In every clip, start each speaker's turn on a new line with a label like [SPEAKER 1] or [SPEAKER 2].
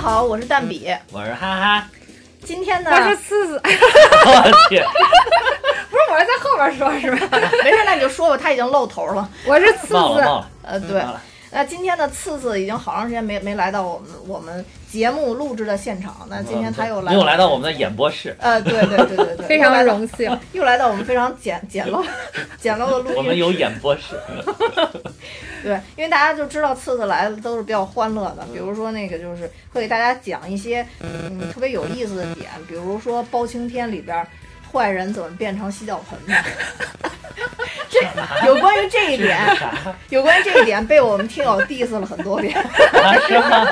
[SPEAKER 1] 好，我是蛋比。
[SPEAKER 2] 我是哈 哈，
[SPEAKER 1] 今天呢
[SPEAKER 3] 我，是次次，不
[SPEAKER 2] 我去，
[SPEAKER 3] 是我是在后边说，是吧？
[SPEAKER 1] 没事，那你就说吧，他已经露头了。
[SPEAKER 3] 我是次
[SPEAKER 2] 忘了忘
[SPEAKER 3] 次，
[SPEAKER 2] 了，
[SPEAKER 1] 呃，
[SPEAKER 2] 嗯
[SPEAKER 1] 对，
[SPEAKER 2] 忘了
[SPEAKER 1] 那今天呢，次次已经好长时间没没来到我们我们节目录制的现场，那今天他又来，
[SPEAKER 2] 嗯又来到我们的演播室，
[SPEAKER 1] 呃，对对对对对，
[SPEAKER 3] 非
[SPEAKER 1] 又来
[SPEAKER 3] 常
[SPEAKER 1] 到
[SPEAKER 3] 荣幸。
[SPEAKER 1] 又来到我们非常简简陋简陋的录音室。
[SPEAKER 2] 我们有演播 室，
[SPEAKER 1] 对，因为大家就知道次次来了都是比较欢乐的，比如说那个就是会给大家讲一些嗯特别有意思的点，比如说包青天里边儿坏人怎么变成洗脚盆的， 这有关于这一点，
[SPEAKER 2] 啥？
[SPEAKER 1] 有关于这一点被我们听友 diss 了很多遍，
[SPEAKER 2] 啊是吗？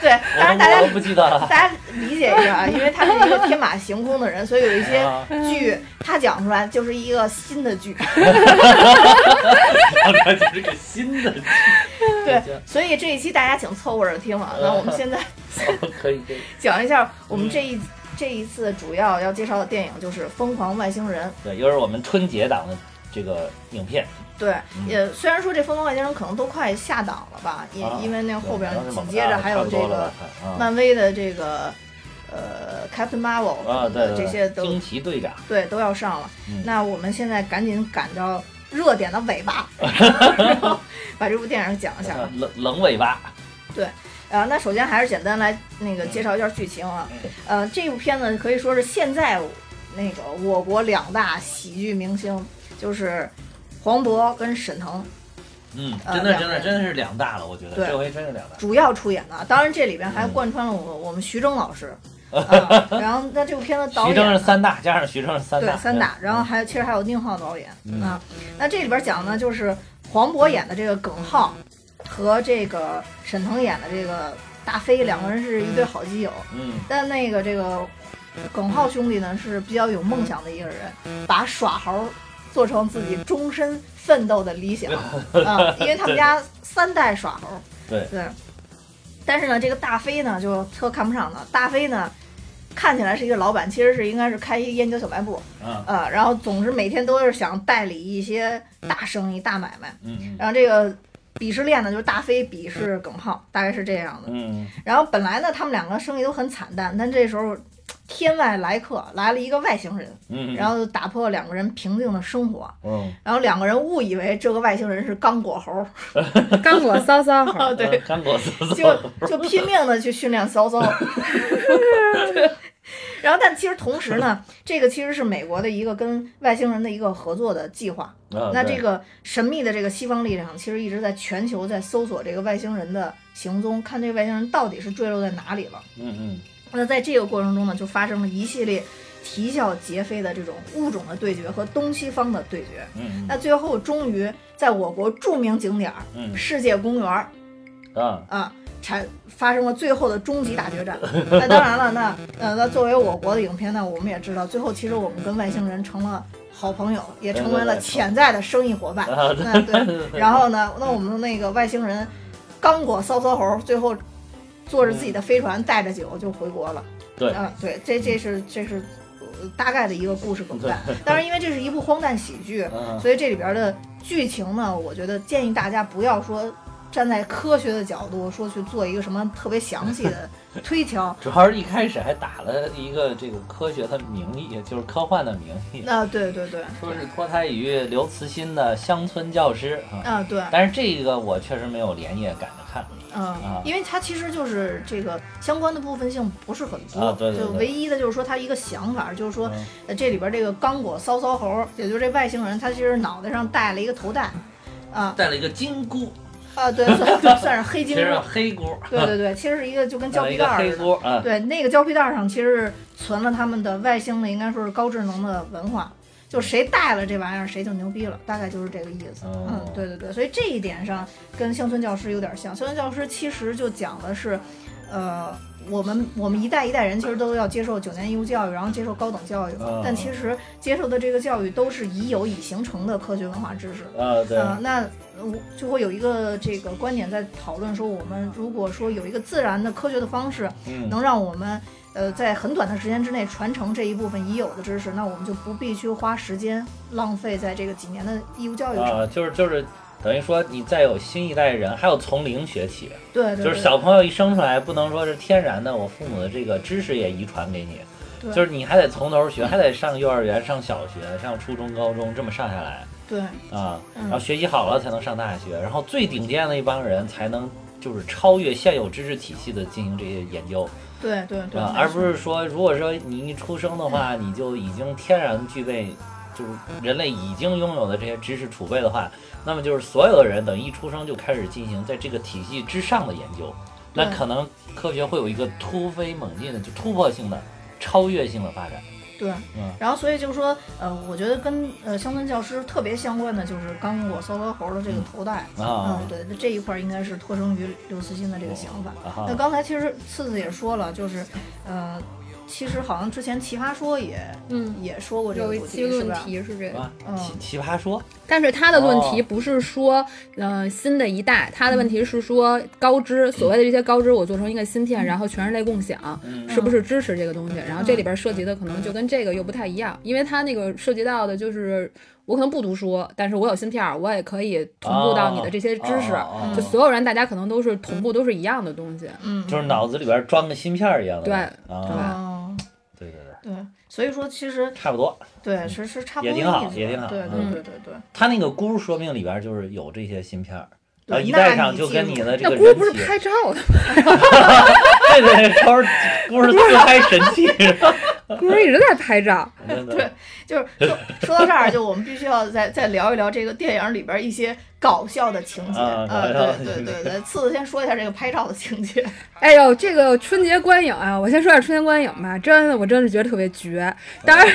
[SPEAKER 1] 对，当然大
[SPEAKER 2] 我
[SPEAKER 1] 家
[SPEAKER 2] 我都不记得了。
[SPEAKER 1] 大家理解一下啊，因为他是一个天马行空的人，所以有一些
[SPEAKER 2] 啊，
[SPEAKER 1] 剧他讲出来就是一个新的剧。
[SPEAKER 2] 这就是个新的，
[SPEAKER 1] 对，所以这一期大家请凑合着听啊。那我们现在
[SPEAKER 2] 哦可以可以，
[SPEAKER 1] 讲一下我们这一、
[SPEAKER 2] 嗯
[SPEAKER 1] 这一次主要要介绍的电影就是《疯狂外星人》。
[SPEAKER 2] 对，又是我们春节档的这个影片，
[SPEAKER 1] 对，
[SPEAKER 2] 嗯
[SPEAKER 1] 也虽然说这《疯狂外星人》可能都快下档了吧，因、
[SPEAKER 2] 啊
[SPEAKER 1] 因为那后边
[SPEAKER 2] 对当时
[SPEAKER 1] 紧
[SPEAKER 2] 猛
[SPEAKER 1] 接着
[SPEAKER 2] 大
[SPEAKER 1] 还有
[SPEAKER 2] 差不
[SPEAKER 1] 这
[SPEAKER 2] 多
[SPEAKER 1] 个
[SPEAKER 2] 了吧看啊
[SPEAKER 1] 漫威的这个呃 Captain Marvel
[SPEAKER 2] 啊，对对，对
[SPEAKER 1] 这些都
[SPEAKER 2] 惊奇队长，
[SPEAKER 1] 对都要上了、
[SPEAKER 2] 嗯
[SPEAKER 1] 那我们现在赶紧赶到热点的尾 巴，然后把这部电影讲一下。
[SPEAKER 2] 冷冷尾巴，
[SPEAKER 1] 呃，那首先还是简单来那个介绍一下剧情啊。
[SPEAKER 2] 嗯
[SPEAKER 1] 呃，这部片子可以说是现在那个我国两大喜剧明星，就是黄渤跟沈腾
[SPEAKER 2] 嗯，
[SPEAKER 1] 呃
[SPEAKER 2] 真的
[SPEAKER 1] 两
[SPEAKER 2] 真的
[SPEAKER 1] 个
[SPEAKER 2] 真的是两大了，我觉得
[SPEAKER 1] 对
[SPEAKER 2] 这回真是两大。
[SPEAKER 1] 主要出演的。当然，这里边还
[SPEAKER 2] 嗯
[SPEAKER 1] 贯穿了我我们徐峥老 师。啊，然后那这部片的导
[SPEAKER 2] 徐峥是
[SPEAKER 1] 演。
[SPEAKER 2] 三大，加上徐峥是三
[SPEAKER 1] 对
[SPEAKER 2] 大，，
[SPEAKER 1] 三大，然后还有其实还有宁浩导演、
[SPEAKER 2] 嗯
[SPEAKER 1] 啊。那这里边讲呢，就是黄渤演的这个耿浩和这个沈腾演的这个大飞两个人是一对好基友，
[SPEAKER 2] 嗯，
[SPEAKER 1] 但那个这个耿浩兄弟呢是比较有梦想的一个人，把耍猴做成自己终身奋斗的理想啊，因为他们家三代耍猴。
[SPEAKER 2] 对
[SPEAKER 1] 但是呢，这个大飞呢就特看不上他。大飞呢，看起来是一个老板，其实是应该是开一个烟酒小卖部，
[SPEAKER 2] 嗯
[SPEAKER 1] 呃，然后总之每天都是想代理一些大生意、大买卖。
[SPEAKER 2] 嗯
[SPEAKER 1] 然后这个鄙视链呢，就是大飞鄙视耿浩，大概是这样的。
[SPEAKER 2] 嗯
[SPEAKER 1] 然后本来呢，他们两个生意都很惨淡，但这时候天外来客来了一个外星人，
[SPEAKER 2] 嗯，
[SPEAKER 1] 然后就打破两个人平静的生活。
[SPEAKER 2] 嗯，
[SPEAKER 1] 然后两个人误以为这个外星人是刚果猴，
[SPEAKER 3] 刚果骚骚 猴，
[SPEAKER 1] 啊对
[SPEAKER 2] 嗯，刚果子
[SPEAKER 1] 就就拼命的去训练骚骚。 对然后，但其实同时呢，这个其实是美国的一个跟外星人的一个合作的计划。
[SPEAKER 2] 啊
[SPEAKER 1] 那这个神秘的这个西方力量，其实一直在全球在搜索这个外星人的行踪，看这个外星人到底是坠落在哪里了。
[SPEAKER 2] 嗯
[SPEAKER 1] 那在这个过程中呢，就发生了一系列啼笑皆非的这种物种的对决和东西方的对决。
[SPEAKER 2] 嗯
[SPEAKER 1] 那最后终于在我国著名景点儿
[SPEAKER 2] 嗯
[SPEAKER 1] 世界公园儿
[SPEAKER 2] 嗯啊
[SPEAKER 1] 啊，产发生了最后的终极大决 战。那当然了，那呃，那作为我国的影片呢，我们也知道，最后其实我们跟外星人成了好朋友，也成为了潜在的生意伙 伴。
[SPEAKER 2] 啊
[SPEAKER 1] 那对， 然后呢，那我们那个外星人刚果骚骚猴最后坐着自己的飞船，带着酒就回国了。
[SPEAKER 2] 对
[SPEAKER 1] 啊，对，这这是这是呃大概的一个故事梗概。 当然，因为这是一部荒诞喜剧，
[SPEAKER 2] 嗯
[SPEAKER 1] 所以这里边的剧情呢，我觉得建议大家不要说站在科学的角度说去做一个什么特别详细 的推敲。
[SPEAKER 2] 主要是一开始还打了一个这个科学的名义，就是科幻的名义，
[SPEAKER 1] 啊，对对对，
[SPEAKER 2] 说是脱胎于刘慈欣的乡村教师啊，
[SPEAKER 1] 啊对，
[SPEAKER 2] 但是这个我确实没有连夜赶着看，
[SPEAKER 1] 嗯
[SPEAKER 2] 啊，
[SPEAKER 1] 因为它其实就是这个相关的部分性不是很多，
[SPEAKER 2] 啊对对
[SPEAKER 1] 就
[SPEAKER 2] 对
[SPEAKER 1] 唯一的就是说它一个想法，就是说呃，这里边这个刚果骚骚猴，也就是这外星人，他其实脑袋上戴了一个头戴，啊
[SPEAKER 2] 带了一个金箍，
[SPEAKER 1] 啊，对，算 算是黑
[SPEAKER 2] 其
[SPEAKER 1] 金
[SPEAKER 2] 实
[SPEAKER 1] 箍，
[SPEAKER 2] 黑箍，
[SPEAKER 1] 对对对，其实是一个就跟胶
[SPEAKER 2] 一
[SPEAKER 1] 皮
[SPEAKER 2] 个
[SPEAKER 1] 袋儿
[SPEAKER 2] 黑
[SPEAKER 1] 似的。
[SPEAKER 2] 箍啊，
[SPEAKER 1] 对，那个胶皮袋儿上其实存了他们的外星的，应该说是高智能的文化，就谁带了这玩意儿，谁就牛逼了，大概就是这个意思。
[SPEAKER 2] 哦
[SPEAKER 1] 嗯，对对对，所以这一点上跟乡村教师有点像。乡村教师其实就讲的是，呃，我们我们一代一代人其实都要接受九年义务教育，然后接受高等教育，
[SPEAKER 2] 哦
[SPEAKER 1] 但其实接受的这个教育都是已有已形成的科学文化知识。
[SPEAKER 2] 啊对
[SPEAKER 1] 呃，那我就会有一个这个观点在讨论说，我们如果说有一个自然的科学的方式，
[SPEAKER 2] 嗯
[SPEAKER 1] 能让我们呃在很短的时间之内传承这一部分已有的知识，那我们就不必去花时间浪费在这个几年的义务教育上。
[SPEAKER 2] 啊就是就是等于说你再有新一代人，还有从零学起，
[SPEAKER 1] 对对对，
[SPEAKER 2] 就是小朋友一生出来不能说是天然的，我父母的这个知识也遗传给你，
[SPEAKER 1] 对
[SPEAKER 2] 就是你还得从头学，还得上幼儿园、上小学、上初中、高中这么上下来
[SPEAKER 1] 对
[SPEAKER 2] 啊，
[SPEAKER 1] 嗯
[SPEAKER 2] 然后学习好了才能上大学，然后最顶尖的一帮人才能就是超越现有知识体系的进行这些研究
[SPEAKER 1] 对对对
[SPEAKER 2] 啊，，而不是说如果说你一出生的话，你就已经天然具备。就是人类已经拥有的这些知识储备的话，那么就是所有的人等于一出生就开始进行在这个体系之上的研究，那
[SPEAKER 1] 对
[SPEAKER 2] 可能科学会有一个突飞猛进的、就突破性的、超越性的发展。
[SPEAKER 1] 对
[SPEAKER 2] 嗯，
[SPEAKER 1] 然后所以就是说，呃，我觉得跟呃乡村教师特别相关的就是刚我骚骚猴的这个头戴，
[SPEAKER 2] 啊
[SPEAKER 1] 嗯，对，那这一块儿应该是特生于刘慈欣的这个想法。
[SPEAKER 2] 啊哈
[SPEAKER 1] 那刚才其实次次也说了，就是，呃，其实好像之前《奇葩说也》
[SPEAKER 3] 嗯，
[SPEAKER 1] 也说过这
[SPEAKER 3] 有
[SPEAKER 1] 个
[SPEAKER 3] 一
[SPEAKER 1] 主
[SPEAKER 3] 期
[SPEAKER 1] 题，是
[SPEAKER 3] 论
[SPEAKER 1] 吧？
[SPEAKER 3] 题是这个，
[SPEAKER 2] 啊，
[SPEAKER 1] 嗯
[SPEAKER 2] 奇奇葩说
[SPEAKER 3] 但是他的论题
[SPEAKER 2] 哦
[SPEAKER 3] 不是说，呃，新的一代，他的问题是说高知，所谓的这些高知，我做成一个芯片，然后全人类共享，
[SPEAKER 2] 嗯
[SPEAKER 3] 是不是支持这个东西？然后这里
[SPEAKER 1] 嗯
[SPEAKER 3] 边涉及的可能就跟这个又不太一样，因为他那个涉及到的就是，我可能不读书，但是我有芯片，我也可以同步到你的这些知识，
[SPEAKER 2] 哦哦哦哦
[SPEAKER 3] 就所有人大家可能都是同步，都是一样的东西。
[SPEAKER 1] 嗯，
[SPEAKER 2] 就是脑子里边装个芯片儿一样的。
[SPEAKER 3] 对
[SPEAKER 2] 啊，
[SPEAKER 1] 哦，
[SPEAKER 2] 对对对，
[SPEAKER 1] 对，所以说其实
[SPEAKER 2] 差不多。
[SPEAKER 1] 对，其实差不多
[SPEAKER 2] 嗯也挺好
[SPEAKER 1] 意思吧
[SPEAKER 2] 也挺好呃
[SPEAKER 1] 对对
[SPEAKER 3] 嗯
[SPEAKER 1] 对对对。
[SPEAKER 2] 它那个箍说明里边就是有这些芯片儿。
[SPEAKER 1] 对
[SPEAKER 2] 然呃后一
[SPEAKER 1] 那
[SPEAKER 2] 戴
[SPEAKER 1] 你
[SPEAKER 2] 上就
[SPEAKER 1] 记
[SPEAKER 2] 跟
[SPEAKER 1] 住
[SPEAKER 2] 你的这
[SPEAKER 3] 那
[SPEAKER 2] 个
[SPEAKER 3] 锅
[SPEAKER 2] 人
[SPEAKER 3] 不是
[SPEAKER 2] 体，
[SPEAKER 3] 拍照的，
[SPEAKER 2] 对对对，超箍是自拍神 器，是吧？
[SPEAKER 3] 锅一直在拍照。
[SPEAKER 2] 真的
[SPEAKER 1] 对就是说说到这儿，就我们必须要再再聊一聊这个电影里边一些搞笑的情节。
[SPEAKER 2] 啊搞
[SPEAKER 1] 呃，
[SPEAKER 2] 笑的
[SPEAKER 1] 对对
[SPEAKER 2] 情节
[SPEAKER 1] 对对，次次先说一下这个拍照的情 节。
[SPEAKER 3] 哎呦，这个春节观影啊，我先说下春节观影吧，真的我真是觉得特别绝。当然，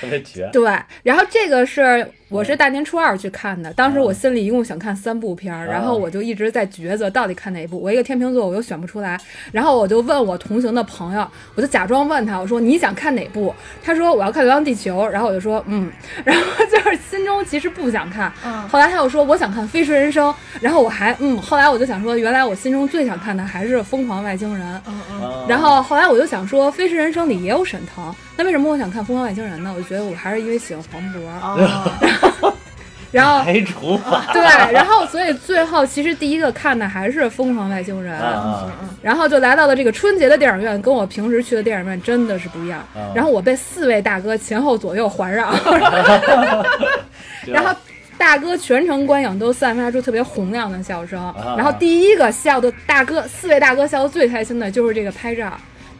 [SPEAKER 2] 特别绝。
[SPEAKER 3] 对，然后这个是我是大年初二去看的，当时我心里一共想看三部片儿，然后我就一直在抉择到底看哪一部。我一个天秤座，我又选不出来，然后我就问我同行的朋友，我就假装问他，我说你想看哪部？他说我要看《流浪地球》，然后我就说嗯， 然后就是心中其实不想看。
[SPEAKER 1] 嗯，
[SPEAKER 3] 后来他又说我想看《飞驰人生》，然后我还嗯，后来我就想说，原来我心中最想看的还是《疯狂外星人》。
[SPEAKER 1] 嗯嗯
[SPEAKER 2] 啊
[SPEAKER 3] 然后后来我就想说，《飞驰人生》里也有沈腾，那为什么我想看《疯狂外星人》呢？我就觉得我还是因为喜欢黄渤。
[SPEAKER 1] 哦，
[SPEAKER 3] 然后
[SPEAKER 2] 排除法
[SPEAKER 3] 对，然后所以最后其实第一个看的还是《疯狂外星人》
[SPEAKER 1] 嗯
[SPEAKER 2] 啊
[SPEAKER 1] 嗯，
[SPEAKER 3] 然后就来到了这个春节的电影院，跟我平时去的电影院真的是不一样。
[SPEAKER 2] 啊哎
[SPEAKER 3] 然后我被四位大哥前后左右 环绕， 嗯然后大哥全程观影都散发出特别洪亮的笑声。
[SPEAKER 2] 啊
[SPEAKER 3] 然后第一个笑的大哥，四位大哥笑的最开心的就是这个拍照，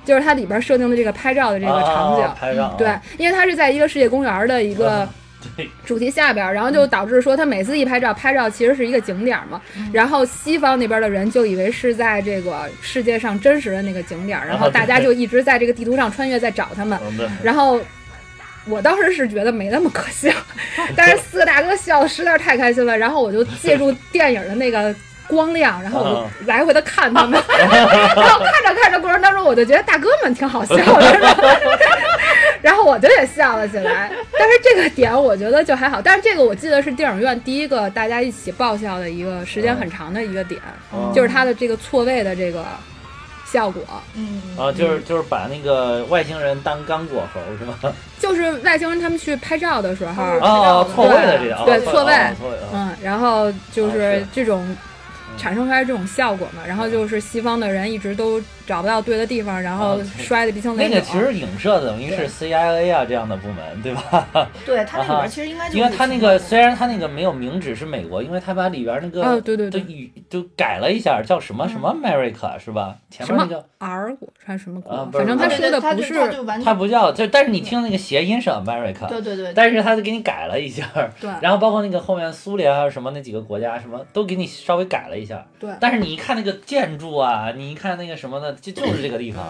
[SPEAKER 3] 就是它里边设定的这个拍照的这个场景。
[SPEAKER 2] 拍照啊嗯
[SPEAKER 3] 对，因为它是在一个世界公园的一个
[SPEAKER 2] 对
[SPEAKER 3] 主题下边儿，然后就导致说他每次一拍照，拍照其实是一个景点儿嘛。然后西方那边的人就以为是在这个世界上真实的那个景点儿，然后大家就一直在这个地图上穿越，在找他们。
[SPEAKER 2] 嗯对
[SPEAKER 3] 然后我当时是觉得没那么可笑，但是四个大哥笑的实在是太开心了，然后我就借助电影的那个。光亮，然后我就来回的看他们，然后看着看着过程当中，我就觉得大哥们挺好笑的，然后我就也笑了起来。但是这个点我觉得就还好，但是这个我记得是电影院第一个大家一起爆笑的一个时间很长的一个点，
[SPEAKER 2] 嗯
[SPEAKER 3] 就是它的这个错位的这个效果。
[SPEAKER 1] 嗯嗯
[SPEAKER 2] 啊，就是就是把那个外星人当刚果猴是 吗？
[SPEAKER 3] 就是外星人他们去拍照的时候，
[SPEAKER 2] 哦，错位了这个，哦
[SPEAKER 3] 对
[SPEAKER 2] 错
[SPEAKER 3] 错位
[SPEAKER 2] 哦错位啊，
[SPEAKER 3] 嗯，然后就
[SPEAKER 2] 啊
[SPEAKER 3] 是
[SPEAKER 2] 是嗯
[SPEAKER 3] 这种产生出来这种效果嘛，然后就是西方的人一直都找不到对的地方，然后
[SPEAKER 2] 啊对
[SPEAKER 3] 摔的鼻青
[SPEAKER 2] 那
[SPEAKER 3] 脸
[SPEAKER 2] 个
[SPEAKER 3] 肿。
[SPEAKER 2] 其实影射等于是 CIA 啊这样的部门，对吧？
[SPEAKER 1] 对，它那里边其实应该就是
[SPEAKER 2] 啊因为他那个虽然他那个没有明指是美国，因为他把里边那
[SPEAKER 3] 啊，
[SPEAKER 2] 个
[SPEAKER 3] 对对
[SPEAKER 2] 就
[SPEAKER 3] 对
[SPEAKER 2] 语就改了一下，叫什么什么 America 是吧？前面那个
[SPEAKER 3] ，R 国还是什么
[SPEAKER 2] 啊
[SPEAKER 3] 国？
[SPEAKER 2] 不是
[SPEAKER 3] 反正他
[SPEAKER 1] 对
[SPEAKER 3] 说
[SPEAKER 1] 对
[SPEAKER 3] 的
[SPEAKER 1] 它
[SPEAKER 3] 不，
[SPEAKER 1] 就是它就完
[SPEAKER 2] 它
[SPEAKER 1] 全
[SPEAKER 2] 不叫，就但是你听那个谐音是 America，
[SPEAKER 1] 对对对，
[SPEAKER 2] 但是他就给你改了一下。
[SPEAKER 3] 对
[SPEAKER 2] 然后包括那个后面苏联还啊有什么那几个国家什么都给你稍微改了一下，
[SPEAKER 3] 对
[SPEAKER 2] 但是你一看那个建筑啊，你一看那个什么的，就就是这个地方，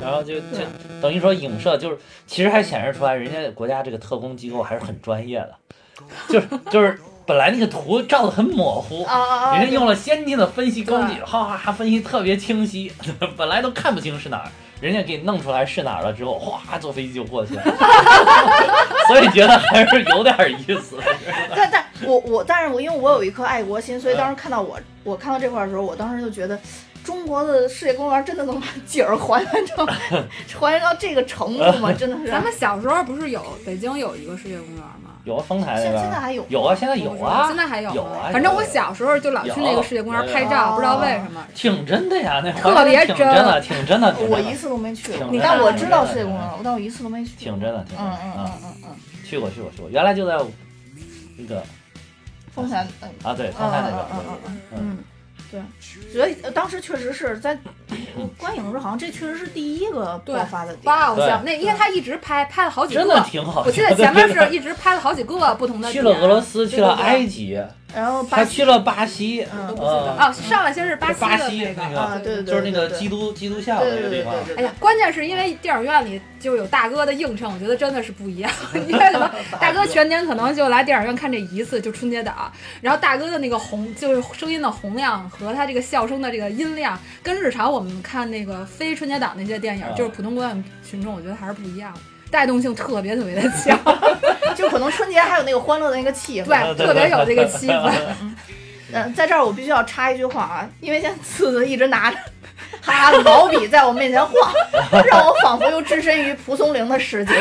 [SPEAKER 2] 然后就就
[SPEAKER 1] 对
[SPEAKER 2] 等于说影射就是，其实还显示出来人家国家这个特工机构还是很专业的，就是就是本来那个图照的很模糊。
[SPEAKER 1] 啊啊啊，
[SPEAKER 2] 人家
[SPEAKER 1] 对
[SPEAKER 2] 用了先进的分析工具，哈哈哈，分析特别清晰， 本来都看不清是哪儿，人家给弄出来是哪儿了之后，哗，坐飞机就过去了， 所以觉得还是有点意思。
[SPEAKER 1] 但但我我，但是我因为我有一颗爱国心，所以当
[SPEAKER 2] 嗯
[SPEAKER 1] 时看到我我看到这块儿的时候，我当时就觉得，中国的世界公园真的能把景儿 还原到还原到这个程度吗？真的是
[SPEAKER 3] 咱们小时候不是有北京有一个世界公园吗？
[SPEAKER 2] 有啊，丰台那
[SPEAKER 1] 现现在
[SPEAKER 2] 边
[SPEAKER 1] 还有吗
[SPEAKER 2] 有啊，现在有啊，
[SPEAKER 3] 现在还有
[SPEAKER 2] 有啊
[SPEAKER 3] 反正我小时候就老去那个世界公园拍照，
[SPEAKER 1] 有
[SPEAKER 3] 不知道为什么。
[SPEAKER 2] 挺真的呀，那
[SPEAKER 3] 特别
[SPEAKER 2] 挺真的，挺真 的，挺真
[SPEAKER 1] 我
[SPEAKER 2] 的
[SPEAKER 1] 一次都没去过
[SPEAKER 2] 挺，
[SPEAKER 1] 但
[SPEAKER 2] 真的
[SPEAKER 1] 我
[SPEAKER 2] 挺
[SPEAKER 1] 知
[SPEAKER 2] 真
[SPEAKER 1] 道
[SPEAKER 2] 的
[SPEAKER 1] 世界公园
[SPEAKER 2] 挺
[SPEAKER 1] 了，我但我一次都没去过。
[SPEAKER 2] 挺真的，挺真的
[SPEAKER 1] 嗯嗯
[SPEAKER 2] 啊
[SPEAKER 1] 嗯，嗯嗯，
[SPEAKER 2] 去过去过去过，原来就在那个
[SPEAKER 1] 丰台，嗯
[SPEAKER 2] 啊，对，丰
[SPEAKER 1] 嗯
[SPEAKER 2] 台那
[SPEAKER 1] 嗯
[SPEAKER 2] 边，
[SPEAKER 1] 嗯嗯
[SPEAKER 2] 对对对嗯
[SPEAKER 1] 嗯，对，所以呃当时确实是在观影的时候，好像这确实是第一个
[SPEAKER 3] 对
[SPEAKER 1] 爆发的点。
[SPEAKER 3] 哇，我想那因为他一直拍，拍了好几
[SPEAKER 2] 真的
[SPEAKER 3] 个。
[SPEAKER 2] 挺好。
[SPEAKER 3] 我记得前面是一直拍了好几个不同的
[SPEAKER 2] 去了俄罗斯，
[SPEAKER 3] 对
[SPEAKER 2] 去了
[SPEAKER 3] 对对
[SPEAKER 2] 埃及，
[SPEAKER 1] 然后
[SPEAKER 2] 还
[SPEAKER 1] 巴西，
[SPEAKER 2] 去了巴西，
[SPEAKER 1] 嗯
[SPEAKER 2] 啊，
[SPEAKER 3] 啊，上来先是巴西
[SPEAKER 2] 巴
[SPEAKER 3] 的
[SPEAKER 2] 西
[SPEAKER 3] 那
[SPEAKER 2] 那
[SPEAKER 3] 个
[SPEAKER 2] 个
[SPEAKER 1] 啊，对对对，
[SPEAKER 2] 就是那个
[SPEAKER 1] 对
[SPEAKER 2] 基督基督教
[SPEAKER 1] 对
[SPEAKER 2] 那
[SPEAKER 1] 对
[SPEAKER 2] 个地
[SPEAKER 1] 对
[SPEAKER 2] 方。
[SPEAKER 1] 对对，
[SPEAKER 3] 哎呀，关键是因为电影院里就有大哥的映衬，我觉得真的是不一样。因为什么？大哥全年可能就来电影院看这一次，就春节档。然后大哥的那个洪，就是声音的洪亮和他这个笑声的这个音量，跟日常我们看那个非春节档那些电影
[SPEAKER 2] 啊，
[SPEAKER 3] 就是普通观影群众，我觉得还是不一样的，带动性特别特别的 强，
[SPEAKER 1] 就可能春节还有那个欢乐的那个气氛。
[SPEAKER 3] 对，特别有这个气 氛。
[SPEAKER 1] 嗯，在这儿我必须要插一句话啊，因为现在次子一直拿着哈哈毛笔在我面前晃，让我仿佛又置身于蒲松龄的世 界。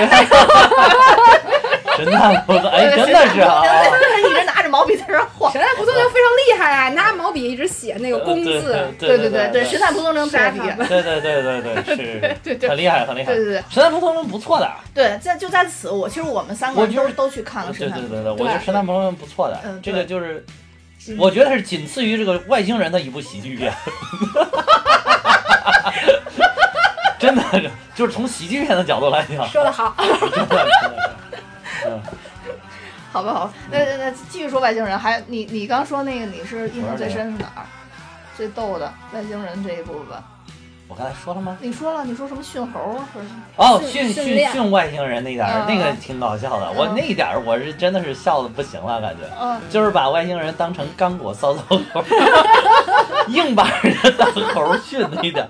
[SPEAKER 2] 神探不错，哎，
[SPEAKER 1] 对
[SPEAKER 2] 真的是啊，
[SPEAKER 1] 他一直拿着毛笔在这儿晃。
[SPEAKER 3] 神探蒲松龄非常厉害啊，拿毛笔一直写那个工字，
[SPEAKER 2] 呃对
[SPEAKER 1] 对对，
[SPEAKER 2] 对对
[SPEAKER 1] 神探蒲松龄特别厉害。
[SPEAKER 2] 对对对对对，是
[SPEAKER 1] 对对
[SPEAKER 2] 很厉害很厉害
[SPEAKER 1] 对。对对
[SPEAKER 2] 神探蒲松龄不错的，
[SPEAKER 1] 对，在就在此，我其实我们三个
[SPEAKER 2] 我
[SPEAKER 1] 人
[SPEAKER 2] 觉
[SPEAKER 1] 都
[SPEAKER 2] 得
[SPEAKER 1] 是都去看了
[SPEAKER 2] 对
[SPEAKER 1] 嗯神探
[SPEAKER 2] 对
[SPEAKER 1] 蒲松龄。
[SPEAKER 2] 对对，我觉得神探蒲松龄不错的啊
[SPEAKER 1] 嗯，
[SPEAKER 2] 这
[SPEAKER 1] 对嗯
[SPEAKER 2] 个就是。我觉得是仅次于这个外星人的一部喜剧片， 真的是，就是从喜剧片的角度来 讲，
[SPEAKER 3] 说得好。
[SPEAKER 2] 真的真的嗯，
[SPEAKER 1] 好吧，好吧，那那那继续说外星人，还你你刚说那个你是印象最深是哪儿？最逗的外星人这一部分，
[SPEAKER 2] 我刚才说了吗？
[SPEAKER 1] 你说了，你说什么驯猴啊？或者是
[SPEAKER 2] 哦，
[SPEAKER 3] 训
[SPEAKER 2] 训
[SPEAKER 3] 训
[SPEAKER 2] 训
[SPEAKER 3] 练
[SPEAKER 2] 训外星人那点儿
[SPEAKER 1] 嗯，
[SPEAKER 2] 那个挺搞笑的。我
[SPEAKER 1] 嗯
[SPEAKER 2] 那一点儿我是真的是笑的不行了，感觉
[SPEAKER 1] 嗯，
[SPEAKER 2] 就是把外星人当成刚果骚操猴，硬把人家当猴训那点儿，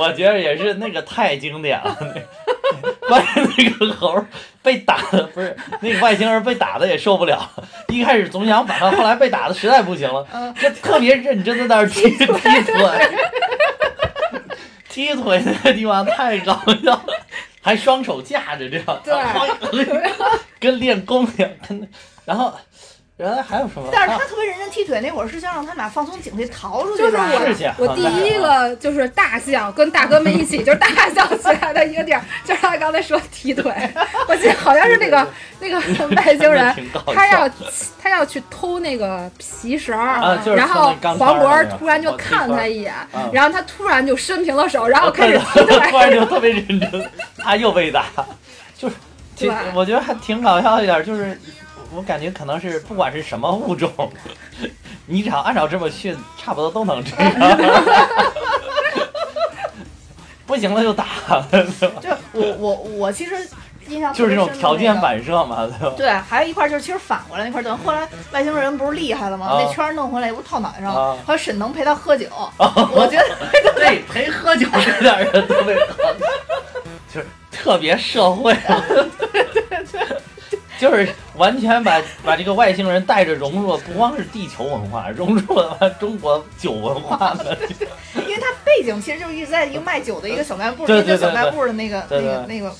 [SPEAKER 2] 我觉得也是那个太经典了。 那关键那个猴被打的不是那个外星人被打的也受不了，一开始总想把他，后来被打的实在不行了
[SPEAKER 1] 嗯，
[SPEAKER 2] 就特别认真的在那儿踢踢腿。踢腿那个地方太搞笑了，还双手架着这样，对， 跟练功一样，跟然后然后还有什么？啊
[SPEAKER 1] 但是他特别认真踢腿那会儿是想让他们俩放松警惕逃出去
[SPEAKER 3] 就是
[SPEAKER 1] 吧
[SPEAKER 2] 是去，
[SPEAKER 3] 我，我第一个就是大象跟大哥们一起，就是大象起来的一个地儿，就是他刚才说踢腿，我记得好像是那个那个外星人
[SPEAKER 2] 挺搞笑
[SPEAKER 3] 他要他要去偷那个皮绳儿，
[SPEAKER 2] 啊就是
[SPEAKER 3] 然
[SPEAKER 2] 偷
[SPEAKER 3] 后
[SPEAKER 2] 那钢
[SPEAKER 3] 黄
[SPEAKER 2] 管儿那
[SPEAKER 3] 渤
[SPEAKER 2] 个
[SPEAKER 3] 突然就
[SPEAKER 2] 哦踢
[SPEAKER 3] 看
[SPEAKER 2] 腿
[SPEAKER 3] 他一眼，
[SPEAKER 2] 嗯
[SPEAKER 3] 然后他突然就伸平了手，然后
[SPEAKER 2] 我
[SPEAKER 3] 开
[SPEAKER 2] 看
[SPEAKER 3] 始
[SPEAKER 2] 着
[SPEAKER 3] 踢
[SPEAKER 2] 突然
[SPEAKER 3] 腿，
[SPEAKER 2] 就特别认真，他又被打，就是挺
[SPEAKER 3] 对
[SPEAKER 2] 我觉得还挺搞笑一点，就是我感觉可能是不管是什么物种， 你只要按照这么训，差不多都能这样。不行了就打，对吧
[SPEAKER 1] 就我我我其实印象特
[SPEAKER 2] 就是
[SPEAKER 1] 别
[SPEAKER 2] 这种
[SPEAKER 1] 深的
[SPEAKER 2] 条件
[SPEAKER 1] 那个。
[SPEAKER 2] 反射嘛，对吧？
[SPEAKER 1] 对，还有一块儿就是其实反过来那块儿，等后来外星人不是厉害了吗？
[SPEAKER 2] 啊
[SPEAKER 1] 那圈儿弄回来也不是套脑袋上
[SPEAKER 2] 啊
[SPEAKER 1] 了，还有沈腾陪他喝酒，我觉得
[SPEAKER 2] 对，陪喝酒这点人特别好， 就是特别社会，啊 就是完全把把这个外星人带着融入了，不光是地球文化，融入了中国酒文化的，
[SPEAKER 1] 因为他背景其实就是一直在一个卖酒的一个小卖部，
[SPEAKER 2] 对
[SPEAKER 1] 一
[SPEAKER 2] 对
[SPEAKER 1] 个
[SPEAKER 2] 对
[SPEAKER 1] 小卖部的那个
[SPEAKER 2] 对
[SPEAKER 1] 那
[SPEAKER 2] 对
[SPEAKER 1] 个那个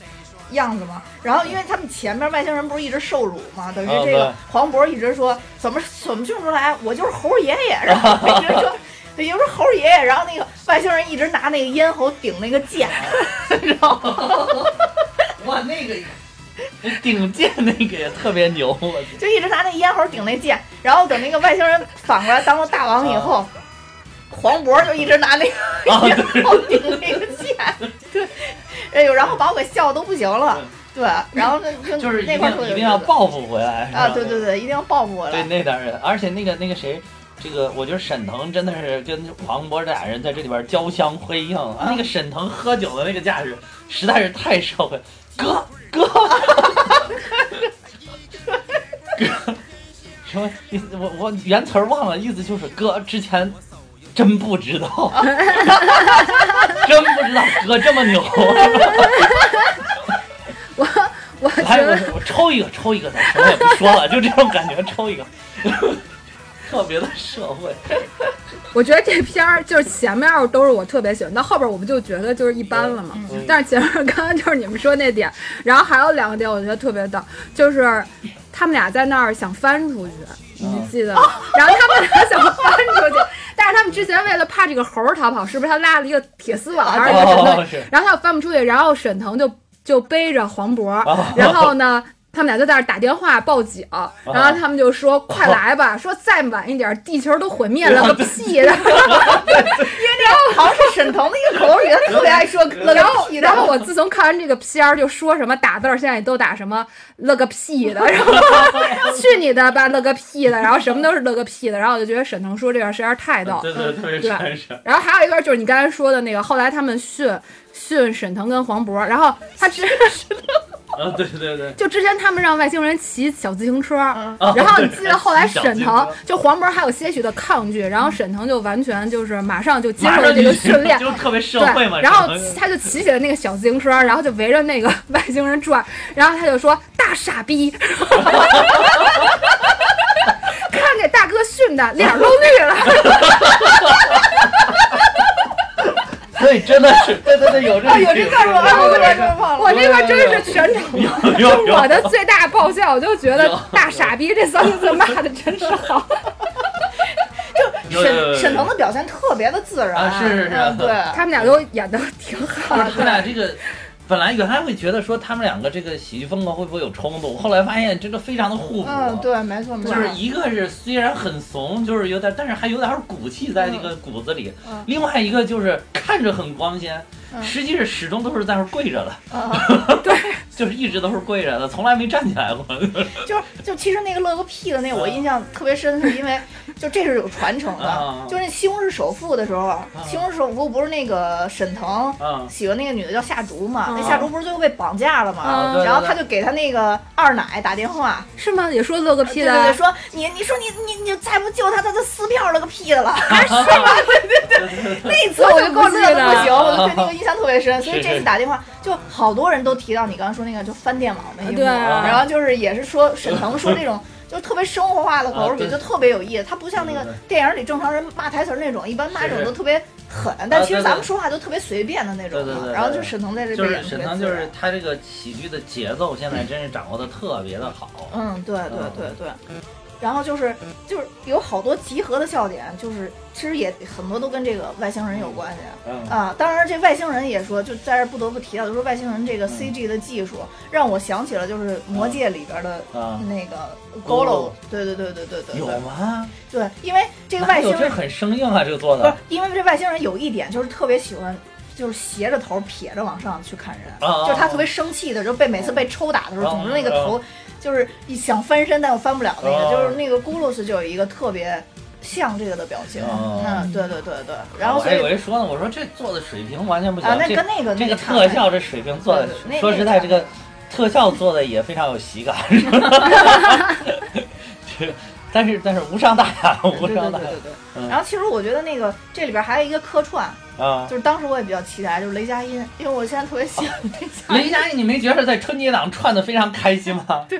[SPEAKER 1] 样子嘛。然后因为他们前面外星人不是一直受辱嘛，等于
[SPEAKER 2] 嗯
[SPEAKER 1] 这
[SPEAKER 2] 对
[SPEAKER 1] 个黄渤一直说怎么怎么训出来，我就是猴爷爷，然后一直说。 也不是猴爷爷，然后那个外星人一直拿那个咽喉顶那个剑，然后
[SPEAKER 2] 哇，那个顶尖那个也特别牛，我觉
[SPEAKER 1] 就一直拿那咽喉顶那剑，然后等那个外星人反过来当了大王以后，黄渤就一直拿那个
[SPEAKER 2] 得 啊，对
[SPEAKER 1] 然后顶那个剑， 对，哎呦，然后把我给笑的都不行了，对，然后那
[SPEAKER 2] 嗯 就是一
[SPEAKER 1] 那块儿特
[SPEAKER 2] 定
[SPEAKER 1] 别
[SPEAKER 2] 一
[SPEAKER 1] 有
[SPEAKER 2] 定要
[SPEAKER 1] 意思
[SPEAKER 2] 报复回来
[SPEAKER 1] 啊，对对
[SPEAKER 2] 对，
[SPEAKER 1] 对，一定要报复我
[SPEAKER 2] 对
[SPEAKER 1] 来，
[SPEAKER 2] 那点人，而且那个那个谁。这个我觉得沈腾真的是跟黄渤这俩人在这里边交相辉映，那个沈腾喝酒的那个架势实在是太社会，哥哥哥什么意思？我我原词儿忘了，意思就是哥之前真不知道， 真不知道哥这么牛，
[SPEAKER 3] 我我觉
[SPEAKER 2] 哎来我
[SPEAKER 3] 得。
[SPEAKER 2] 我抽一个抽一个，咱什么也不说了，就这种感觉，抽一个， 特别的社会。
[SPEAKER 3] 我觉得这片儿就是前面都是我特别喜欢，到后边我不就觉得就是一般了嘛。
[SPEAKER 2] 嗯
[SPEAKER 3] 但是前面刚刚就是你们说那点，然后还有两个点我觉得特别逗，就是。他们俩在那儿想翻出去，你
[SPEAKER 2] 嗯
[SPEAKER 3] 记得吗？然后他们俩想翻出去，但是他们之前为了怕这个猴儿逃跑，是不是他拉了一个铁丝网还是一个什么东西？
[SPEAKER 2] 哦是
[SPEAKER 3] 然后他又翻不出去，然后沈腾就就背着黄渤，
[SPEAKER 2] 啊
[SPEAKER 3] 然后呢，他们俩就在那儿打电话报警，然后他们就说：“快来吧，说再晚一点，地球都毁灭了个屁！”然后，
[SPEAKER 1] 好像是沈腾的一个口语，他特别爱说 了个
[SPEAKER 3] 然后，
[SPEAKER 1] 屁的。
[SPEAKER 3] 然后我自从看完这个片儿，就说什么打字儿现在都打什么了个屁的， 然后去你的吧，了个屁的，然后什么都是了个屁的，然后我就觉得沈腾说这段实在是太逗。
[SPEAKER 2] 对对，特别啊
[SPEAKER 3] 对
[SPEAKER 2] 传神。
[SPEAKER 3] 然后还有一段就是你刚才说的那个，后来他们训训沈腾跟黄渤，然后他 之，
[SPEAKER 2] 啊，对对对
[SPEAKER 3] 就之前他们让外星人骑小自行车，
[SPEAKER 1] 嗯
[SPEAKER 2] 啊
[SPEAKER 3] 然后你记得后来沈
[SPEAKER 2] 骑小自行
[SPEAKER 3] 腾
[SPEAKER 2] 车
[SPEAKER 3] 就黄渤还有些许的抗拒，然后沈腾就完全就是马上就接
[SPEAKER 2] 马
[SPEAKER 3] 受
[SPEAKER 2] 上
[SPEAKER 3] 了这
[SPEAKER 2] 就
[SPEAKER 3] 个训练。
[SPEAKER 2] 就特别社会嘛。
[SPEAKER 3] 对，然后
[SPEAKER 2] 整个
[SPEAKER 3] 他就骑起了那个小自行车，然后就围着那个 外星人转，然后他就说大傻逼， 看给大哥训的脸儿都绿了，
[SPEAKER 2] 对，真的是，对对对，有这
[SPEAKER 3] 哦
[SPEAKER 1] 啊，有这段儿吗？啊我有点儿忘了。
[SPEAKER 3] 我那边真是全场
[SPEAKER 2] 有 有有，
[SPEAKER 3] 我的最大爆笑，我就觉得“大傻逼”这三个字骂的真是好。
[SPEAKER 2] 有有有
[SPEAKER 1] 沈沈腾的表现特别的自然，
[SPEAKER 2] 啊是是是
[SPEAKER 1] 嗯对，
[SPEAKER 3] 他们俩都演的挺好
[SPEAKER 2] 不
[SPEAKER 3] 的
[SPEAKER 2] 是，他俩这个，本来原来会觉得说他们两个这个喜剧风格会不会有冲突，后来发现真的非常的互补。啊
[SPEAKER 1] 嗯，对，没错没
[SPEAKER 2] 就
[SPEAKER 1] 错，
[SPEAKER 2] 是一个是虽然很怂，就是有点，但是还有点骨气在这个骨子里；
[SPEAKER 1] 嗯
[SPEAKER 2] 另外一个就是看着很光鲜，
[SPEAKER 1] 嗯
[SPEAKER 2] 实际是始终都是在那儿跪着的，
[SPEAKER 1] 嗯
[SPEAKER 2] 就是一直都是跪着的，从来没站起来过。
[SPEAKER 1] 就是就其实那个乐个屁的那我印象特别深，是因为就这是有传承
[SPEAKER 2] 啊
[SPEAKER 1] 的，就是那《西红柿首富》的时候，西红柿首富》不是那个沈腾
[SPEAKER 2] 嗯，
[SPEAKER 1] 喜欢那个女的叫夏竹嘛？那
[SPEAKER 3] 嗯
[SPEAKER 1] 夏竹不是最后被绑架了嘛？
[SPEAKER 2] 啊对
[SPEAKER 1] 嗯
[SPEAKER 2] 对
[SPEAKER 1] 然后他
[SPEAKER 2] 对
[SPEAKER 1] 就给他那个二奶打电话，
[SPEAKER 3] 是吗？也说乐个屁
[SPEAKER 1] 呃对对对，
[SPEAKER 3] 的，
[SPEAKER 1] 说你你说你你你再不救他，他就撕票了个屁 了。 那次我就给我乐的不行，我就对那个印象特别深。所以这次打电话，就好多人都提到你刚刚说那个就翻电网那一幕，
[SPEAKER 3] 对啊
[SPEAKER 1] 然后就是也是说沈腾说这种。就特别生活化的口
[SPEAKER 2] 啊
[SPEAKER 1] 语，
[SPEAKER 2] 对
[SPEAKER 1] 就特别有意思。他不像那个
[SPEAKER 2] 对对
[SPEAKER 1] 电影里正常人骂台词儿那种，一般骂这种
[SPEAKER 2] 是
[SPEAKER 1] 都特别狠，但其
[SPEAKER 2] 对
[SPEAKER 1] 实
[SPEAKER 2] 对
[SPEAKER 1] 咱们说话都特别随便的那种
[SPEAKER 2] 对对对
[SPEAKER 1] 嘛。
[SPEAKER 2] 对
[SPEAKER 1] 然后就沈腾在这
[SPEAKER 2] 就
[SPEAKER 1] 边
[SPEAKER 2] 是
[SPEAKER 1] 演得
[SPEAKER 2] 沈
[SPEAKER 1] 特
[SPEAKER 2] 腾，
[SPEAKER 1] 别
[SPEAKER 2] 就
[SPEAKER 1] 自然
[SPEAKER 2] 是他这个喜剧的节奏现在真是掌握的特别的好。
[SPEAKER 1] 嗯，对对
[SPEAKER 2] 嗯
[SPEAKER 1] 对对。然后就是就是有好多集合的笑点，就是其实也很多都跟这个外星人有关系。
[SPEAKER 2] 嗯，
[SPEAKER 1] 啊，当然，这外星人也说，就在这儿不得不提到，就说外星人
[SPEAKER 2] 嗯
[SPEAKER 1] 这个 CG 的技术，让我想起了就是《魔戒》里边的
[SPEAKER 2] 啊，
[SPEAKER 1] 那个
[SPEAKER 2] 嗯 Golo
[SPEAKER 1] Golo，对对对对对对
[SPEAKER 2] 有
[SPEAKER 1] 对，
[SPEAKER 2] 吗？
[SPEAKER 1] 对，因为这个外星
[SPEAKER 2] 哪有
[SPEAKER 1] 人
[SPEAKER 2] 这很生硬啊，这个做
[SPEAKER 1] 不是
[SPEAKER 2] 的。，
[SPEAKER 1] 因为这外星人有一点就是特别喜欢。就是斜着头撇着往上去看人，
[SPEAKER 2] 啊
[SPEAKER 1] 就是他特别生气的时候，被每次被抽打的时候，
[SPEAKER 2] 啊
[SPEAKER 1] 总是那个头，就是一想翻身但又翻不了那个，
[SPEAKER 2] 啊
[SPEAKER 1] 就是那个咕噜斯就有一个特别像这个的表情，
[SPEAKER 2] 啊
[SPEAKER 1] 嗯，对对对对， 然后
[SPEAKER 2] 我
[SPEAKER 1] 所
[SPEAKER 2] 还以
[SPEAKER 1] 以
[SPEAKER 2] 为说呢，我说这做的水平完全不行。
[SPEAKER 1] 啊，那
[SPEAKER 2] 这
[SPEAKER 1] 跟那个
[SPEAKER 2] 这
[SPEAKER 1] 那
[SPEAKER 2] 个
[SPEAKER 1] 场
[SPEAKER 2] 特效这水平做的
[SPEAKER 1] 对对，那
[SPEAKER 2] 说实在，这个特效做的也非常有喜感。是吧 这但是但是无伤大雅，无
[SPEAKER 1] 对对对
[SPEAKER 2] 伤大
[SPEAKER 1] 对
[SPEAKER 2] 嗯
[SPEAKER 1] 对。然后其实我觉得那个这里边还有一个客串，
[SPEAKER 2] 雅啊。
[SPEAKER 1] 就是当时我也比较期待，就是雷佳音，因为我现在特别喜欢雷佳音。
[SPEAKER 2] 雷佳音，你没觉得在春节档串的非常开心吗？
[SPEAKER 1] 对，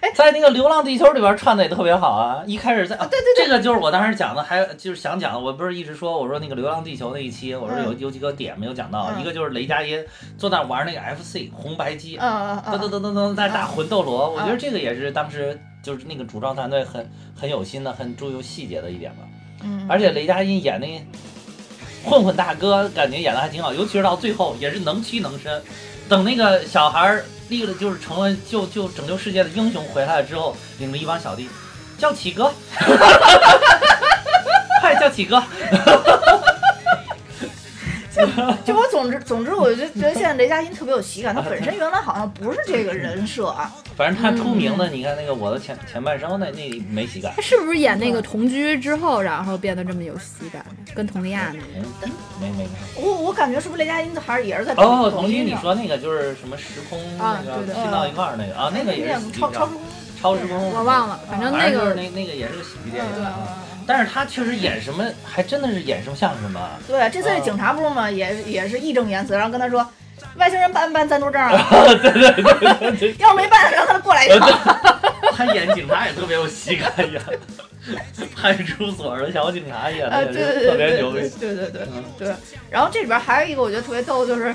[SPEAKER 1] 哎
[SPEAKER 2] 在那个《流浪地球》里边串的也特别好啊！一开始在，啊、
[SPEAKER 1] 对对
[SPEAKER 2] 这个就是我当时讲的，还就是想讲的，我不是一直说我说那个《流浪地球》那一期，我说有、有几个点没有讲到，
[SPEAKER 1] 嗯
[SPEAKER 2] 一个就是雷佳音坐那玩那个 FC 红白机，
[SPEAKER 1] 嗯
[SPEAKER 2] 噔
[SPEAKER 1] 嗯
[SPEAKER 2] 噔
[SPEAKER 1] 嗯，
[SPEAKER 2] 噔噔噔在打魂斗罗，我觉得这个也是当时就是那个主创团队很很有心的、很注重细节的一点吧。
[SPEAKER 1] 嗯，
[SPEAKER 2] 而且雷佳音演那混混大哥，感觉演的还挺好，尤其是到最后也是能屈能伸。等那个小孩儿立了，就是成了就就拯救世界的英雄回来了之后，领着一帮小弟叫启哥， 快叫启哥！
[SPEAKER 1] 就我总之总之，我就觉得现在雷佳音特别有喜感，他本身原来好像不是这个人设啊，
[SPEAKER 2] 反正他出名的，你看那个我的前前半生那那没喜感
[SPEAKER 3] 他，是不是演那个同居之后，然后变得这么有喜感，跟佟丽娅那个？
[SPEAKER 2] 没嗯没没没。
[SPEAKER 1] 我我感觉是不是雷佳音还是也是在
[SPEAKER 2] 哦，
[SPEAKER 1] 抖
[SPEAKER 2] 同居
[SPEAKER 1] 音
[SPEAKER 2] 你
[SPEAKER 1] 上
[SPEAKER 2] 说那个就是什么时空那
[SPEAKER 3] 啊
[SPEAKER 2] 个
[SPEAKER 3] 对对
[SPEAKER 2] 拼到一块儿那个啊，那个也是喜剧
[SPEAKER 1] 哎超超时
[SPEAKER 2] 片
[SPEAKER 1] 空，
[SPEAKER 2] 超时空，
[SPEAKER 3] 我忘了，反正
[SPEAKER 2] 反
[SPEAKER 3] 那
[SPEAKER 2] 正就是
[SPEAKER 3] 个
[SPEAKER 2] 那那个也是个喜剧电
[SPEAKER 1] 嗯嗯
[SPEAKER 2] 影。啊
[SPEAKER 1] 嗯嗯
[SPEAKER 2] 但是他确实演什么，还真的是演什么像什么。
[SPEAKER 1] 对，啊这次
[SPEAKER 2] 嗯
[SPEAKER 1] 这警察不是嘛，也也是义正言辞，然后跟他说，外星人办不办暂住证啊？要是没办，然后他过来一趟。
[SPEAKER 2] 他演警察也特别有喜感呀， 派出所的小警察 演
[SPEAKER 1] 啊，
[SPEAKER 2] 的
[SPEAKER 1] 对对
[SPEAKER 2] 也是
[SPEAKER 1] 对对
[SPEAKER 2] 特别
[SPEAKER 1] 对
[SPEAKER 2] 牛逼。
[SPEAKER 1] 对对对对。然后这里边还有一个我觉得特别逗，就是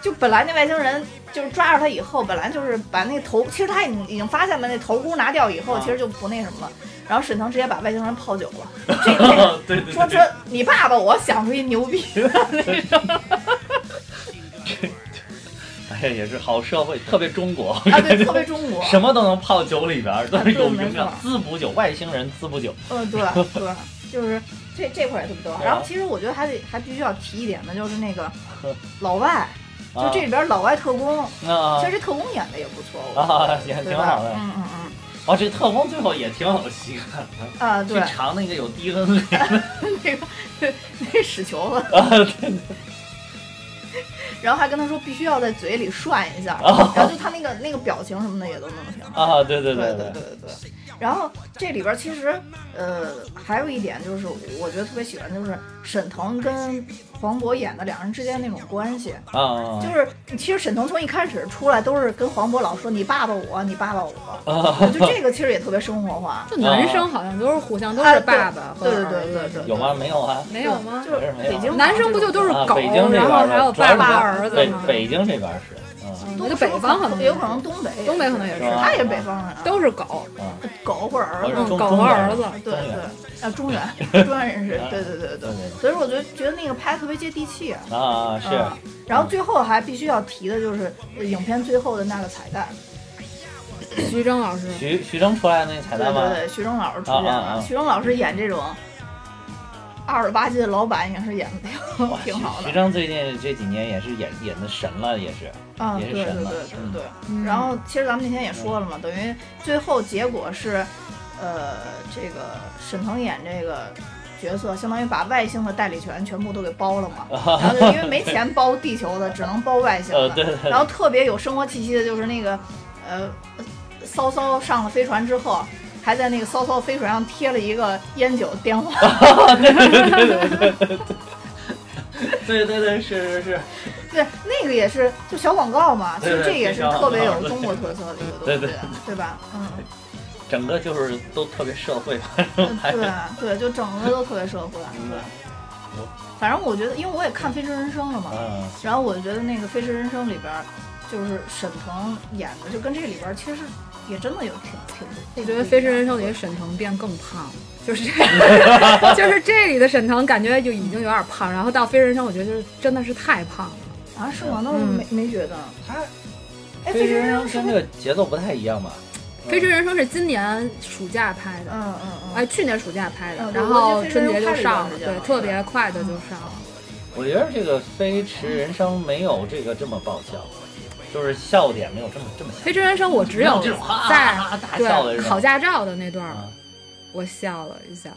[SPEAKER 1] 就本来那外星人就是抓着他以后，本来就是把那头，其实他已经已经发现把那头箍拿掉以后，
[SPEAKER 2] 啊
[SPEAKER 1] 其实就不那什么了。然后沈腾直接把外星人泡酒了，这这
[SPEAKER 2] 对 对对，
[SPEAKER 1] 说说你爸爸，我想出一牛 逼，
[SPEAKER 2] 哎呀，也是好社会，特别中国，
[SPEAKER 1] 啊，对，特别中国，
[SPEAKER 2] 什么都能泡酒里边儿，都
[SPEAKER 1] 啊
[SPEAKER 2] 是
[SPEAKER 1] 对
[SPEAKER 2] 有
[SPEAKER 1] 没
[SPEAKER 2] 营养
[SPEAKER 1] 错。
[SPEAKER 2] 滋补酒，外星人滋补酒，
[SPEAKER 1] 嗯，对对，就是这这块儿也特别多。
[SPEAKER 2] 对啊
[SPEAKER 1] 然后其实我觉得还得还必须要提一点的，就是那 个老外，就
[SPEAKER 2] 啊
[SPEAKER 1] 这里边老外特工，
[SPEAKER 2] 啊
[SPEAKER 1] 其实这特工演的也不错，我觉
[SPEAKER 2] 啊，也
[SPEAKER 1] 得
[SPEAKER 2] 挺
[SPEAKER 1] 对
[SPEAKER 2] 好
[SPEAKER 1] 吧？
[SPEAKER 2] 的。
[SPEAKER 1] 嗯嗯嗯，
[SPEAKER 2] 哦，这特工最后也挺有戏看的，
[SPEAKER 1] 啊，
[SPEAKER 2] 去
[SPEAKER 1] 对，
[SPEAKER 2] 尝那个有 DNA
[SPEAKER 1] 那个那屎球子，
[SPEAKER 2] 啊，对
[SPEAKER 1] 然后还跟他说必须要在嘴里涮一下，
[SPEAKER 2] 哦
[SPEAKER 1] 然后就他那个那个表情什么的也都弄得挺好。
[SPEAKER 2] 啊，对对
[SPEAKER 1] 对对
[SPEAKER 2] 对
[SPEAKER 1] 对，对。然后这里边其实，呃，还有一点就是，我觉得特别喜欢，就是沈腾跟黄渤演的两人之间那种关系，
[SPEAKER 2] 啊啊
[SPEAKER 1] 就是其实沈腾从一开始出来都是跟黄渤老说你爸爸我，你爸爸我，
[SPEAKER 2] 啊，
[SPEAKER 1] 就这个其实也特别生活化。
[SPEAKER 3] 就
[SPEAKER 2] 哦
[SPEAKER 3] 男生好像都是互相都是爸爸和
[SPEAKER 1] 啊对对
[SPEAKER 3] 儿
[SPEAKER 1] 对
[SPEAKER 3] 子
[SPEAKER 1] 对对，
[SPEAKER 2] 有吗？没有啊。
[SPEAKER 3] 没有吗？
[SPEAKER 1] 就是北京
[SPEAKER 3] 男生不就都是
[SPEAKER 2] 啊，
[SPEAKER 3] 狗，
[SPEAKER 2] 北京这边
[SPEAKER 3] 然后
[SPEAKER 2] 儿
[SPEAKER 3] 还有
[SPEAKER 2] 主要
[SPEAKER 3] 爸
[SPEAKER 2] 是
[SPEAKER 3] 爸
[SPEAKER 2] 北
[SPEAKER 3] 儿子
[SPEAKER 2] 北
[SPEAKER 3] 吗？
[SPEAKER 2] 北京这边儿是，啊
[SPEAKER 3] 嗯，我觉得北方可能
[SPEAKER 1] 有可能东北，
[SPEAKER 3] 东北可能也是
[SPEAKER 1] 他也是北方人啊，
[SPEAKER 3] 都是狗，
[SPEAKER 2] 啊，
[SPEAKER 1] 狗或者儿
[SPEAKER 2] 嗯
[SPEAKER 1] 子
[SPEAKER 3] 嗯，
[SPEAKER 2] 中
[SPEAKER 3] 狗和
[SPEAKER 2] 中
[SPEAKER 3] 儿
[SPEAKER 2] 国
[SPEAKER 3] 子。
[SPEAKER 1] 对
[SPEAKER 2] 中原
[SPEAKER 1] 对，啊，中原 中原人士，对对对对
[SPEAKER 2] 对
[SPEAKER 1] 对，
[SPEAKER 2] 对
[SPEAKER 1] 所以说我觉得觉得那个拍得特别接地气。
[SPEAKER 2] 对啊是
[SPEAKER 1] 嗯，然后最后还必须要提的就是呃影片最后的那个彩蛋，
[SPEAKER 3] 徐峥老 师，
[SPEAKER 2] 徐徐峥出来那彩
[SPEAKER 1] 对
[SPEAKER 2] 蛋
[SPEAKER 1] 对
[SPEAKER 2] 吗？
[SPEAKER 1] 对，徐峥老师出现
[SPEAKER 2] 啊啊啊
[SPEAKER 1] 了，徐峥老师演这种二十八斤的老板也是演的
[SPEAKER 2] 哇
[SPEAKER 1] 挺好
[SPEAKER 2] 徐
[SPEAKER 1] 的
[SPEAKER 2] 徐，峥最近这几年也是演演的神了，也是
[SPEAKER 1] 啊，
[SPEAKER 2] 也
[SPEAKER 1] 对
[SPEAKER 2] 是
[SPEAKER 1] 对对
[SPEAKER 2] 神了
[SPEAKER 1] 对对。
[SPEAKER 3] 嗯
[SPEAKER 1] 然后其实咱们那天也说了嘛，等于最后结果是，呃，这个沈腾演这个角色，相当于把外星的代理权全部都给包了嘛。 然后就因为没钱包地球的，只能包外星
[SPEAKER 2] 呃
[SPEAKER 1] 的。
[SPEAKER 2] 对对对
[SPEAKER 1] 然后特别有生活气息的就是那个，呃，骚骚上了飞船之后，还在那个骚骚飞船上贴了一个烟酒电话。
[SPEAKER 2] 对对对是是是，
[SPEAKER 1] 对，那个也是就小广告嘛，其
[SPEAKER 2] 对
[SPEAKER 1] 实
[SPEAKER 2] 对
[SPEAKER 1] 这也是特别有
[SPEAKER 2] 对
[SPEAKER 1] 中国特色的一个东
[SPEAKER 2] 对
[SPEAKER 1] 西，啊对
[SPEAKER 2] 对
[SPEAKER 1] 吧？嗯。
[SPEAKER 2] 整个就是都特别社会化，
[SPEAKER 1] 嗯对对，就整个都特别社会。对，反正我觉得，因为我也看《飞驰人生》了嘛，
[SPEAKER 2] 嗯
[SPEAKER 1] 然后我觉得那个《飞驰人生》里边儿，就是沈腾演的，就跟这个里边儿其实也真的有挺挺。
[SPEAKER 3] 我觉得《飞驰人生》里的沈腾变更胖了，就是这， 就是这里的沈腾感觉就已经有点胖，然后到《飞驰人生》，我觉得就是真的是太胖了。
[SPEAKER 1] 啊是吗？那我
[SPEAKER 3] 嗯
[SPEAKER 1] 没没觉得。
[SPEAKER 2] 他
[SPEAKER 1] 哎，《
[SPEAKER 2] 飞
[SPEAKER 1] 飞驰
[SPEAKER 2] 驰
[SPEAKER 1] 人
[SPEAKER 2] 人
[SPEAKER 1] 生
[SPEAKER 2] 生》
[SPEAKER 1] 是
[SPEAKER 2] 跟
[SPEAKER 1] 不
[SPEAKER 2] 这
[SPEAKER 1] 是？
[SPEAKER 2] 个节奏不太一样吧？嗯
[SPEAKER 3] 《飞驰人生》是今年暑假拍的，
[SPEAKER 1] 嗯嗯嗯。
[SPEAKER 3] 哎，去年暑假拍的，
[SPEAKER 1] 嗯
[SPEAKER 3] 然后
[SPEAKER 1] 对
[SPEAKER 3] 春节就上
[SPEAKER 1] 我
[SPEAKER 3] 了，
[SPEAKER 1] 记得
[SPEAKER 3] 对，
[SPEAKER 1] 是嗯
[SPEAKER 3] 特别快的就上了。
[SPEAKER 2] 我觉得这个《飞驰人生》没有这个这么爆笑，就是笑点没有这么这么
[SPEAKER 3] 《
[SPEAKER 2] 笑。
[SPEAKER 3] 飞驰人生》我只有
[SPEAKER 2] 这种哈哈
[SPEAKER 3] 在
[SPEAKER 2] 哈啊大笑的
[SPEAKER 3] 对
[SPEAKER 2] 这种
[SPEAKER 3] 考驾照的那段儿
[SPEAKER 2] 啊
[SPEAKER 3] 我笑了一下，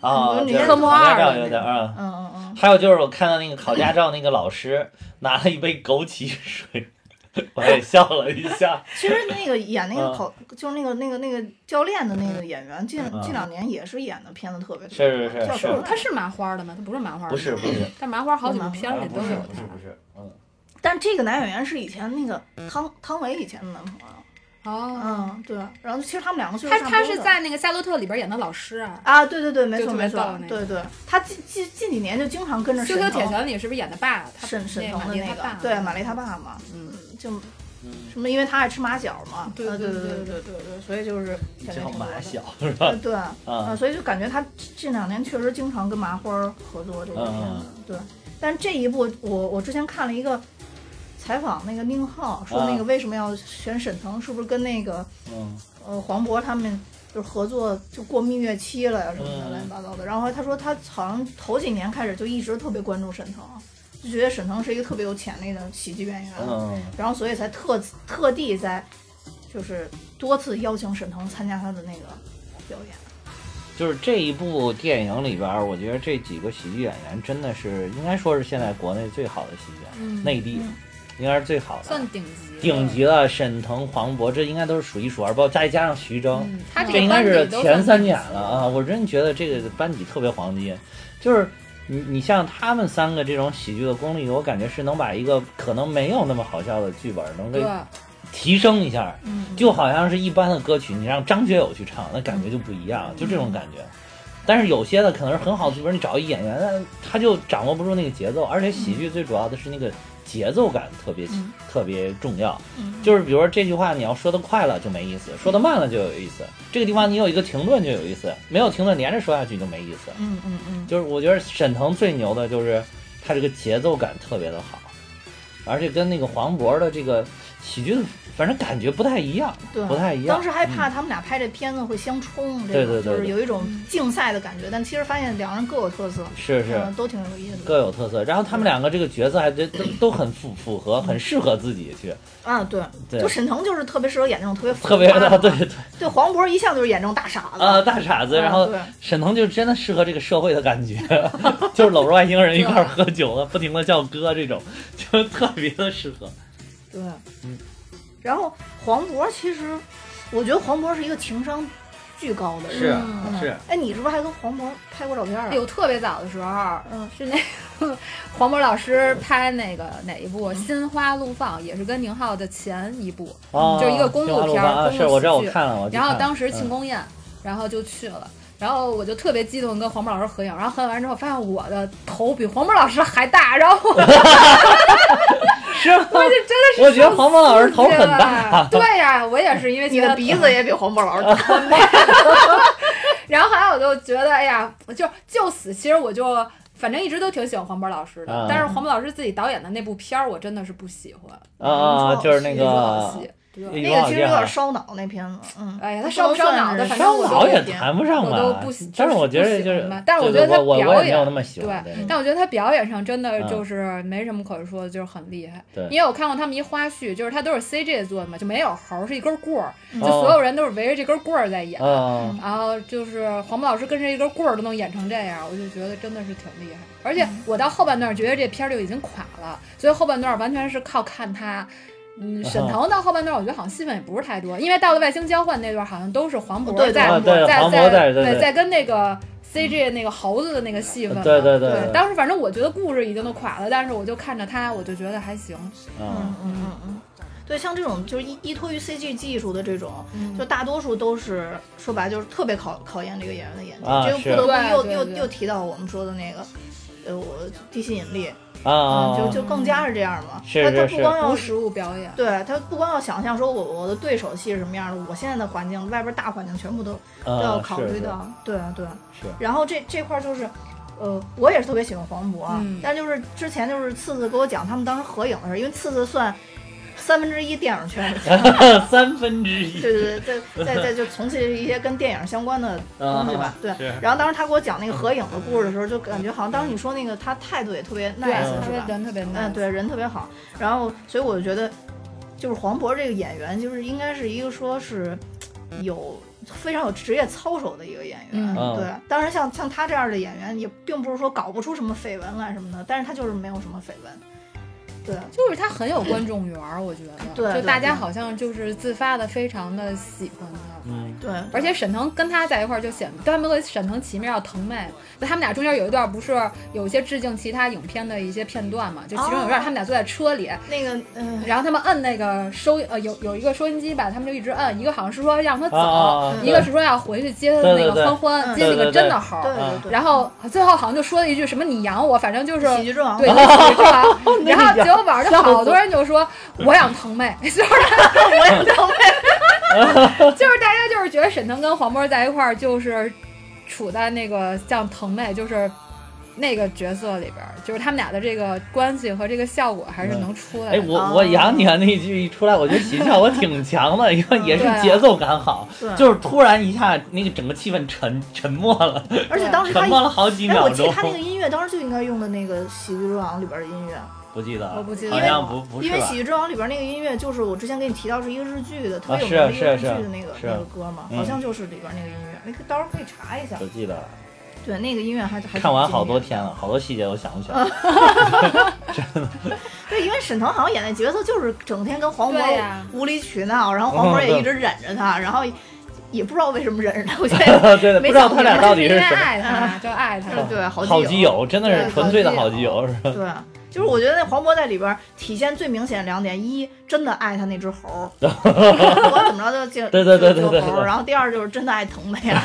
[SPEAKER 2] 啊，
[SPEAKER 1] 你
[SPEAKER 2] 对
[SPEAKER 3] 科目
[SPEAKER 2] 考驾
[SPEAKER 3] 二
[SPEAKER 2] 照
[SPEAKER 3] 了
[SPEAKER 2] 有点啊。
[SPEAKER 1] 嗯嗯嗯，
[SPEAKER 2] 还有就是我看到那个考驾照那个老师拿了一杯枸杞水，我也笑了一下。
[SPEAKER 1] 其实那个演那个
[SPEAKER 2] 嗯
[SPEAKER 1] 考，就是那个那个那个教练的那个演员，近
[SPEAKER 2] 嗯
[SPEAKER 1] 近两年也是演的片子特别多。
[SPEAKER 2] 是是是
[SPEAKER 1] 叫
[SPEAKER 2] 是
[SPEAKER 1] 什么
[SPEAKER 3] 他是麻花的吗？他不是麻花的，
[SPEAKER 2] 不是不 是，
[SPEAKER 3] 但麻花好几部片
[SPEAKER 2] 啊
[SPEAKER 3] 儿里
[SPEAKER 2] 不
[SPEAKER 3] 都
[SPEAKER 2] 是
[SPEAKER 3] 有
[SPEAKER 2] 不是不是，嗯，
[SPEAKER 1] 但这个男演员是以前那个汤汤唯以前的男朋友。
[SPEAKER 3] 他。哦，
[SPEAKER 1] 嗯，对。然后其实他们两个岁数
[SPEAKER 3] 他
[SPEAKER 1] 差不
[SPEAKER 3] 他
[SPEAKER 1] 多
[SPEAKER 3] 是
[SPEAKER 1] 的
[SPEAKER 3] 在那个《夏洛特》里边演的老师啊，
[SPEAKER 1] 啊，对对对，没
[SPEAKER 3] 就
[SPEAKER 1] 错
[SPEAKER 3] 特别
[SPEAKER 1] 没
[SPEAKER 3] 逗
[SPEAKER 1] 错
[SPEAKER 3] 那，个
[SPEAKER 1] 对对。他近近近几年就经常跟着
[SPEAKER 3] 《
[SPEAKER 1] 沈
[SPEAKER 3] 羞羞铁
[SPEAKER 1] 腾，
[SPEAKER 3] 拳》里是不是演的爸？他
[SPEAKER 1] 沈沈
[SPEAKER 3] 那
[SPEAKER 1] 腾
[SPEAKER 3] 马
[SPEAKER 1] 的
[SPEAKER 3] 丽
[SPEAKER 1] 那
[SPEAKER 3] 他爸
[SPEAKER 1] 个，对，玛丽她爸嘛，
[SPEAKER 3] 嗯，
[SPEAKER 1] 就什么，因为他爱吃马小嘛，
[SPEAKER 3] 对
[SPEAKER 1] 啊
[SPEAKER 3] 对
[SPEAKER 1] 对
[SPEAKER 3] 对
[SPEAKER 1] 对对对对，所以就是感觉
[SPEAKER 2] 叫
[SPEAKER 1] 挺多
[SPEAKER 2] 马
[SPEAKER 1] 的
[SPEAKER 2] 小是吧
[SPEAKER 1] 啊，？对啊，
[SPEAKER 2] 啊
[SPEAKER 1] 所以就感觉他近两年确实经常跟麻花儿合作这个片
[SPEAKER 2] 嗯
[SPEAKER 1] 子，对。但这一部，我我之前看了一个采访，那个宁浩说那
[SPEAKER 2] 嗯
[SPEAKER 1] 个为什么要选沈腾，是不是跟那个
[SPEAKER 2] 嗯
[SPEAKER 1] 呃黄渤他们就是合作就过蜜月期了呀什么
[SPEAKER 2] 嗯
[SPEAKER 1] 的乱七八糟的。然后他说他好像头几年开始就一直特别关注沈腾，就觉得沈腾是一个特别有潜力的喜剧演员，
[SPEAKER 2] 嗯
[SPEAKER 1] 然后所以才特特地在就是多次邀请沈腾参加他的那个表演。
[SPEAKER 2] 就是这一部电影里边儿，我觉得这几个喜剧演员真的是应该说是现在国内最好的喜剧演员，
[SPEAKER 3] 嗯
[SPEAKER 2] 内地
[SPEAKER 1] 嗯
[SPEAKER 2] 应该是最好的
[SPEAKER 3] 算，顶级了
[SPEAKER 2] 顶。级了。沈腾、黄渤，这应该都是数一数二，包括再加上徐峥，
[SPEAKER 3] 嗯，他
[SPEAKER 2] 哦这
[SPEAKER 3] 这
[SPEAKER 2] 应
[SPEAKER 3] 个
[SPEAKER 2] 该
[SPEAKER 3] 班底
[SPEAKER 2] 是
[SPEAKER 3] 都
[SPEAKER 2] 前三年
[SPEAKER 3] 算
[SPEAKER 2] 了啊！我真觉得这个班底特别黄金，就是你你像他们三个这种喜剧的功力，我感觉是能把一个可能没有那么好笑的剧本能
[SPEAKER 3] 顶级
[SPEAKER 2] 给
[SPEAKER 3] 了。
[SPEAKER 2] 提升一下，
[SPEAKER 1] 嗯，
[SPEAKER 3] 嗯
[SPEAKER 2] 就好像是一般的歌曲，你让张学友去唱，那感觉就不一样，就这种感觉。但是有些的可能是很好的剧本，你找一演员，呃他就掌握不住那个节奏，而且喜
[SPEAKER 3] 嗯
[SPEAKER 2] 剧最主要的是那个节奏感特别、
[SPEAKER 1] 嗯
[SPEAKER 2] 特别重要。
[SPEAKER 1] 嗯
[SPEAKER 2] 就是比如说这句话你要说的快了就没意思，说的慢了就有意思。这个地方你有一个停顿就有意思，没有停顿连着说下去就没意思。
[SPEAKER 1] 嗯嗯嗯，
[SPEAKER 2] 就是我觉得沈腾最牛的就是他这个节奏感特别的好，而且跟那个黄渤的这个喜剧，反正感觉不太一样，
[SPEAKER 1] 对，
[SPEAKER 2] 不太一样。嗯
[SPEAKER 1] 当时还怕他们俩拍这片子会相冲，这
[SPEAKER 2] 对
[SPEAKER 1] 种
[SPEAKER 2] 对对
[SPEAKER 1] 就是
[SPEAKER 2] 对
[SPEAKER 1] 有一种竞赛的感觉，但其实发现两人各有特色，
[SPEAKER 2] 是是。
[SPEAKER 1] 嗯，都挺有意思的。
[SPEAKER 2] 各有特色，然后他们两个这个角色还真都都很符符合，很适合自己去，
[SPEAKER 1] 啊，对，
[SPEAKER 2] 对
[SPEAKER 1] 就沈腾就是特别适合演那种特别
[SPEAKER 2] 特别
[SPEAKER 1] 的，
[SPEAKER 2] 的对对
[SPEAKER 1] 对，黄渤一向就是演这种大傻子
[SPEAKER 2] 啊，大傻子，
[SPEAKER 1] 啊
[SPEAKER 2] 然后
[SPEAKER 1] 对
[SPEAKER 2] 沈腾就真的适合这个社会的感觉， 就是搂着外星人一块儿喝酒了，不停的叫哥这种， 就特别的适合。
[SPEAKER 1] 对，
[SPEAKER 2] 嗯。
[SPEAKER 1] 然后黄渤其实，我觉得黄渤是一个情商巨高的人。
[SPEAKER 2] 是啊
[SPEAKER 1] 嗯
[SPEAKER 2] 是。
[SPEAKER 1] 哎，你是不是还跟黄渤拍过照片啊？
[SPEAKER 3] 有哎特别早的时候，
[SPEAKER 1] 嗯
[SPEAKER 3] 是那个黄渤老师拍那个哪一
[SPEAKER 2] 嗯
[SPEAKER 3] 部《心花怒放》，也是跟宁浩的前一部，
[SPEAKER 2] 啊，
[SPEAKER 3] 就是一个公路
[SPEAKER 2] 新华路
[SPEAKER 3] 片儿
[SPEAKER 2] 吧啊
[SPEAKER 3] 公路
[SPEAKER 2] 是我知道，
[SPEAKER 3] 喜
[SPEAKER 2] 我
[SPEAKER 3] 剧
[SPEAKER 2] 看了，我去
[SPEAKER 3] 然后
[SPEAKER 2] 看了
[SPEAKER 3] 当时庆
[SPEAKER 2] 嗯
[SPEAKER 3] 功宴，然后就去了。然后我就特别激动，跟黄渤老师合影。然后合影完之后，发现我的头比黄渤老师还大，然后我就真
[SPEAKER 2] 是 吗，
[SPEAKER 3] 的 是
[SPEAKER 2] 我觉得
[SPEAKER 3] 受
[SPEAKER 2] 黄渤老师
[SPEAKER 3] 刺
[SPEAKER 2] 头
[SPEAKER 3] 激
[SPEAKER 2] 很
[SPEAKER 3] 了
[SPEAKER 2] 大。
[SPEAKER 3] 对呀、我也是因 为
[SPEAKER 1] 你
[SPEAKER 3] 觉
[SPEAKER 1] 的
[SPEAKER 3] 得
[SPEAKER 1] 鼻子也比黄渤老
[SPEAKER 2] 啊
[SPEAKER 1] 师大。
[SPEAKER 3] 然后后来我就觉得，哎呀，就就此，其实我就反正一直都挺喜欢黄渤老师的，
[SPEAKER 2] 嗯
[SPEAKER 3] 但是黄渤老师自己导演的那部片儿，我真的是不喜欢。
[SPEAKER 2] 啊啊，就是那
[SPEAKER 3] 一
[SPEAKER 2] 个哎
[SPEAKER 3] 出，戏，对。
[SPEAKER 1] 那个其实有
[SPEAKER 2] 老
[SPEAKER 1] 点烧脑，那片子，嗯，
[SPEAKER 3] 哎呀，他
[SPEAKER 1] 不
[SPEAKER 3] 烧不烧
[SPEAKER 1] 算
[SPEAKER 3] 脑
[SPEAKER 1] 是
[SPEAKER 3] 的，反
[SPEAKER 1] 烧
[SPEAKER 3] 正
[SPEAKER 2] 烧
[SPEAKER 3] 我
[SPEAKER 1] 脑
[SPEAKER 2] 脑
[SPEAKER 3] 就
[SPEAKER 2] 也谈不上
[SPEAKER 3] 我
[SPEAKER 2] 吧
[SPEAKER 3] 都不喜，
[SPEAKER 2] 但是我觉得
[SPEAKER 3] 不喜
[SPEAKER 2] 就
[SPEAKER 3] 欢
[SPEAKER 2] 是
[SPEAKER 3] 吧，但是我
[SPEAKER 2] 对
[SPEAKER 3] 觉得
[SPEAKER 2] 对
[SPEAKER 3] 他
[SPEAKER 2] 我我
[SPEAKER 3] 表
[SPEAKER 2] 也没有
[SPEAKER 3] 演
[SPEAKER 2] 那么喜欢，
[SPEAKER 3] 对
[SPEAKER 2] 对
[SPEAKER 3] 但我觉得他表演上真的
[SPEAKER 2] 嗯
[SPEAKER 3] 就是没什么可说的，就是很厉害。
[SPEAKER 2] 对
[SPEAKER 3] 因为我看过他们一花絮，就是他都是 CG 做的嘛，就没有猴儿，是一根棍儿，
[SPEAKER 1] 嗯
[SPEAKER 3] 就
[SPEAKER 2] 哦
[SPEAKER 3] 所有人都是围着这根棍儿在演。
[SPEAKER 2] 啊
[SPEAKER 3] 然后就是黄渤老师跟着一根棍儿都能演成这样，我就觉得真的是挺厉害。而且我到后半段觉得这片儿就已经垮了，所以后半段完全是靠看他。嗯，沈
[SPEAKER 2] 啊
[SPEAKER 3] 腾到后半段，我觉得好像戏份也不是太多，因为到了外星交换那段，好像都是黄渤
[SPEAKER 1] 对对
[SPEAKER 3] 在
[SPEAKER 1] 啊
[SPEAKER 2] 哦对
[SPEAKER 3] 在
[SPEAKER 2] 黄渤
[SPEAKER 3] 嗯在
[SPEAKER 2] 在对对
[SPEAKER 3] 在跟那个 CG 那个猴子的那个戏份嘛。
[SPEAKER 2] 对对对
[SPEAKER 3] 对
[SPEAKER 2] 对啊
[SPEAKER 3] 当时反正我觉得故事已经都垮了，但是我就看着他，我就觉得还行。
[SPEAKER 2] 啊
[SPEAKER 1] 嗯嗯嗯嗯，对，像这种就是依依托于 CG 技术的这种，
[SPEAKER 3] 嗯
[SPEAKER 1] 就大多数都是说白了就是特别考考验这个演员的演技。
[SPEAKER 2] 啊
[SPEAKER 1] 这个
[SPEAKER 2] 是
[SPEAKER 1] 不得不
[SPEAKER 3] 对
[SPEAKER 1] 又
[SPEAKER 3] 对
[SPEAKER 1] 又
[SPEAKER 3] 对
[SPEAKER 1] 又提到我们说的那个，呃，我地心引力，
[SPEAKER 2] 啊
[SPEAKER 1] 嗯，
[SPEAKER 2] 啊，
[SPEAKER 1] 就就更加是这样嘛。
[SPEAKER 2] 是
[SPEAKER 1] 他他
[SPEAKER 2] 是
[SPEAKER 1] 不光要
[SPEAKER 3] 无实物表演，
[SPEAKER 1] 对他不光要想象说我我的对手戏是什么样的，我现在的环境外边大环境全部都都要
[SPEAKER 2] 啊
[SPEAKER 1] 考
[SPEAKER 2] 是
[SPEAKER 1] 虑
[SPEAKER 2] 是
[SPEAKER 1] 到。对啊对啊。
[SPEAKER 2] 是
[SPEAKER 1] 然后这这块儿就是，呃，我也是特别喜欢黄渤啊，
[SPEAKER 3] 嗯
[SPEAKER 1] 但就是之前就是次次给我讲他们当时合影的事儿，因为次次算三分之一电影 圈，
[SPEAKER 2] 三分之一
[SPEAKER 1] 对对对，再再再就从事一些跟电影相关的
[SPEAKER 2] 啊
[SPEAKER 1] 东西
[SPEAKER 3] 嗯
[SPEAKER 1] 吧，对。
[SPEAKER 2] 是
[SPEAKER 1] 然后当时他给我讲那个合影的故事的时候，就感觉好像当时你说那个他态度也特别 nice，
[SPEAKER 3] 对，
[SPEAKER 2] 嗯
[SPEAKER 3] 他
[SPEAKER 1] 是吧？
[SPEAKER 3] 人特别 nice
[SPEAKER 1] 嗯，对，人特别好。然后，所以我就觉得，就是黄渤这个演员，就是应该是一个说是有非常有职业操守的一个演员。
[SPEAKER 3] 嗯
[SPEAKER 2] 嗯
[SPEAKER 1] 对，当然像像他这样的演员，也并不是说搞不出什么绯闻来什么的，但是他就是没有什么绯闻。对，
[SPEAKER 3] 就是他很有观众缘儿，我觉得，
[SPEAKER 1] 对对
[SPEAKER 3] 就大家好像就是自发的，非常的喜欢他。
[SPEAKER 2] 嗯
[SPEAKER 1] 对，
[SPEAKER 3] 而且沈腾跟他在一块儿就显，他们和沈腾奇妙疼妹，就他们俩中间有一段不是有一些致敬其他影片的一些片段嘛，就其中有一段
[SPEAKER 1] 哦
[SPEAKER 3] 他们俩坐在车里，
[SPEAKER 1] 那个，嗯、
[SPEAKER 3] 然后他们摁那个收呃有有一个收音机吧，他们就一直摁，一个好像是说让他走，
[SPEAKER 2] 啊啊，
[SPEAKER 3] 一个是说要回去接他的那
[SPEAKER 2] 对对
[SPEAKER 3] 个
[SPEAKER 2] 对
[SPEAKER 3] 欢欢，
[SPEAKER 1] 嗯
[SPEAKER 3] 接那
[SPEAKER 2] 对
[SPEAKER 3] 个
[SPEAKER 2] 对
[SPEAKER 3] 真的猴儿，
[SPEAKER 1] 对对对，
[SPEAKER 3] 然后最后好像就说了一句什么你养我，反正就是
[SPEAKER 1] 喜剧之王，
[SPEAKER 3] 对，
[SPEAKER 2] 哦
[SPEAKER 3] 就是这样 然后结果网上就好多人就说我想腾妹， 就是
[SPEAKER 1] 我也知 道
[SPEAKER 3] 就是大家就是觉得沈腾跟黄渤在一块儿就是处在那个像腾妹就是。那个角色里边儿，就是他们俩的这个关系和这个效果还是能出来
[SPEAKER 2] 哎，
[SPEAKER 3] 的。
[SPEAKER 2] 我
[SPEAKER 1] 哦
[SPEAKER 2] 我养你啊那一句一出来，我觉得喜剧效果挺强的，因为也是
[SPEAKER 3] 对啊
[SPEAKER 2] 节奏感好，
[SPEAKER 1] 嗯对
[SPEAKER 2] 就是突然一下那个整个气氛沉沉默了，
[SPEAKER 1] 而且当哦时他
[SPEAKER 2] 沉默了好几
[SPEAKER 1] 哎，
[SPEAKER 2] 秒
[SPEAKER 1] 我记
[SPEAKER 2] 钟
[SPEAKER 1] 得，他那个音乐当时就应该用的那个《喜剧之王》里边的音乐，
[SPEAKER 2] 不记得，
[SPEAKER 3] 我不记得
[SPEAKER 2] 好像不不是
[SPEAKER 1] 因为《
[SPEAKER 2] 吧
[SPEAKER 1] 喜？剧之王》里边那个音乐，就是我之前给你提到是一个日剧的，特别有
[SPEAKER 2] 啊
[SPEAKER 1] 名的一
[SPEAKER 2] 是
[SPEAKER 1] 个
[SPEAKER 2] 啊
[SPEAKER 1] 日剧
[SPEAKER 2] 是啊
[SPEAKER 1] 的那个
[SPEAKER 2] 是啊
[SPEAKER 1] 那个歌嘛，
[SPEAKER 2] 嗯
[SPEAKER 1] 好像就是里边那个音乐，你可到时候可以查一下
[SPEAKER 2] 不。记得了，
[SPEAKER 1] 对，那个音乐还还挺
[SPEAKER 2] 看完好多
[SPEAKER 1] 经
[SPEAKER 2] 天了，好多细节我想不起来了。
[SPEAKER 1] 典的。对，因为沈腾好像演那角色就是整天跟黄
[SPEAKER 3] 对
[SPEAKER 1] 渤
[SPEAKER 3] 呀
[SPEAKER 1] 无理取闹，然后黄渤
[SPEAKER 2] 嗯
[SPEAKER 1] 也一直忍着他，然后也不知道为什么忍着他，我觉 得
[SPEAKER 2] 对对，不
[SPEAKER 1] 哦没
[SPEAKER 2] 知道
[SPEAKER 1] 想
[SPEAKER 2] 他俩
[SPEAKER 1] 明白
[SPEAKER 2] 到
[SPEAKER 3] 就是
[SPEAKER 2] 底
[SPEAKER 3] 因
[SPEAKER 2] 是
[SPEAKER 3] 为
[SPEAKER 2] 什么。嗯
[SPEAKER 3] 爱他，就爱他。
[SPEAKER 1] 对好
[SPEAKER 2] 好
[SPEAKER 1] 基
[SPEAKER 2] 基友，真的是
[SPEAKER 1] 对
[SPEAKER 2] 纯粹的
[SPEAKER 1] 好
[SPEAKER 2] 好
[SPEAKER 1] 基
[SPEAKER 2] 基
[SPEAKER 1] 友
[SPEAKER 2] 友，是 吧？
[SPEAKER 1] 对。就是我觉得黄渤在里边体现最明显两点：一，真的爱他那只猴 儿，我怎么着就就
[SPEAKER 2] 对对对
[SPEAKER 1] 就
[SPEAKER 2] 对对
[SPEAKER 1] 猴儿
[SPEAKER 2] 对
[SPEAKER 1] 然后第二就是真的爱疼妹啊，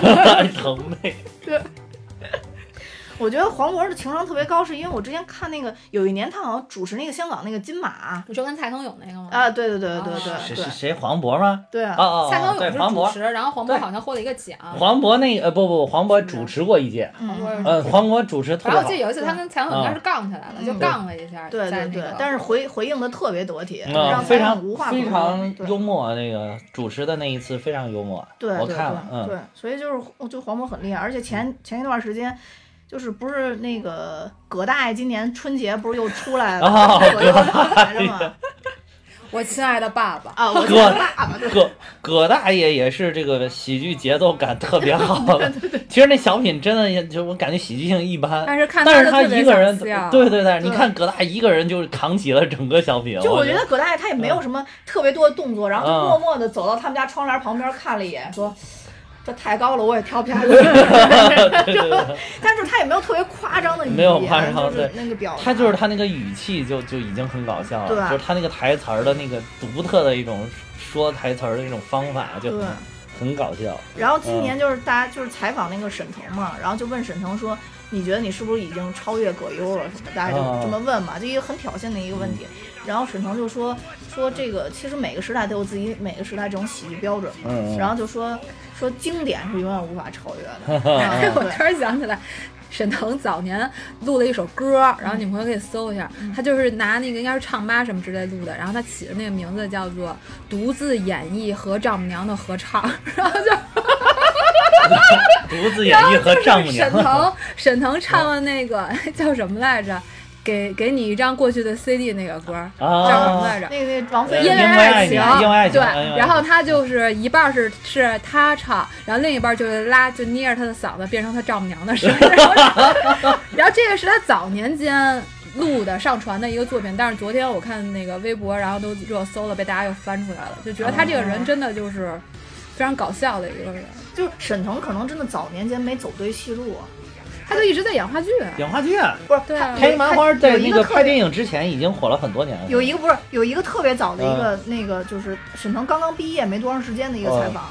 [SPEAKER 2] 疼妹，
[SPEAKER 1] 对， 我觉得黄渤的情商特别高，是因为我之前看那个有一年他好像主持那个香港那个金马
[SPEAKER 3] 不就跟蔡康永那个吗？
[SPEAKER 1] 啊，对对对对
[SPEAKER 3] 啊
[SPEAKER 1] 对对
[SPEAKER 2] 谁谁谁黄渤吗？
[SPEAKER 1] 对啊，
[SPEAKER 2] 哦哦，
[SPEAKER 3] 蔡康
[SPEAKER 2] 对
[SPEAKER 3] 永是
[SPEAKER 2] 黄
[SPEAKER 3] 主
[SPEAKER 2] 渤，
[SPEAKER 3] 持，然后黄
[SPEAKER 2] 对
[SPEAKER 3] 渤好像获了一个奖。
[SPEAKER 2] 黄渤那呃不不，黄渤主持过一届，
[SPEAKER 1] 嗯
[SPEAKER 3] 渤
[SPEAKER 1] 嗯
[SPEAKER 3] 是
[SPEAKER 1] 嗯
[SPEAKER 2] 呃，黄渤主持特别
[SPEAKER 3] 然后我
[SPEAKER 2] 好
[SPEAKER 3] 记得，有一次他跟蔡康永应该是杠起来了，
[SPEAKER 1] 嗯
[SPEAKER 3] 就杠了一下，
[SPEAKER 1] 对对
[SPEAKER 3] 在那
[SPEAKER 1] 对
[SPEAKER 3] 个，
[SPEAKER 1] 但是回回应的特别得体，
[SPEAKER 2] 啊，
[SPEAKER 1] 让
[SPEAKER 2] 非
[SPEAKER 1] 咱们
[SPEAKER 2] 常
[SPEAKER 1] 无话
[SPEAKER 2] 非
[SPEAKER 1] 可
[SPEAKER 2] 常
[SPEAKER 1] 说对
[SPEAKER 2] 幽默，那个主持的那一次非常幽默，
[SPEAKER 1] 对
[SPEAKER 2] 我
[SPEAKER 1] 对对
[SPEAKER 2] 看了，嗯，
[SPEAKER 1] 对，所以就是我就黄渤很厉害，而且前前一段时间。就是不是那个葛大爷今年春节不是又出来了，
[SPEAKER 2] 啊
[SPEAKER 1] 葛优来着吗？
[SPEAKER 3] 我亲爱的爸爸，
[SPEAKER 1] 啊，我
[SPEAKER 2] 葛
[SPEAKER 1] 叫爸爸，对
[SPEAKER 2] 葛葛大爷也是这个喜剧节奏感特 别好的，其实那小品真的也就我感觉喜剧性一般，
[SPEAKER 3] 但是看
[SPEAKER 2] 呃但是他
[SPEAKER 3] 他就特别
[SPEAKER 2] 一个人，
[SPEAKER 3] 想笑
[SPEAKER 2] 对对对，你
[SPEAKER 1] 对
[SPEAKER 2] 看葛大一个人就是扛起了整个小品，
[SPEAKER 1] 就我
[SPEAKER 2] 我
[SPEAKER 1] 觉得葛大爷他也没有什么特别多的动作，然后就
[SPEAKER 2] 嗯
[SPEAKER 1] 默默地走到他们家窗帘旁边看了一眼，说。这太高了，我也跳不下 去。
[SPEAKER 2] 对对对，
[SPEAKER 1] 但是他也没有特别夸张的语言，
[SPEAKER 2] 没有夸张
[SPEAKER 1] 就是
[SPEAKER 2] 对
[SPEAKER 1] 那个表达，
[SPEAKER 2] 他就是他那个语气就就已经很搞笑
[SPEAKER 1] 对
[SPEAKER 2] 了，就是他那个台词儿的那个独特的一种说台词儿的一种方法就
[SPEAKER 1] 对
[SPEAKER 2] 很。很搞笑，
[SPEAKER 1] 然后今
[SPEAKER 2] 嗯
[SPEAKER 1] 年就是大家就是采访那个沈腾嘛，然后就问沈腾说，你觉得你是不是已经超越葛优了什么？大家就
[SPEAKER 2] 嗯
[SPEAKER 1] 这么问嘛，就一个很挑衅的一个问题。然后沈腾就说说这个其实每个时代都有自己每个时代这种喜剧标准嘛，
[SPEAKER 2] 嗯嗯
[SPEAKER 1] 然后就说说经典是永远无法超越 的。啊
[SPEAKER 3] 哎，我
[SPEAKER 1] 对
[SPEAKER 3] 突然想起来，沈腾早年录了一首歌，然后你们回头可以搜一下，
[SPEAKER 1] 嗯
[SPEAKER 3] 他就是拿那个应该是唱吧什么之类录的，然后他起的那个名字叫做《独自演绎和丈母娘的合唱》， 然后就
[SPEAKER 2] 独自演绎和丈母娘
[SPEAKER 3] 沈。腾沈腾唱了那个 叫什么来着？给给你一张过去的 CD 那个歌
[SPEAKER 2] 啊
[SPEAKER 3] 叫什么来着？
[SPEAKER 1] 那个那王
[SPEAKER 2] 呃
[SPEAKER 1] 菲
[SPEAKER 3] 因为
[SPEAKER 2] 因为爱
[SPEAKER 3] 爱
[SPEAKER 2] 你因为爱情
[SPEAKER 3] 对
[SPEAKER 2] 因为爱情，
[SPEAKER 3] 然后他就是一半是是他唱，然后另一半就是拉就捏着他的嗓子变成他丈母娘的 声音，然后 然后这个是他早年间录的上传的一个作品，但是昨天我看那个微博，然后都热搜了，被大家又翻出来了，就觉得他这个人真的就是非常搞笑的一个人，
[SPEAKER 1] 就是沈腾可能真的早年间没走对戏路，啊
[SPEAKER 3] 他就一直在演话剧，
[SPEAKER 2] 演话剧啊，
[SPEAKER 1] 不是
[SPEAKER 3] 对啊
[SPEAKER 1] 他
[SPEAKER 2] 开心麻花在
[SPEAKER 1] 有一个
[SPEAKER 2] 那个
[SPEAKER 1] 特
[SPEAKER 2] 拍
[SPEAKER 1] 别
[SPEAKER 2] 电影之前已经火了很多年了。
[SPEAKER 1] 有一个不是有一个特别早的一
[SPEAKER 2] 嗯
[SPEAKER 1] 个、那个就是沈腾刚刚毕业没多长时间的一个
[SPEAKER 2] 哦
[SPEAKER 1] 采访，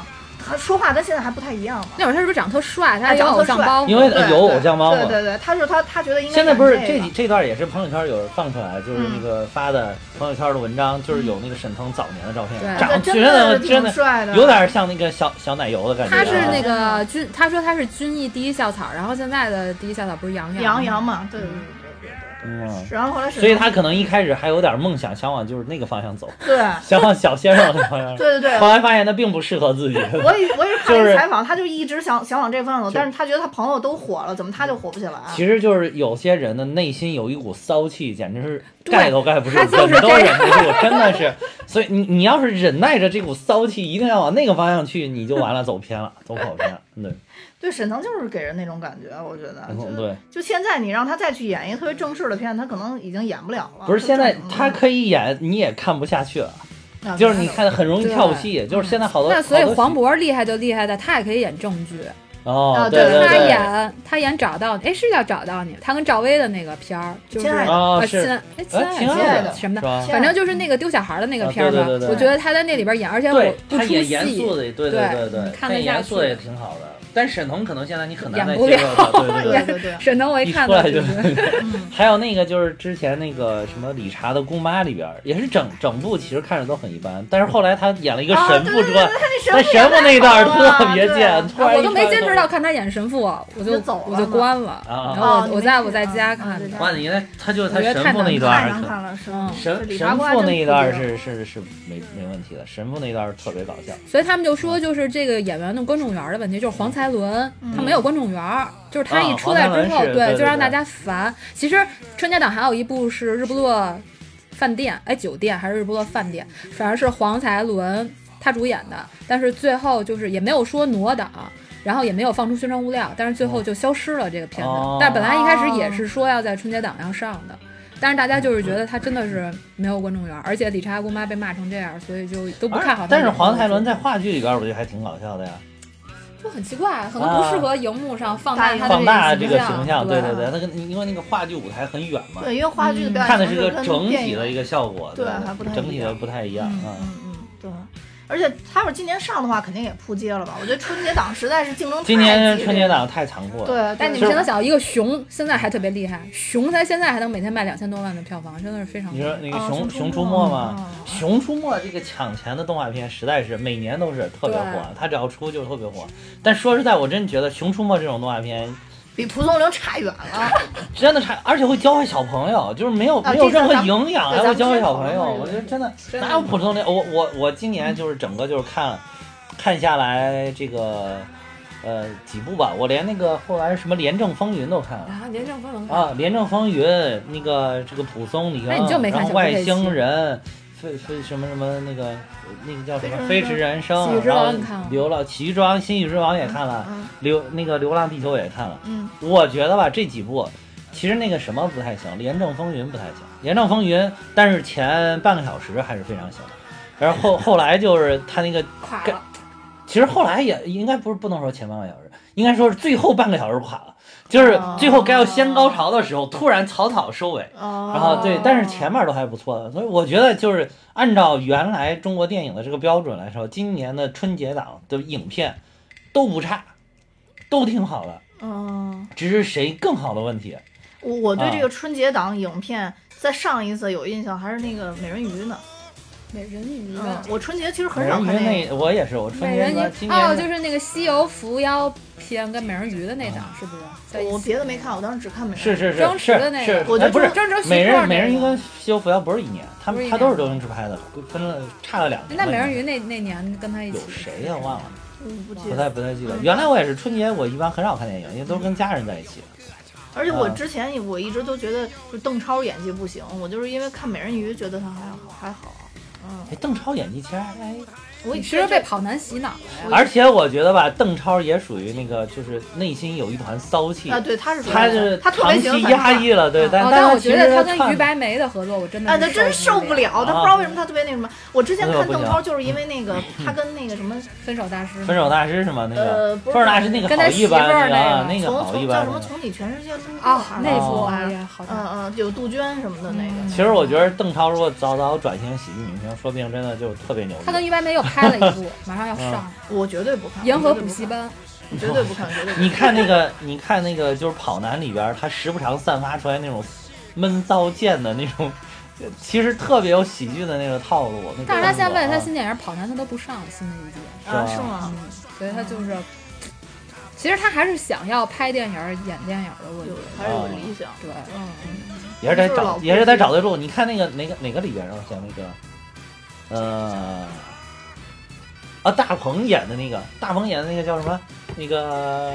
[SPEAKER 1] 他说话跟现在还不太一样嘛。
[SPEAKER 3] 那会儿他是不是长特帅，他
[SPEAKER 1] 哎
[SPEAKER 3] 还有
[SPEAKER 1] 长得
[SPEAKER 3] 偶
[SPEAKER 1] 特
[SPEAKER 3] 像
[SPEAKER 1] 帅
[SPEAKER 3] 包袱，
[SPEAKER 2] 因为
[SPEAKER 1] 对
[SPEAKER 2] 有
[SPEAKER 1] 对
[SPEAKER 2] 偶像包
[SPEAKER 1] 对
[SPEAKER 2] 袱
[SPEAKER 1] 对对，他说他他觉得应该
[SPEAKER 2] 现在不是
[SPEAKER 1] 演
[SPEAKER 2] 这
[SPEAKER 1] 个
[SPEAKER 2] 几这段也是朋友圈有人放出来，就是
[SPEAKER 1] 嗯
[SPEAKER 2] 那个发的朋友圈的文章，就是有那个沈腾早年的照片，
[SPEAKER 3] 对
[SPEAKER 1] 啊
[SPEAKER 2] 长
[SPEAKER 1] 对
[SPEAKER 2] 得
[SPEAKER 1] 真的是
[SPEAKER 2] 真
[SPEAKER 1] 挺
[SPEAKER 2] 的
[SPEAKER 1] 帅的，
[SPEAKER 2] 有点像那个小小奶油的感觉啊。
[SPEAKER 3] 他是那个军，他说他是军艺第一校草，然后现在的第一校草不是杨洋
[SPEAKER 1] 杨
[SPEAKER 3] 吗
[SPEAKER 1] 洋嘛，对对对对对
[SPEAKER 2] 嗯
[SPEAKER 1] 对。，然后后来沈
[SPEAKER 2] 所以
[SPEAKER 1] 腾
[SPEAKER 2] 他可能一开始还有点梦想，想往就是那个方向走，
[SPEAKER 1] 对
[SPEAKER 2] 想往小鲜肉的方向走。
[SPEAKER 1] 对对对，
[SPEAKER 3] 啊
[SPEAKER 2] 后来发现他并不适合 自己。
[SPEAKER 1] 我也我也是看
[SPEAKER 2] 就
[SPEAKER 1] 那
[SPEAKER 2] 是
[SPEAKER 1] 采访，他就一直想想往这方向走，
[SPEAKER 2] 就
[SPEAKER 1] 但是他觉得他朋友都火了，怎么他就火不起来啊？
[SPEAKER 2] 其实就是有些人的内心有一股骚气，简直是
[SPEAKER 3] 对
[SPEAKER 2] 盖都盖不住，
[SPEAKER 3] 他就
[SPEAKER 2] 怎
[SPEAKER 3] 是
[SPEAKER 2] 么都
[SPEAKER 3] 这样
[SPEAKER 2] 忍不住，真的是。 所以你你要是忍耐着这股骚气，一定要往那个方向去，你就完了，走偏 了，走跑偏了。对，
[SPEAKER 3] 啊
[SPEAKER 1] 对，沈腾就是给人那种感觉，我觉得。
[SPEAKER 2] 嗯
[SPEAKER 1] 就
[SPEAKER 2] 对，
[SPEAKER 1] 就现在你让他再去演一个特别正式的片，他可能已经演不了了。
[SPEAKER 2] 不是
[SPEAKER 1] 就
[SPEAKER 2] 现在
[SPEAKER 1] 正
[SPEAKER 2] 他
[SPEAKER 3] 嗯
[SPEAKER 2] 可以演，你也看不下去了，
[SPEAKER 1] 啊
[SPEAKER 2] 就是你看很容易
[SPEAKER 3] 对
[SPEAKER 2] 跳戏，就是现在好多。
[SPEAKER 3] 那所以黄渤厉害就厉害在，他也可以演正剧。
[SPEAKER 1] 啊
[SPEAKER 2] 哦，
[SPEAKER 1] 对
[SPEAKER 2] 对
[SPEAKER 3] 他
[SPEAKER 2] 对，
[SPEAKER 3] 演他演找到你，哎，是叫找到你，他跟赵薇的那个片儿，就是
[SPEAKER 1] 亲爱的
[SPEAKER 2] 哦
[SPEAKER 3] 呃亲
[SPEAKER 2] 是
[SPEAKER 3] 爱哎亲爱
[SPEAKER 2] 亲
[SPEAKER 1] 爱的
[SPEAKER 3] 什
[SPEAKER 2] 是
[SPEAKER 3] 么的，
[SPEAKER 2] 吧？
[SPEAKER 1] 亲爱的
[SPEAKER 3] 反正就是那个丢小孩的那个片儿
[SPEAKER 2] 啊
[SPEAKER 3] 吧
[SPEAKER 2] 对对对。对
[SPEAKER 3] 我觉得他在那里边演，而且我
[SPEAKER 2] 对，
[SPEAKER 3] 不
[SPEAKER 2] 他
[SPEAKER 3] 出
[SPEAKER 2] 演严肃
[SPEAKER 3] 戏，
[SPEAKER 2] 的，对
[SPEAKER 3] 对
[SPEAKER 2] 对对，他
[SPEAKER 3] 看得
[SPEAKER 2] 演
[SPEAKER 3] 下
[SPEAKER 2] 严肃的
[SPEAKER 3] 去
[SPEAKER 2] 也挺好的。但沈腾可能现在你很
[SPEAKER 3] 演
[SPEAKER 2] 难再
[SPEAKER 3] 不
[SPEAKER 2] 接受到，对对对
[SPEAKER 1] 对。对对，
[SPEAKER 3] 沈腾我一看
[SPEAKER 2] 出
[SPEAKER 3] 到
[SPEAKER 2] 来
[SPEAKER 3] 就
[SPEAKER 2] 就
[SPEAKER 3] 觉得
[SPEAKER 2] 还有那个就是之前那个什么理查的姑妈里边儿，也是整整部其实看着都很一般，但是后来他演了一个
[SPEAKER 3] 哦
[SPEAKER 1] 啊
[SPEAKER 2] 神
[SPEAKER 1] 对
[SPEAKER 2] 父之后，
[SPEAKER 1] 他
[SPEAKER 2] 那神父那一段儿
[SPEAKER 1] 啊
[SPEAKER 2] 特别贱，突然
[SPEAKER 3] 啊我都没坚持到
[SPEAKER 2] 到。
[SPEAKER 3] 看他演神父，我
[SPEAKER 1] 你
[SPEAKER 3] 就
[SPEAKER 1] 就走了
[SPEAKER 3] 我就
[SPEAKER 1] 吗
[SPEAKER 3] 关了。
[SPEAKER 2] 啊
[SPEAKER 3] 然后
[SPEAKER 1] 哦
[SPEAKER 3] 我我
[SPEAKER 1] 你
[SPEAKER 3] 在
[SPEAKER 1] 没
[SPEAKER 3] 我在
[SPEAKER 1] 看
[SPEAKER 3] 家
[SPEAKER 1] 啊
[SPEAKER 3] 看
[SPEAKER 1] 对
[SPEAKER 3] 的，
[SPEAKER 2] 哇，你那他就他
[SPEAKER 3] 我觉
[SPEAKER 2] 神
[SPEAKER 3] 得
[SPEAKER 2] 父那一
[SPEAKER 1] 看
[SPEAKER 2] 段儿
[SPEAKER 1] 上
[SPEAKER 2] 可，
[SPEAKER 1] 看了是
[SPEAKER 3] 嗯
[SPEAKER 1] 是
[SPEAKER 2] 神
[SPEAKER 1] 理
[SPEAKER 2] 神
[SPEAKER 1] 查瓜
[SPEAKER 2] 父
[SPEAKER 1] 真
[SPEAKER 2] 那一
[SPEAKER 1] 不
[SPEAKER 2] 段儿
[SPEAKER 1] 行
[SPEAKER 2] 是是是没没问题的，神父那一段儿特别搞笑。
[SPEAKER 3] 所以他们就说，就是这个演员的观众缘儿的问题，就是黄才伦
[SPEAKER 1] 嗯
[SPEAKER 3] 他没有观众缘儿，就是他一出
[SPEAKER 2] 啊
[SPEAKER 3] 来之后，
[SPEAKER 2] 黄才伦是对对
[SPEAKER 3] 就
[SPEAKER 2] 对
[SPEAKER 3] 让大家烦。其实春节档还有一部是日不落饭店，哎，酒店还是日不落饭店，反正是黄才伦他主演的，但是最后就是也没有说挪档。然后也没有放出宣传物料，但是最后就消失了这个片子。
[SPEAKER 2] 哦
[SPEAKER 3] 但是本来一开始也是说要在春节档要上的，但是大家就是觉得他真的是没有观众缘儿，而且理查姑妈被骂成这样，所以就都不看好他。
[SPEAKER 2] 哎但是黄泰伦在话剧里边儿，我觉得还挺搞笑的呀，
[SPEAKER 3] 就很奇怪，可能不适合荧幕上放大
[SPEAKER 1] 啊
[SPEAKER 3] 他的
[SPEAKER 2] 放大这
[SPEAKER 3] 个
[SPEAKER 2] 个形象，对
[SPEAKER 3] 对啊
[SPEAKER 2] 对对，他跟因为那个话剧舞台很远嘛，
[SPEAKER 1] 对，因为
[SPEAKER 3] 嗯
[SPEAKER 1] 话剧的表演
[SPEAKER 2] 看的
[SPEAKER 1] 形
[SPEAKER 2] 是
[SPEAKER 1] 式
[SPEAKER 2] 个
[SPEAKER 1] 跟
[SPEAKER 2] 整
[SPEAKER 1] 电
[SPEAKER 2] 体
[SPEAKER 1] 影
[SPEAKER 2] 的一个效果，
[SPEAKER 1] 对
[SPEAKER 2] 对
[SPEAKER 1] 还不太一样
[SPEAKER 2] 整体的不太一样
[SPEAKER 1] 嗯
[SPEAKER 2] 啊。
[SPEAKER 1] 嗯嗯，对。而且他要是今年上的话，肯定也扑街了吧？我觉得春节档实在是竞争太激
[SPEAKER 2] 今
[SPEAKER 1] 烈。
[SPEAKER 2] 年春节档太残酷了。
[SPEAKER 1] 对，
[SPEAKER 3] 但你们真的想，一个熊现在还特别厉害，熊才现在还能每天卖两千多万的票房，真的是非常
[SPEAKER 2] 你说那个
[SPEAKER 1] 啊
[SPEAKER 2] 熊
[SPEAKER 1] 熊
[SPEAKER 2] 熊
[SPEAKER 1] 出
[SPEAKER 2] 出没
[SPEAKER 1] 没嗯
[SPEAKER 2] 吗？熊出没这个抢钱的动画片实在是每年都是特别火，它只要出就特别火。但说实在，我真觉得熊出没这种动画片
[SPEAKER 1] 比蒲松龄差远了。
[SPEAKER 2] 真的差，而且会教坏小朋友，就是没有、
[SPEAKER 1] 啊
[SPEAKER 2] 没有
[SPEAKER 1] 这
[SPEAKER 2] 任
[SPEAKER 1] 次
[SPEAKER 2] 何
[SPEAKER 1] 咱
[SPEAKER 2] 营养，
[SPEAKER 1] 对
[SPEAKER 2] 还
[SPEAKER 1] 咱
[SPEAKER 2] 会
[SPEAKER 1] 们之前
[SPEAKER 2] 教坏小
[SPEAKER 1] 讨
[SPEAKER 2] 朋
[SPEAKER 1] 论
[SPEAKER 2] 友。
[SPEAKER 1] 过这
[SPEAKER 2] 我
[SPEAKER 1] 个
[SPEAKER 2] 觉得真的
[SPEAKER 3] 真的
[SPEAKER 2] 哪有普通的？我我我今年就是整个就是看看下来这个呃几部吧，我连那个后来什么《廉政风云》都看了。
[SPEAKER 3] 啊，廉政风能看
[SPEAKER 2] 啊，《廉政风云》那个这个蒲松龄，
[SPEAKER 3] 那你就没看
[SPEAKER 2] 然后
[SPEAKER 3] 小
[SPEAKER 2] 外
[SPEAKER 3] 猪佩
[SPEAKER 2] 星
[SPEAKER 3] 奇
[SPEAKER 2] 人，非非什么什么那个那个叫什么《
[SPEAKER 1] 非诚
[SPEAKER 2] 飞驰
[SPEAKER 1] 勿
[SPEAKER 2] 人生
[SPEAKER 3] 喜》，剧之
[SPEAKER 2] 然后
[SPEAKER 3] 王你看了吗
[SPEAKER 2] 流浪奇装》《新喜之王》也哎看了，
[SPEAKER 1] 嗯
[SPEAKER 2] 流那个《流浪地球》也看了。
[SPEAKER 1] 嗯，
[SPEAKER 2] 我觉得吧，这几部其实那个什么不太行，《廉政风云》不太行，《廉政风云》但是前半个小时还是非常行的，而后后来就是他那个
[SPEAKER 3] 垮
[SPEAKER 2] 跟
[SPEAKER 3] 了，
[SPEAKER 2] 其实后来也应该不是不能说前半个小时，应该说是最后半个小时垮了，就是最后该要先高潮的时候，突然草草收尾。
[SPEAKER 1] 哦。
[SPEAKER 2] 然后对，但是前面都还不错的，所以我觉得就是按照原来中国电影的这个标准来说，今年的春节档的影片都不差，都挺好的，
[SPEAKER 1] 嗯，
[SPEAKER 2] 只是谁更好的问题。
[SPEAKER 1] 我我对
[SPEAKER 2] 啊
[SPEAKER 1] 这个春节档影片在上一次有印象还是那个美人鱼呢。
[SPEAKER 3] 美人鱼
[SPEAKER 1] 嗯，我春节其实
[SPEAKER 2] 美
[SPEAKER 1] 很少
[SPEAKER 2] 人鱼
[SPEAKER 1] 看电影。
[SPEAKER 2] 那我也是，我春
[SPEAKER 3] 美
[SPEAKER 2] 节
[SPEAKER 3] 人
[SPEAKER 2] 呢
[SPEAKER 3] 鱼
[SPEAKER 2] 今
[SPEAKER 3] 哦，
[SPEAKER 2] 年
[SPEAKER 3] 就是那个西游伏妖篇跟美人鱼的那档，
[SPEAKER 2] 啊
[SPEAKER 3] 是不是？在一起
[SPEAKER 1] 我别的没看，我当时只看美人鱼。
[SPEAKER 2] 是是
[SPEAKER 3] 张
[SPEAKER 2] 是
[SPEAKER 3] 弛的
[SPEAKER 2] 是
[SPEAKER 3] 那
[SPEAKER 2] 是
[SPEAKER 3] 个，
[SPEAKER 1] 我觉
[SPEAKER 2] 哎
[SPEAKER 1] 得
[SPEAKER 2] 不是
[SPEAKER 3] 张弛
[SPEAKER 2] 美
[SPEAKER 3] 徐克
[SPEAKER 2] 人美人
[SPEAKER 3] 那
[SPEAKER 2] 鱼
[SPEAKER 3] 个
[SPEAKER 2] 跟西游伏妖不是一年，他
[SPEAKER 3] 不是
[SPEAKER 2] 们
[SPEAKER 3] 一
[SPEAKER 2] 他都是
[SPEAKER 3] 年
[SPEAKER 2] 周星驰拍的，分了差了两年。
[SPEAKER 3] 那美人鱼那那年跟他一起
[SPEAKER 2] 有谁呀？忘了，
[SPEAKER 1] 嗯，不记
[SPEAKER 2] 不
[SPEAKER 1] 得。
[SPEAKER 2] 太不太记得。原来我也是春节，我一般很少看电影，因为都是跟家人在一起。
[SPEAKER 1] 而且我
[SPEAKER 2] 啊
[SPEAKER 1] 之前也我一直都觉得，就邓超演技不行，我就是因为看美人鱼觉得他还好还好。嗯，
[SPEAKER 2] 哎，邓超演技其实还
[SPEAKER 3] 嗯
[SPEAKER 2] 哎
[SPEAKER 1] 我
[SPEAKER 3] 你
[SPEAKER 1] 以
[SPEAKER 3] 是不是
[SPEAKER 1] 前
[SPEAKER 3] 被跑男洗脑了呀？
[SPEAKER 2] 而且我觉得吧，邓超也属于那个，就是内心有一团骚气，
[SPEAKER 1] 啊，对，他是
[SPEAKER 2] 他是
[SPEAKER 1] 他特别
[SPEAKER 2] 长
[SPEAKER 1] 喜欢
[SPEAKER 2] 期
[SPEAKER 1] 反
[SPEAKER 2] 压
[SPEAKER 1] 串
[SPEAKER 2] 抑了，对，但
[SPEAKER 3] 哦，
[SPEAKER 2] 但
[SPEAKER 3] 但
[SPEAKER 2] 他
[SPEAKER 3] 我
[SPEAKER 2] 其
[SPEAKER 3] 觉得他
[SPEAKER 2] 实
[SPEAKER 3] 跟
[SPEAKER 2] 看哎
[SPEAKER 3] 于白眉的合作，我真的
[SPEAKER 1] 啊，他
[SPEAKER 3] 他
[SPEAKER 1] 真受不了，他不知道为什么他特别那什么。我之前
[SPEAKER 2] 啊哎呦
[SPEAKER 1] 看
[SPEAKER 2] 不
[SPEAKER 1] 邓
[SPEAKER 2] 行嗯
[SPEAKER 1] 超就是因为那个他跟那个什么，
[SPEAKER 3] 分手大师，
[SPEAKER 2] 分手大师是吗？那个
[SPEAKER 1] 呃
[SPEAKER 2] 分
[SPEAKER 1] 不是
[SPEAKER 2] 手大师那个
[SPEAKER 3] 跟他
[SPEAKER 2] 好一
[SPEAKER 3] 媳妇
[SPEAKER 2] 般
[SPEAKER 3] 儿
[SPEAKER 2] 啊，
[SPEAKER 3] 那
[SPEAKER 2] 那
[SPEAKER 3] 个
[SPEAKER 2] 个
[SPEAKER 1] 从
[SPEAKER 2] 好一
[SPEAKER 1] 从叫
[SPEAKER 2] 般
[SPEAKER 1] 什么
[SPEAKER 2] 那个。
[SPEAKER 1] 从你全世界路过
[SPEAKER 3] 啊
[SPEAKER 1] 还，是
[SPEAKER 3] 那
[SPEAKER 1] 什么
[SPEAKER 3] 部
[SPEAKER 1] 玩
[SPEAKER 3] 哎
[SPEAKER 1] 意儿
[SPEAKER 3] 呀，好
[SPEAKER 1] 嗯
[SPEAKER 3] 大，
[SPEAKER 1] 嗯，有杜鹃什么的那
[SPEAKER 3] 嗯
[SPEAKER 1] 个，
[SPEAKER 2] 其实我觉得邓超如果早早转型喜剧明星，说不定真的就特别牛逼。
[SPEAKER 3] 他跟于白眉又拍了一 部，马上要上
[SPEAKER 2] 啊
[SPEAKER 1] 我绝对不看。
[SPEAKER 3] 《银河
[SPEAKER 1] 我绝对
[SPEAKER 3] 补
[SPEAKER 1] 不
[SPEAKER 3] 习
[SPEAKER 1] 看，
[SPEAKER 3] 班》，
[SPEAKER 1] 我绝对不看，绝对不看。
[SPEAKER 2] 你看那个， 你看那个，就是《跑男》里边儿，他时不常散发出来那种闷骚贱的那种， 其实特别有喜剧的那个套路。那个
[SPEAKER 3] 但是他
[SPEAKER 2] 风
[SPEAKER 3] 现在
[SPEAKER 2] 格
[SPEAKER 3] 为了他
[SPEAKER 2] 啊
[SPEAKER 3] 新电影《跑男》，他都不上新的一季，
[SPEAKER 1] 啊，
[SPEAKER 2] 是
[SPEAKER 1] 是
[SPEAKER 2] 吧
[SPEAKER 1] 吗？
[SPEAKER 3] 嗯，所以他就是，其实他还是想要拍电影儿、演电影儿的，我觉
[SPEAKER 1] 有
[SPEAKER 3] 得
[SPEAKER 1] 还是有理想。
[SPEAKER 3] 对。
[SPEAKER 1] 嗯，
[SPEAKER 2] 也是在
[SPEAKER 1] 就是
[SPEAKER 2] 找，
[SPEAKER 1] 老
[SPEAKER 2] 也是在找对路。你看那个哪个哪个里边儿，我想那个，呃，啊，大鹏演的那个，大鹏演的那个叫什么？那个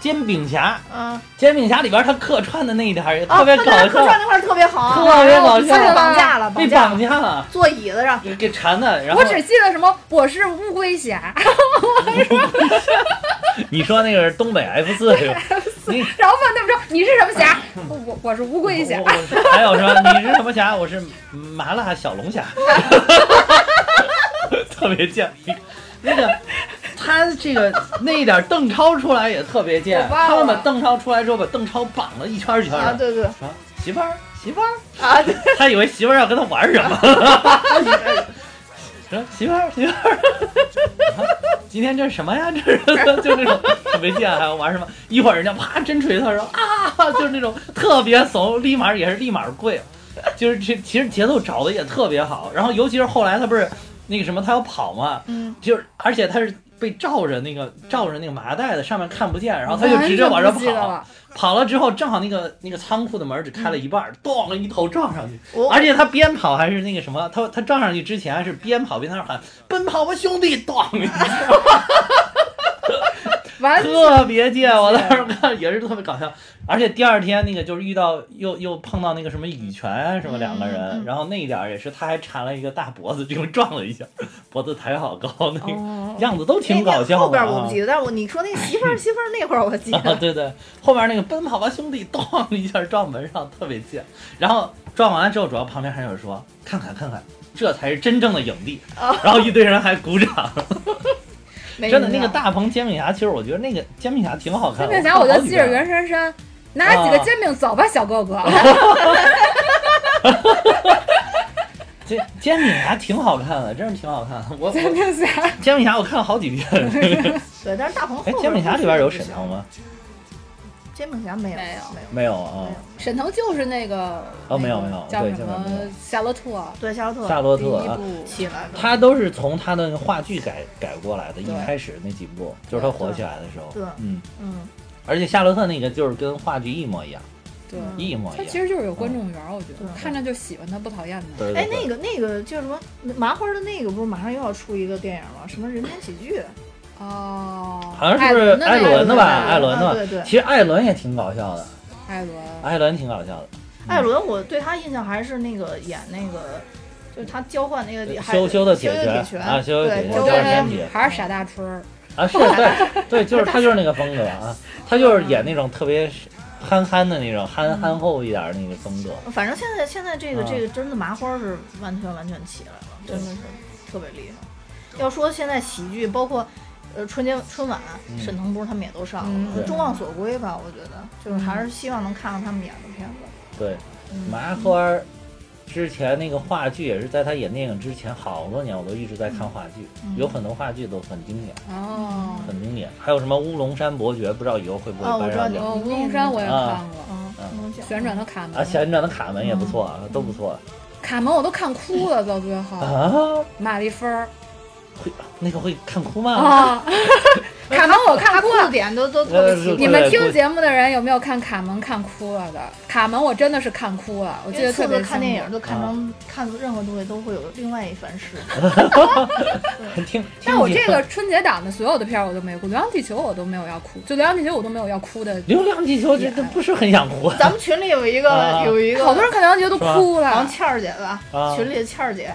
[SPEAKER 2] 煎饼侠，
[SPEAKER 1] 嗯，
[SPEAKER 2] 煎饼侠里边儿他客串的那一点儿也哦
[SPEAKER 3] 哦
[SPEAKER 2] 特
[SPEAKER 1] 啊，
[SPEAKER 2] 别
[SPEAKER 1] 对
[SPEAKER 2] 搞
[SPEAKER 1] 对，客
[SPEAKER 2] 笑，
[SPEAKER 1] 串那块儿特别好啊，
[SPEAKER 2] 特别搞
[SPEAKER 3] 我看
[SPEAKER 1] 他被
[SPEAKER 3] 见
[SPEAKER 2] 笑，
[SPEAKER 3] 了
[SPEAKER 1] 绑架了，
[SPEAKER 2] 被
[SPEAKER 1] 绑架了，
[SPEAKER 2] 绑架了，
[SPEAKER 1] 坐椅子上。
[SPEAKER 2] 给给缠的。然后
[SPEAKER 3] 我只记得什么，我是乌龟侠，
[SPEAKER 2] 你说那个是东北 F 四是吧？你
[SPEAKER 3] 然后问他们说你是什么侠，我我是乌龟侠
[SPEAKER 2] 我，我还有什么？你是什么侠？我是麻辣小龙虾， 特别贱。那个他这个那一点邓超出来也特别贱，
[SPEAKER 3] 我忘了
[SPEAKER 2] 他们把邓超出来之后，把邓超绑了一圈儿一圈
[SPEAKER 1] 啊，
[SPEAKER 2] 儿的。
[SPEAKER 1] 对对
[SPEAKER 2] 啊，媳妇儿，媳妇儿，
[SPEAKER 1] 啊，对
[SPEAKER 2] 他以为媳妇儿要跟他玩什么。说媳妇儿，媳妇儿、啊今天这是什么呀？这是就那种特别贱，还要玩什么？一会儿人家啪真锤他，说啊，就是那种特别怂，立马也是立马跪，就是这其实节奏找的也特别好。然后尤其是后来他不是那个什么，他要跑嘛，
[SPEAKER 1] 嗯，
[SPEAKER 2] 就是而且他是被罩着那个罩着那个麻袋的，上面看不见，然后他就直接往上
[SPEAKER 3] 完全不记得
[SPEAKER 2] 跑。
[SPEAKER 3] 了，
[SPEAKER 2] 跑了之后，正好那个那个仓库的门只开了一半儿，咣、一头撞上去。
[SPEAKER 1] 我
[SPEAKER 2] 而且他边跑还是那个什么，他他撞上去之前是边跑边在那喊“奔跑吧兄弟”， 咣一下，
[SPEAKER 1] 哎
[SPEAKER 3] 完
[SPEAKER 2] 特别 贱。我当时看也是特别搞笑。而且第二天那个就是遇到又又碰到那个什么羽泉什么两个人，
[SPEAKER 1] 嗯嗯嗯
[SPEAKER 2] 然后那一点儿也是他还缠了一个大脖子，这么撞了一下，脖子抬好高，那个、
[SPEAKER 1] 哦
[SPEAKER 2] 样子都挺
[SPEAKER 1] 那
[SPEAKER 2] 搞
[SPEAKER 1] 那
[SPEAKER 2] 笑
[SPEAKER 1] 后
[SPEAKER 2] 的、
[SPEAKER 1] 边
[SPEAKER 2] 啊。
[SPEAKER 1] 我不记得，但是我你说那媳妇 儿媳妇儿那会儿我记
[SPEAKER 2] 啊，
[SPEAKER 1] 得。
[SPEAKER 2] 对对，后面那个奔跑吧兄弟，咣一下撞门上，特别贱。然后撞完了之后，主要旁边还有人说：“看看看看，这才是真正的影帝。”
[SPEAKER 3] 哦
[SPEAKER 2] 然后一堆人还鼓 掌。
[SPEAKER 1] 没
[SPEAKER 2] 真的，那
[SPEAKER 1] 印
[SPEAKER 2] 个
[SPEAKER 1] 象
[SPEAKER 2] 大鹏煎饼侠，其实我觉得那个煎饼侠挺好看
[SPEAKER 3] 煎
[SPEAKER 2] 的。
[SPEAKER 3] 饼侠，我就
[SPEAKER 2] 看好几
[SPEAKER 3] 记着
[SPEAKER 2] 遍啊
[SPEAKER 3] 袁姗姗 拿几个煎饼走吧，小哥哥，
[SPEAKER 2] 这煎饼侠挺好看的，真是挺好看的。我
[SPEAKER 3] 煎饼侠，
[SPEAKER 2] 煎饼侠我看了好 几遍。
[SPEAKER 1] 对，但是大鹏后
[SPEAKER 2] 哎，
[SPEAKER 1] 边
[SPEAKER 2] 煎饼侠里边有沈
[SPEAKER 1] 不是
[SPEAKER 2] 腾？吗？
[SPEAKER 1] 煎饼侠没有
[SPEAKER 3] 没
[SPEAKER 1] 没
[SPEAKER 3] 有
[SPEAKER 2] 没有啊
[SPEAKER 1] 没，
[SPEAKER 3] 沈腾就是那个
[SPEAKER 2] 哦
[SPEAKER 3] 那个
[SPEAKER 2] 没有没有
[SPEAKER 3] 叫
[SPEAKER 2] 对
[SPEAKER 3] 什
[SPEAKER 2] 基本
[SPEAKER 3] 么
[SPEAKER 2] 没有
[SPEAKER 3] 夏洛特啊
[SPEAKER 1] 对，夏洛特
[SPEAKER 2] 夏洛
[SPEAKER 3] 第
[SPEAKER 2] 特
[SPEAKER 3] 一
[SPEAKER 2] 啊，
[SPEAKER 3] 部
[SPEAKER 1] 起来的，
[SPEAKER 2] 他都是从他的那个话剧改改过来的。一
[SPEAKER 3] 对
[SPEAKER 2] 开始那几部就是他火起来的时候，
[SPEAKER 1] 对对
[SPEAKER 2] 嗯，
[SPEAKER 1] 嗯，
[SPEAKER 2] 而且夏洛特那个就是跟话剧一模一样，
[SPEAKER 3] 对，
[SPEAKER 1] 嗯
[SPEAKER 2] 一模一
[SPEAKER 3] 他
[SPEAKER 2] 样。
[SPEAKER 3] 其实就是有观众缘儿，我觉得
[SPEAKER 1] 对
[SPEAKER 3] 看着就喜欢他不讨厌他。
[SPEAKER 2] 对对
[SPEAKER 1] 哎，
[SPEAKER 2] 对
[SPEAKER 1] 那个那个叫什么麻花的那个，不是马上又要出一个电影吗？什么人间喜剧？
[SPEAKER 3] 哦，
[SPEAKER 2] 好像是不是艾
[SPEAKER 3] 艾
[SPEAKER 2] 伦
[SPEAKER 3] 伦
[SPEAKER 2] 的
[SPEAKER 3] 的
[SPEAKER 2] 吧？
[SPEAKER 3] 那个
[SPEAKER 2] 艾伦的吧
[SPEAKER 1] 啊对对
[SPEAKER 2] 其实艾伦也挺搞笑的，
[SPEAKER 3] 艾伦，
[SPEAKER 2] 艾伦挺搞笑的。嗯
[SPEAKER 1] 艾伦，我对他印象还是那个演那个，就是他交换那个
[SPEAKER 2] 羞羞的铁
[SPEAKER 1] 铁
[SPEAKER 2] 拳
[SPEAKER 1] 拳
[SPEAKER 2] 啊羞羞铁
[SPEAKER 1] 对
[SPEAKER 2] 拳
[SPEAKER 3] 我
[SPEAKER 1] 交
[SPEAKER 2] 交
[SPEAKER 3] 对
[SPEAKER 1] 换
[SPEAKER 2] 换
[SPEAKER 3] 他
[SPEAKER 2] 天体
[SPEAKER 3] 还是傻大春儿，
[SPEAKER 2] 啊，是对对，就是他就是那个风格啊，他就是演那种特别憨憨的那种憨憨厚一点儿那个风格。
[SPEAKER 1] 反正现在现在这个
[SPEAKER 2] 啊
[SPEAKER 1] 这个真的麻花是完全完全起来了，真的是特别厉害。要说现在喜剧，包括呃春节春晚，
[SPEAKER 2] 嗯
[SPEAKER 1] 沈腾不是他们也都上
[SPEAKER 3] 嗯
[SPEAKER 1] 了，
[SPEAKER 2] 对嗯
[SPEAKER 1] 众望所归吧？我觉得就是还是希望能看看他们演的片子。
[SPEAKER 2] 对，
[SPEAKER 1] 嗯
[SPEAKER 2] 麻花儿之前那个话剧也是在他演电影之前好多年，我都一直在看话剧，
[SPEAKER 1] 嗯
[SPEAKER 2] 有很多话剧都很经典，
[SPEAKER 3] 哦，
[SPEAKER 2] 很经典。还有什么《乌龙山伯爵》，不知道以后会不
[SPEAKER 1] 哦
[SPEAKER 2] 会搬
[SPEAKER 1] 我知道
[SPEAKER 2] 上去
[SPEAKER 1] 嗯
[SPEAKER 3] 哦，吴东山我也看过，
[SPEAKER 1] 嗯，
[SPEAKER 2] 嗯
[SPEAKER 1] 我讲
[SPEAKER 3] 旋转的卡
[SPEAKER 2] 啊？
[SPEAKER 3] 门，
[SPEAKER 2] 前一阵的卡门也不错啊，都不错
[SPEAKER 3] 卡门我都看哭了，到最
[SPEAKER 1] 嗯
[SPEAKER 3] 后，
[SPEAKER 2] 啊。
[SPEAKER 3] 玛丽芬儿
[SPEAKER 2] 会那个会看哭吗？
[SPEAKER 3] 啊，卡门我看
[SPEAKER 1] 他
[SPEAKER 3] 哭
[SPEAKER 1] 哭
[SPEAKER 3] 了
[SPEAKER 1] 的。点都都特
[SPEAKER 2] 呃
[SPEAKER 1] 别奇
[SPEAKER 2] 是
[SPEAKER 1] 怪
[SPEAKER 3] 你们听节目的人有没有看卡门看哭了的？卡门我真的是看哭了，我
[SPEAKER 1] 因
[SPEAKER 3] 记
[SPEAKER 1] 为
[SPEAKER 3] 得
[SPEAKER 1] 次
[SPEAKER 3] 特
[SPEAKER 1] 次
[SPEAKER 3] 别
[SPEAKER 1] 看电影
[SPEAKER 3] 清楚。
[SPEAKER 1] 都
[SPEAKER 2] 嗯
[SPEAKER 1] 看成看任何东西都会有另外一番世界。
[SPEAKER 2] 听，
[SPEAKER 3] 但我
[SPEAKER 2] 听
[SPEAKER 3] 这
[SPEAKER 2] 见
[SPEAKER 3] 个春节档的所有的片儿我都没哭，《流浪地球》我都没有要哭，就《流浪地球》我都没有要哭的。
[SPEAKER 2] 流浪地球这这不是很想哭啊
[SPEAKER 1] 咱们群里有一个
[SPEAKER 2] 啊
[SPEAKER 1] 有一个
[SPEAKER 3] 好多人看《流浪地球》都哭
[SPEAKER 1] 好
[SPEAKER 3] 了
[SPEAKER 1] 像，倩儿姐吧，
[SPEAKER 2] 啊
[SPEAKER 1] 群里的倩儿姐，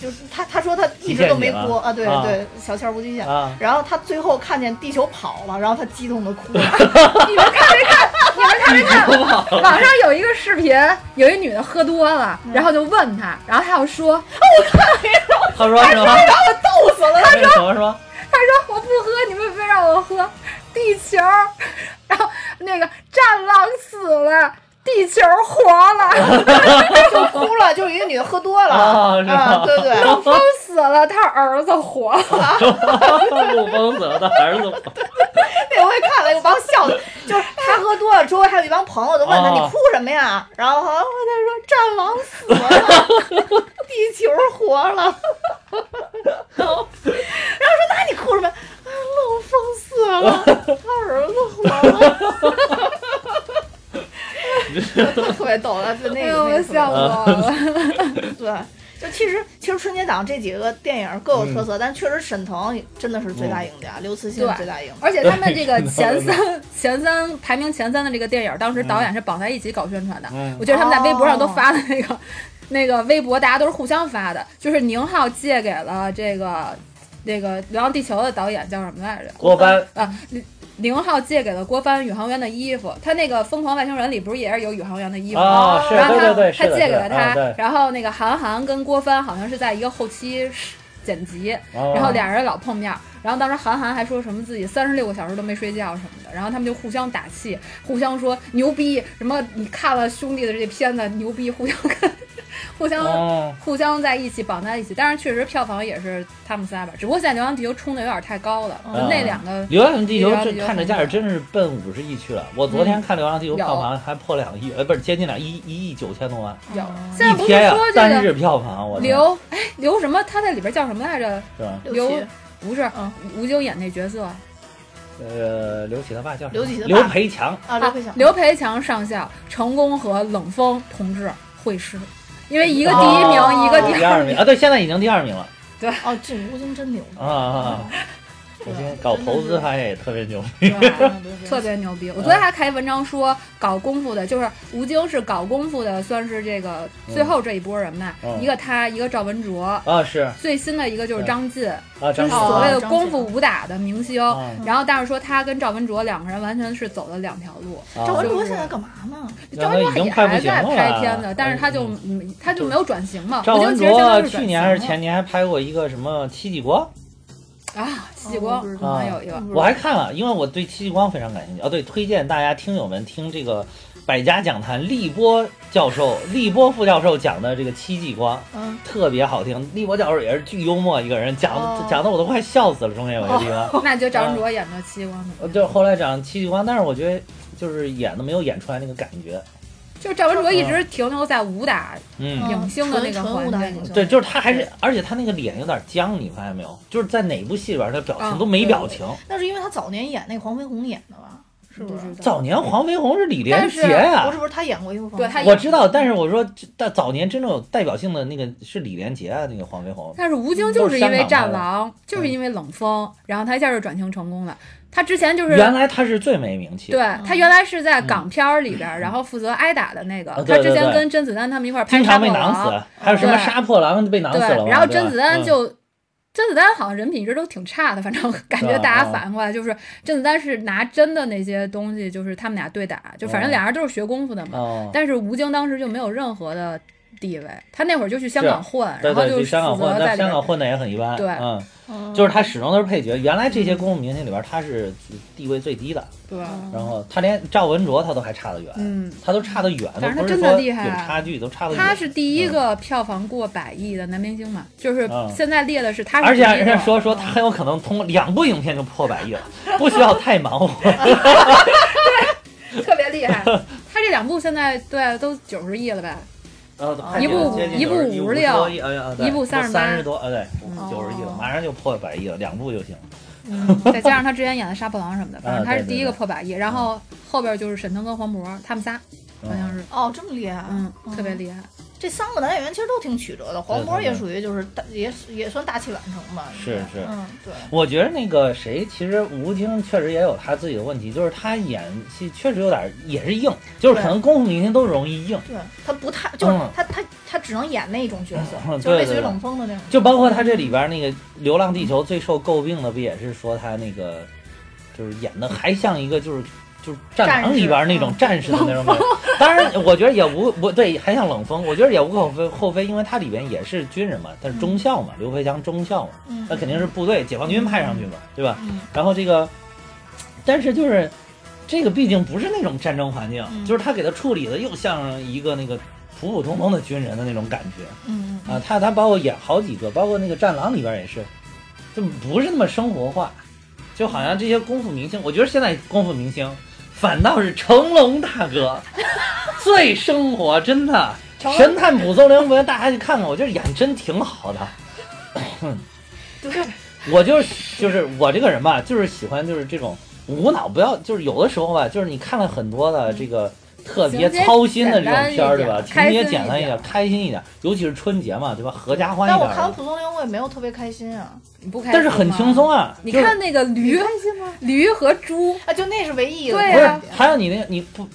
[SPEAKER 1] 就是她，她说她一直都没
[SPEAKER 2] 极限
[SPEAKER 1] 哭
[SPEAKER 2] 姐
[SPEAKER 1] 啊，对
[SPEAKER 2] 啊
[SPEAKER 1] 对，小倩儿无极限。
[SPEAKER 2] 啊！
[SPEAKER 1] 然后她最后看见地球跑了，然后她激动的哭 了。
[SPEAKER 3] 你们看没看？你们看没 看？
[SPEAKER 2] 好不好？
[SPEAKER 3] 网上有一个视频，有一女的喝多了，
[SPEAKER 1] 嗯
[SPEAKER 3] 然后就问她，然后她又说
[SPEAKER 2] 他说什么？
[SPEAKER 1] 逗死了！
[SPEAKER 2] 他说什么
[SPEAKER 3] 啊
[SPEAKER 2] 什么？：“
[SPEAKER 3] 她说我不喝，你们非让我喝。”地球， 然后那个战狼死了，地球活了。
[SPEAKER 1] 就哭了，就是一个女的喝多了
[SPEAKER 2] 啊是吗
[SPEAKER 1] 啊，对对，
[SPEAKER 3] 陆风死了，他儿子活了。
[SPEAKER 2] 陆风死了，他儿子
[SPEAKER 1] 那 我也看了，我把我笑的，就是她喝多了，周围还有一帮朋友都问她
[SPEAKER 2] 啊
[SPEAKER 1] 你哭什么呀？然后她说战狼死了， 地球活了，然后然后说那你哭什么？啊，漏风死了，他儿子活了。特别逗了，就
[SPEAKER 3] 哎
[SPEAKER 1] 那个
[SPEAKER 3] 呦，
[SPEAKER 1] 那
[SPEAKER 3] 我
[SPEAKER 1] 个特别
[SPEAKER 3] 笑
[SPEAKER 1] 逗
[SPEAKER 3] 死我
[SPEAKER 1] 对，
[SPEAKER 3] 了。
[SPEAKER 1] 就其实其实春节档这几个电影各有特色，但确实沈腾真的是最大赢家，刘慈欣
[SPEAKER 3] 对
[SPEAKER 1] 最大赢家。
[SPEAKER 3] 而且他们这 个前三前三排名前三的这个电影，当时导演是绑在一起搞宣传的。
[SPEAKER 2] 嗯
[SPEAKER 3] 我记得他们在微博上都发的那个、那个微博，大家都是互相发的，就是宁浩借给了这个这个《流浪地球》的导演叫什么来着？
[SPEAKER 2] 郭帆
[SPEAKER 3] 啊。宁宁浩借给了郭帆宇航员的衣服，他那个《疯狂外星人》里不是也是有宇航员的衣服吗？
[SPEAKER 2] 啊，是
[SPEAKER 3] 然后
[SPEAKER 2] 对
[SPEAKER 3] 他
[SPEAKER 2] 对对，
[SPEAKER 3] 他
[SPEAKER 2] 是的，
[SPEAKER 3] 借给了
[SPEAKER 2] 是的啊
[SPEAKER 3] 他，
[SPEAKER 2] 对，
[SPEAKER 3] 然后那个韩寒跟郭帆好像是在一个后期剪辑，
[SPEAKER 2] 哦
[SPEAKER 3] 然后俩人老碰面儿。然后当时韩寒还说什么自己三十六个小时都没睡觉什么的，然后他们就互相打气，互相说牛逼，什么你看了兄弟的这片子牛逼，互相 互相、
[SPEAKER 2] 哦，
[SPEAKER 3] 互相在一起绑在一起。但是确实票房也是他们仨吧，只不过现在《流浪地球》冲的有点太高了，
[SPEAKER 1] 嗯
[SPEAKER 3] 那两个
[SPEAKER 2] 《流浪地球
[SPEAKER 3] 流》浪
[SPEAKER 2] 这
[SPEAKER 3] 地球嗯
[SPEAKER 2] 看着价值真是奔五十亿去了。我昨天看《流浪地球》票房还破两亿，呃，不是接近两亿，一亿九千多万，
[SPEAKER 3] 有。
[SPEAKER 1] 嗯
[SPEAKER 3] 现在
[SPEAKER 2] 一
[SPEAKER 3] 不是
[SPEAKER 2] 天呀
[SPEAKER 3] 说，这
[SPEAKER 2] 单
[SPEAKER 3] 个
[SPEAKER 2] 日票房，我天
[SPEAKER 3] 刘哎刘什么，他在里边叫什么来着？
[SPEAKER 2] 是吧？
[SPEAKER 1] 刘
[SPEAKER 3] 刘
[SPEAKER 1] 琦
[SPEAKER 3] 不是
[SPEAKER 1] 嗯啊
[SPEAKER 3] 吴京演那角色
[SPEAKER 2] 呃，刘启他爸叫什么
[SPEAKER 1] 刘启他爸
[SPEAKER 2] 刘培强，
[SPEAKER 1] 啊，
[SPEAKER 3] 啊
[SPEAKER 1] 刘培强，
[SPEAKER 3] 刘培强上校，成功和冷锋同志会师，因为一个第一名，
[SPEAKER 1] 哦
[SPEAKER 3] 一个
[SPEAKER 1] 刘
[SPEAKER 3] 第
[SPEAKER 2] 第二名
[SPEAKER 3] 名。
[SPEAKER 2] 啊，对，现在已经第二名了
[SPEAKER 1] 哦，这吴京真牛，
[SPEAKER 2] 啊啊！啊我今天搞投资发现也特别牛，
[SPEAKER 3] 对特
[SPEAKER 1] 特
[SPEAKER 3] 别牛
[SPEAKER 2] 嗯
[SPEAKER 3] 逼！我昨天还看一文章说，搞功夫的，就是吴京是搞功夫的，算是这个最后这一波人吧。
[SPEAKER 2] 嗯
[SPEAKER 3] 一个他，一个赵文卓，
[SPEAKER 2] 啊是
[SPEAKER 3] 最新的一个就是张晋，
[SPEAKER 1] 就
[SPEAKER 2] 啊，张
[SPEAKER 1] 是
[SPEAKER 2] 晋
[SPEAKER 3] 所谓的功夫
[SPEAKER 1] 哦张
[SPEAKER 3] 武打的明星。
[SPEAKER 2] 啊
[SPEAKER 3] 然后，但是说他跟赵文卓两个人完全是走了两条路。
[SPEAKER 2] 啊
[SPEAKER 1] 赵文卓现在干嘛呢？
[SPEAKER 3] 赵文卓
[SPEAKER 2] 已经
[SPEAKER 3] 也
[SPEAKER 2] 快不
[SPEAKER 3] 还
[SPEAKER 2] 行
[SPEAKER 3] 在
[SPEAKER 2] 了
[SPEAKER 3] 拍片子，但是他就
[SPEAKER 2] 嗯
[SPEAKER 3] 嗯他就没有转型嘛。
[SPEAKER 2] 赵
[SPEAKER 3] 吴京
[SPEAKER 2] 文
[SPEAKER 3] 其实相当
[SPEAKER 2] 卓
[SPEAKER 3] 于转
[SPEAKER 2] 去年还是
[SPEAKER 3] 型了
[SPEAKER 2] 前年还拍过一个什么《戚继光
[SPEAKER 3] 啊，戚继
[SPEAKER 1] 哦
[SPEAKER 3] 光
[SPEAKER 1] 我不知道
[SPEAKER 3] 好像有有。
[SPEAKER 1] 不》，知道
[SPEAKER 2] 我还看了，因为我对戚继光非常感兴趣。哦，对，推荐大家听友们听这个百家讲坛立波教授、立波副教授讲的这个戚继光，
[SPEAKER 1] 嗯，
[SPEAKER 2] 特别好听。立波教授也是巨幽默一个人，讲、
[SPEAKER 1] 哦
[SPEAKER 2] 讲的我都快笑死了。中间有个地方，
[SPEAKER 3] 那你觉得赵文卓演的戚继光怎么样？
[SPEAKER 2] 呃就后来讲戚继光，但是我觉得就是演的没有演出来那个感觉。
[SPEAKER 3] 就赵文卓一直停留在武打，
[SPEAKER 2] 嗯，
[SPEAKER 1] 嗯
[SPEAKER 3] 影星的那个
[SPEAKER 1] 纯纯
[SPEAKER 3] 环
[SPEAKER 1] 武打
[SPEAKER 3] 境
[SPEAKER 1] 影星
[SPEAKER 2] 对，就是他还是，而且他那个脸有点僵，你发现没有？就是在哪部戏里边，他表
[SPEAKER 3] 哦
[SPEAKER 2] 情都没表情。
[SPEAKER 1] 那是因为他早年演那黄飞鸿演的吧？是不是？
[SPEAKER 3] 知道
[SPEAKER 2] 早年黄飞鸿是李连
[SPEAKER 3] 但是
[SPEAKER 2] 杰呀、
[SPEAKER 1] 不是不是，他演过一部黄飞
[SPEAKER 3] 对他
[SPEAKER 2] 我知道，但是我说，但早年真正有代表性的那个是李连杰啊，那个黄飞鸿。
[SPEAKER 3] 但是吴京就是因为《战狼》，就是因为冷锋，然后他一下就转型成功了。他之前就是
[SPEAKER 2] 原来他是最没名气，
[SPEAKER 3] 对，他原来是在港片儿里边儿，然后负责挨打的那个
[SPEAKER 2] 嗯啊。对
[SPEAKER 3] 他之
[SPEAKER 2] 对
[SPEAKER 3] 前
[SPEAKER 2] 对
[SPEAKER 3] 跟甄子丹他们一块儿拍
[SPEAKER 2] 经
[SPEAKER 3] 《杀
[SPEAKER 2] 常
[SPEAKER 3] 破
[SPEAKER 2] 被囊
[SPEAKER 3] 狼》，
[SPEAKER 2] 死，还有什么
[SPEAKER 3] 对
[SPEAKER 2] 杀破狼被囊死了嘛。
[SPEAKER 3] 对，然后
[SPEAKER 2] 对吧
[SPEAKER 3] 甄子丹
[SPEAKER 2] 嗯
[SPEAKER 3] 就。甄子丹好像人品一直都挺差的，反正感觉大
[SPEAKER 2] 啊
[SPEAKER 3] 家反应过来，就是甄子丹是拿真的那些东西，就是他们俩对打，就反
[SPEAKER 2] 哦
[SPEAKER 3] 正俩人都是学功夫的嘛。
[SPEAKER 2] 哦，
[SPEAKER 3] 但是吴京当时就没有任何的地位，他那会儿就去香港混，
[SPEAKER 2] 对
[SPEAKER 3] 然后
[SPEAKER 2] 对，
[SPEAKER 3] 就
[SPEAKER 2] 去
[SPEAKER 3] 负
[SPEAKER 2] 香港混，
[SPEAKER 3] 责在
[SPEAKER 2] 但
[SPEAKER 3] 里
[SPEAKER 2] 香港
[SPEAKER 3] 边。
[SPEAKER 2] 混的也很一般。
[SPEAKER 3] 对
[SPEAKER 2] 嗯，
[SPEAKER 1] 鸿，
[SPEAKER 2] 就是他始终都是配角。原来这些功夫明星里边，他是地位最低的。
[SPEAKER 3] 对，
[SPEAKER 1] 嗯
[SPEAKER 2] 然后他连赵文卓他都还差得远，
[SPEAKER 3] 嗯，
[SPEAKER 2] 他都差得远，
[SPEAKER 3] 但是
[SPEAKER 2] 都
[SPEAKER 3] 他
[SPEAKER 2] 不是
[SPEAKER 3] 真
[SPEAKER 2] 说
[SPEAKER 3] 的厉害
[SPEAKER 2] 有
[SPEAKER 3] 啊
[SPEAKER 2] 差距，都差得远。
[SPEAKER 3] 他是第一个票房过百亿的男明星嘛，就是
[SPEAKER 2] 嗯
[SPEAKER 3] 现在列的是他是
[SPEAKER 2] 而且
[SPEAKER 3] 第一
[SPEAKER 2] 人家
[SPEAKER 3] 个
[SPEAKER 2] 说说他很有可能通过两部影片就破百亿了，不需要太忙活。
[SPEAKER 3] 特别厉害，他这两部现在对啊都九十亿了吧？
[SPEAKER 2] 呃
[SPEAKER 3] 哦
[SPEAKER 1] 一部
[SPEAKER 3] 一部
[SPEAKER 2] 五
[SPEAKER 3] 五十六
[SPEAKER 2] 哎呀，
[SPEAKER 3] 一部
[SPEAKER 2] 三
[SPEAKER 3] 38
[SPEAKER 2] 十多，呃，对，
[SPEAKER 3] 嗯
[SPEAKER 2] 九十一了，
[SPEAKER 1] 哦
[SPEAKER 2] 马上就破百亿了，两部就行。
[SPEAKER 1] 嗯
[SPEAKER 3] 再加上他之前演的《杀破狼》什么的，
[SPEAKER 2] 啊
[SPEAKER 3] 反正他是第一个破百亿，然后后边就是沈腾跟黄渤他们仨，
[SPEAKER 2] 嗯
[SPEAKER 3] 好像是，
[SPEAKER 1] 哦，这么厉害，
[SPEAKER 3] 嗯，特别厉害。
[SPEAKER 1] 这三个男演员其实都挺曲折的，黄渤
[SPEAKER 2] 对对
[SPEAKER 1] 也属于就是大也也算大器晚成吧，应该
[SPEAKER 2] 是是
[SPEAKER 1] 嗯对，
[SPEAKER 2] 我觉得那个谁，其实吴京确实也有他自己的问题，就是他演戏确实有点也是硬，就是可能功夫明星都容易硬，
[SPEAKER 1] 对他不太就是
[SPEAKER 2] 嗯
[SPEAKER 1] 他他他只能演那种角色，
[SPEAKER 2] 嗯
[SPEAKER 1] 就是类似于
[SPEAKER 2] 对对对
[SPEAKER 1] 冷锋的那种，嗯
[SPEAKER 2] 就包括他这里边那个《流浪地球》最受诟病的，不也是说他那个就是演的还像一个就是就是战狼里边那种战士的那种感觉。当然，我觉得也无不对，还像冷锋，我觉得也无可厚非厚非，因为他里边也是军人嘛，他是中校嘛，刘培强中校嘛，
[SPEAKER 1] 嗯，
[SPEAKER 2] 那肯定是部队解放军派上去嘛，对吧？
[SPEAKER 1] 嗯
[SPEAKER 2] 然后这个，但是就是这个毕竟不是那种战争环境，
[SPEAKER 1] 嗯
[SPEAKER 2] 就是他给他处理的又像一个那个普普通通的军人的那种感觉。
[SPEAKER 1] 嗯嗯
[SPEAKER 2] 啊，他他包括演好几个，包括那个《战狼》里边也是，就不是那么生活化，就好像这些功夫明星，我觉得现在功夫明星反倒是成龙大哥最生活，真的。
[SPEAKER 1] 成龙
[SPEAKER 2] 神探蒲松龄，不行，大家去看看，我觉得演真挺好的。
[SPEAKER 1] 对，
[SPEAKER 2] 我就是就是我这个人吧，就是喜欢就是这种无脑，不要就是有的时候吧，就是你看了很多的这个特别操心的这种片儿，对吧？情
[SPEAKER 3] 情
[SPEAKER 2] 节
[SPEAKER 3] 节
[SPEAKER 2] 简
[SPEAKER 3] 简
[SPEAKER 2] 单
[SPEAKER 3] 单
[SPEAKER 2] 一
[SPEAKER 3] 一点
[SPEAKER 2] 点，开心一点，尤其是春节嘛，对吧？合家欢一
[SPEAKER 1] 但我
[SPEAKER 2] 点
[SPEAKER 1] 看完
[SPEAKER 2] 儿，
[SPEAKER 1] 蒲松龄，我也没有特别开心啊，
[SPEAKER 3] 你不开心？
[SPEAKER 2] 但是很轻。松啊。
[SPEAKER 3] 你
[SPEAKER 2] 就是
[SPEAKER 3] 看那个
[SPEAKER 1] 你
[SPEAKER 3] 驴
[SPEAKER 1] 开，心吗？
[SPEAKER 3] 驴和猪，
[SPEAKER 1] 啊，就那是唯一一个
[SPEAKER 3] 对
[SPEAKER 2] 不是
[SPEAKER 3] 啊，
[SPEAKER 2] 还有你那个你不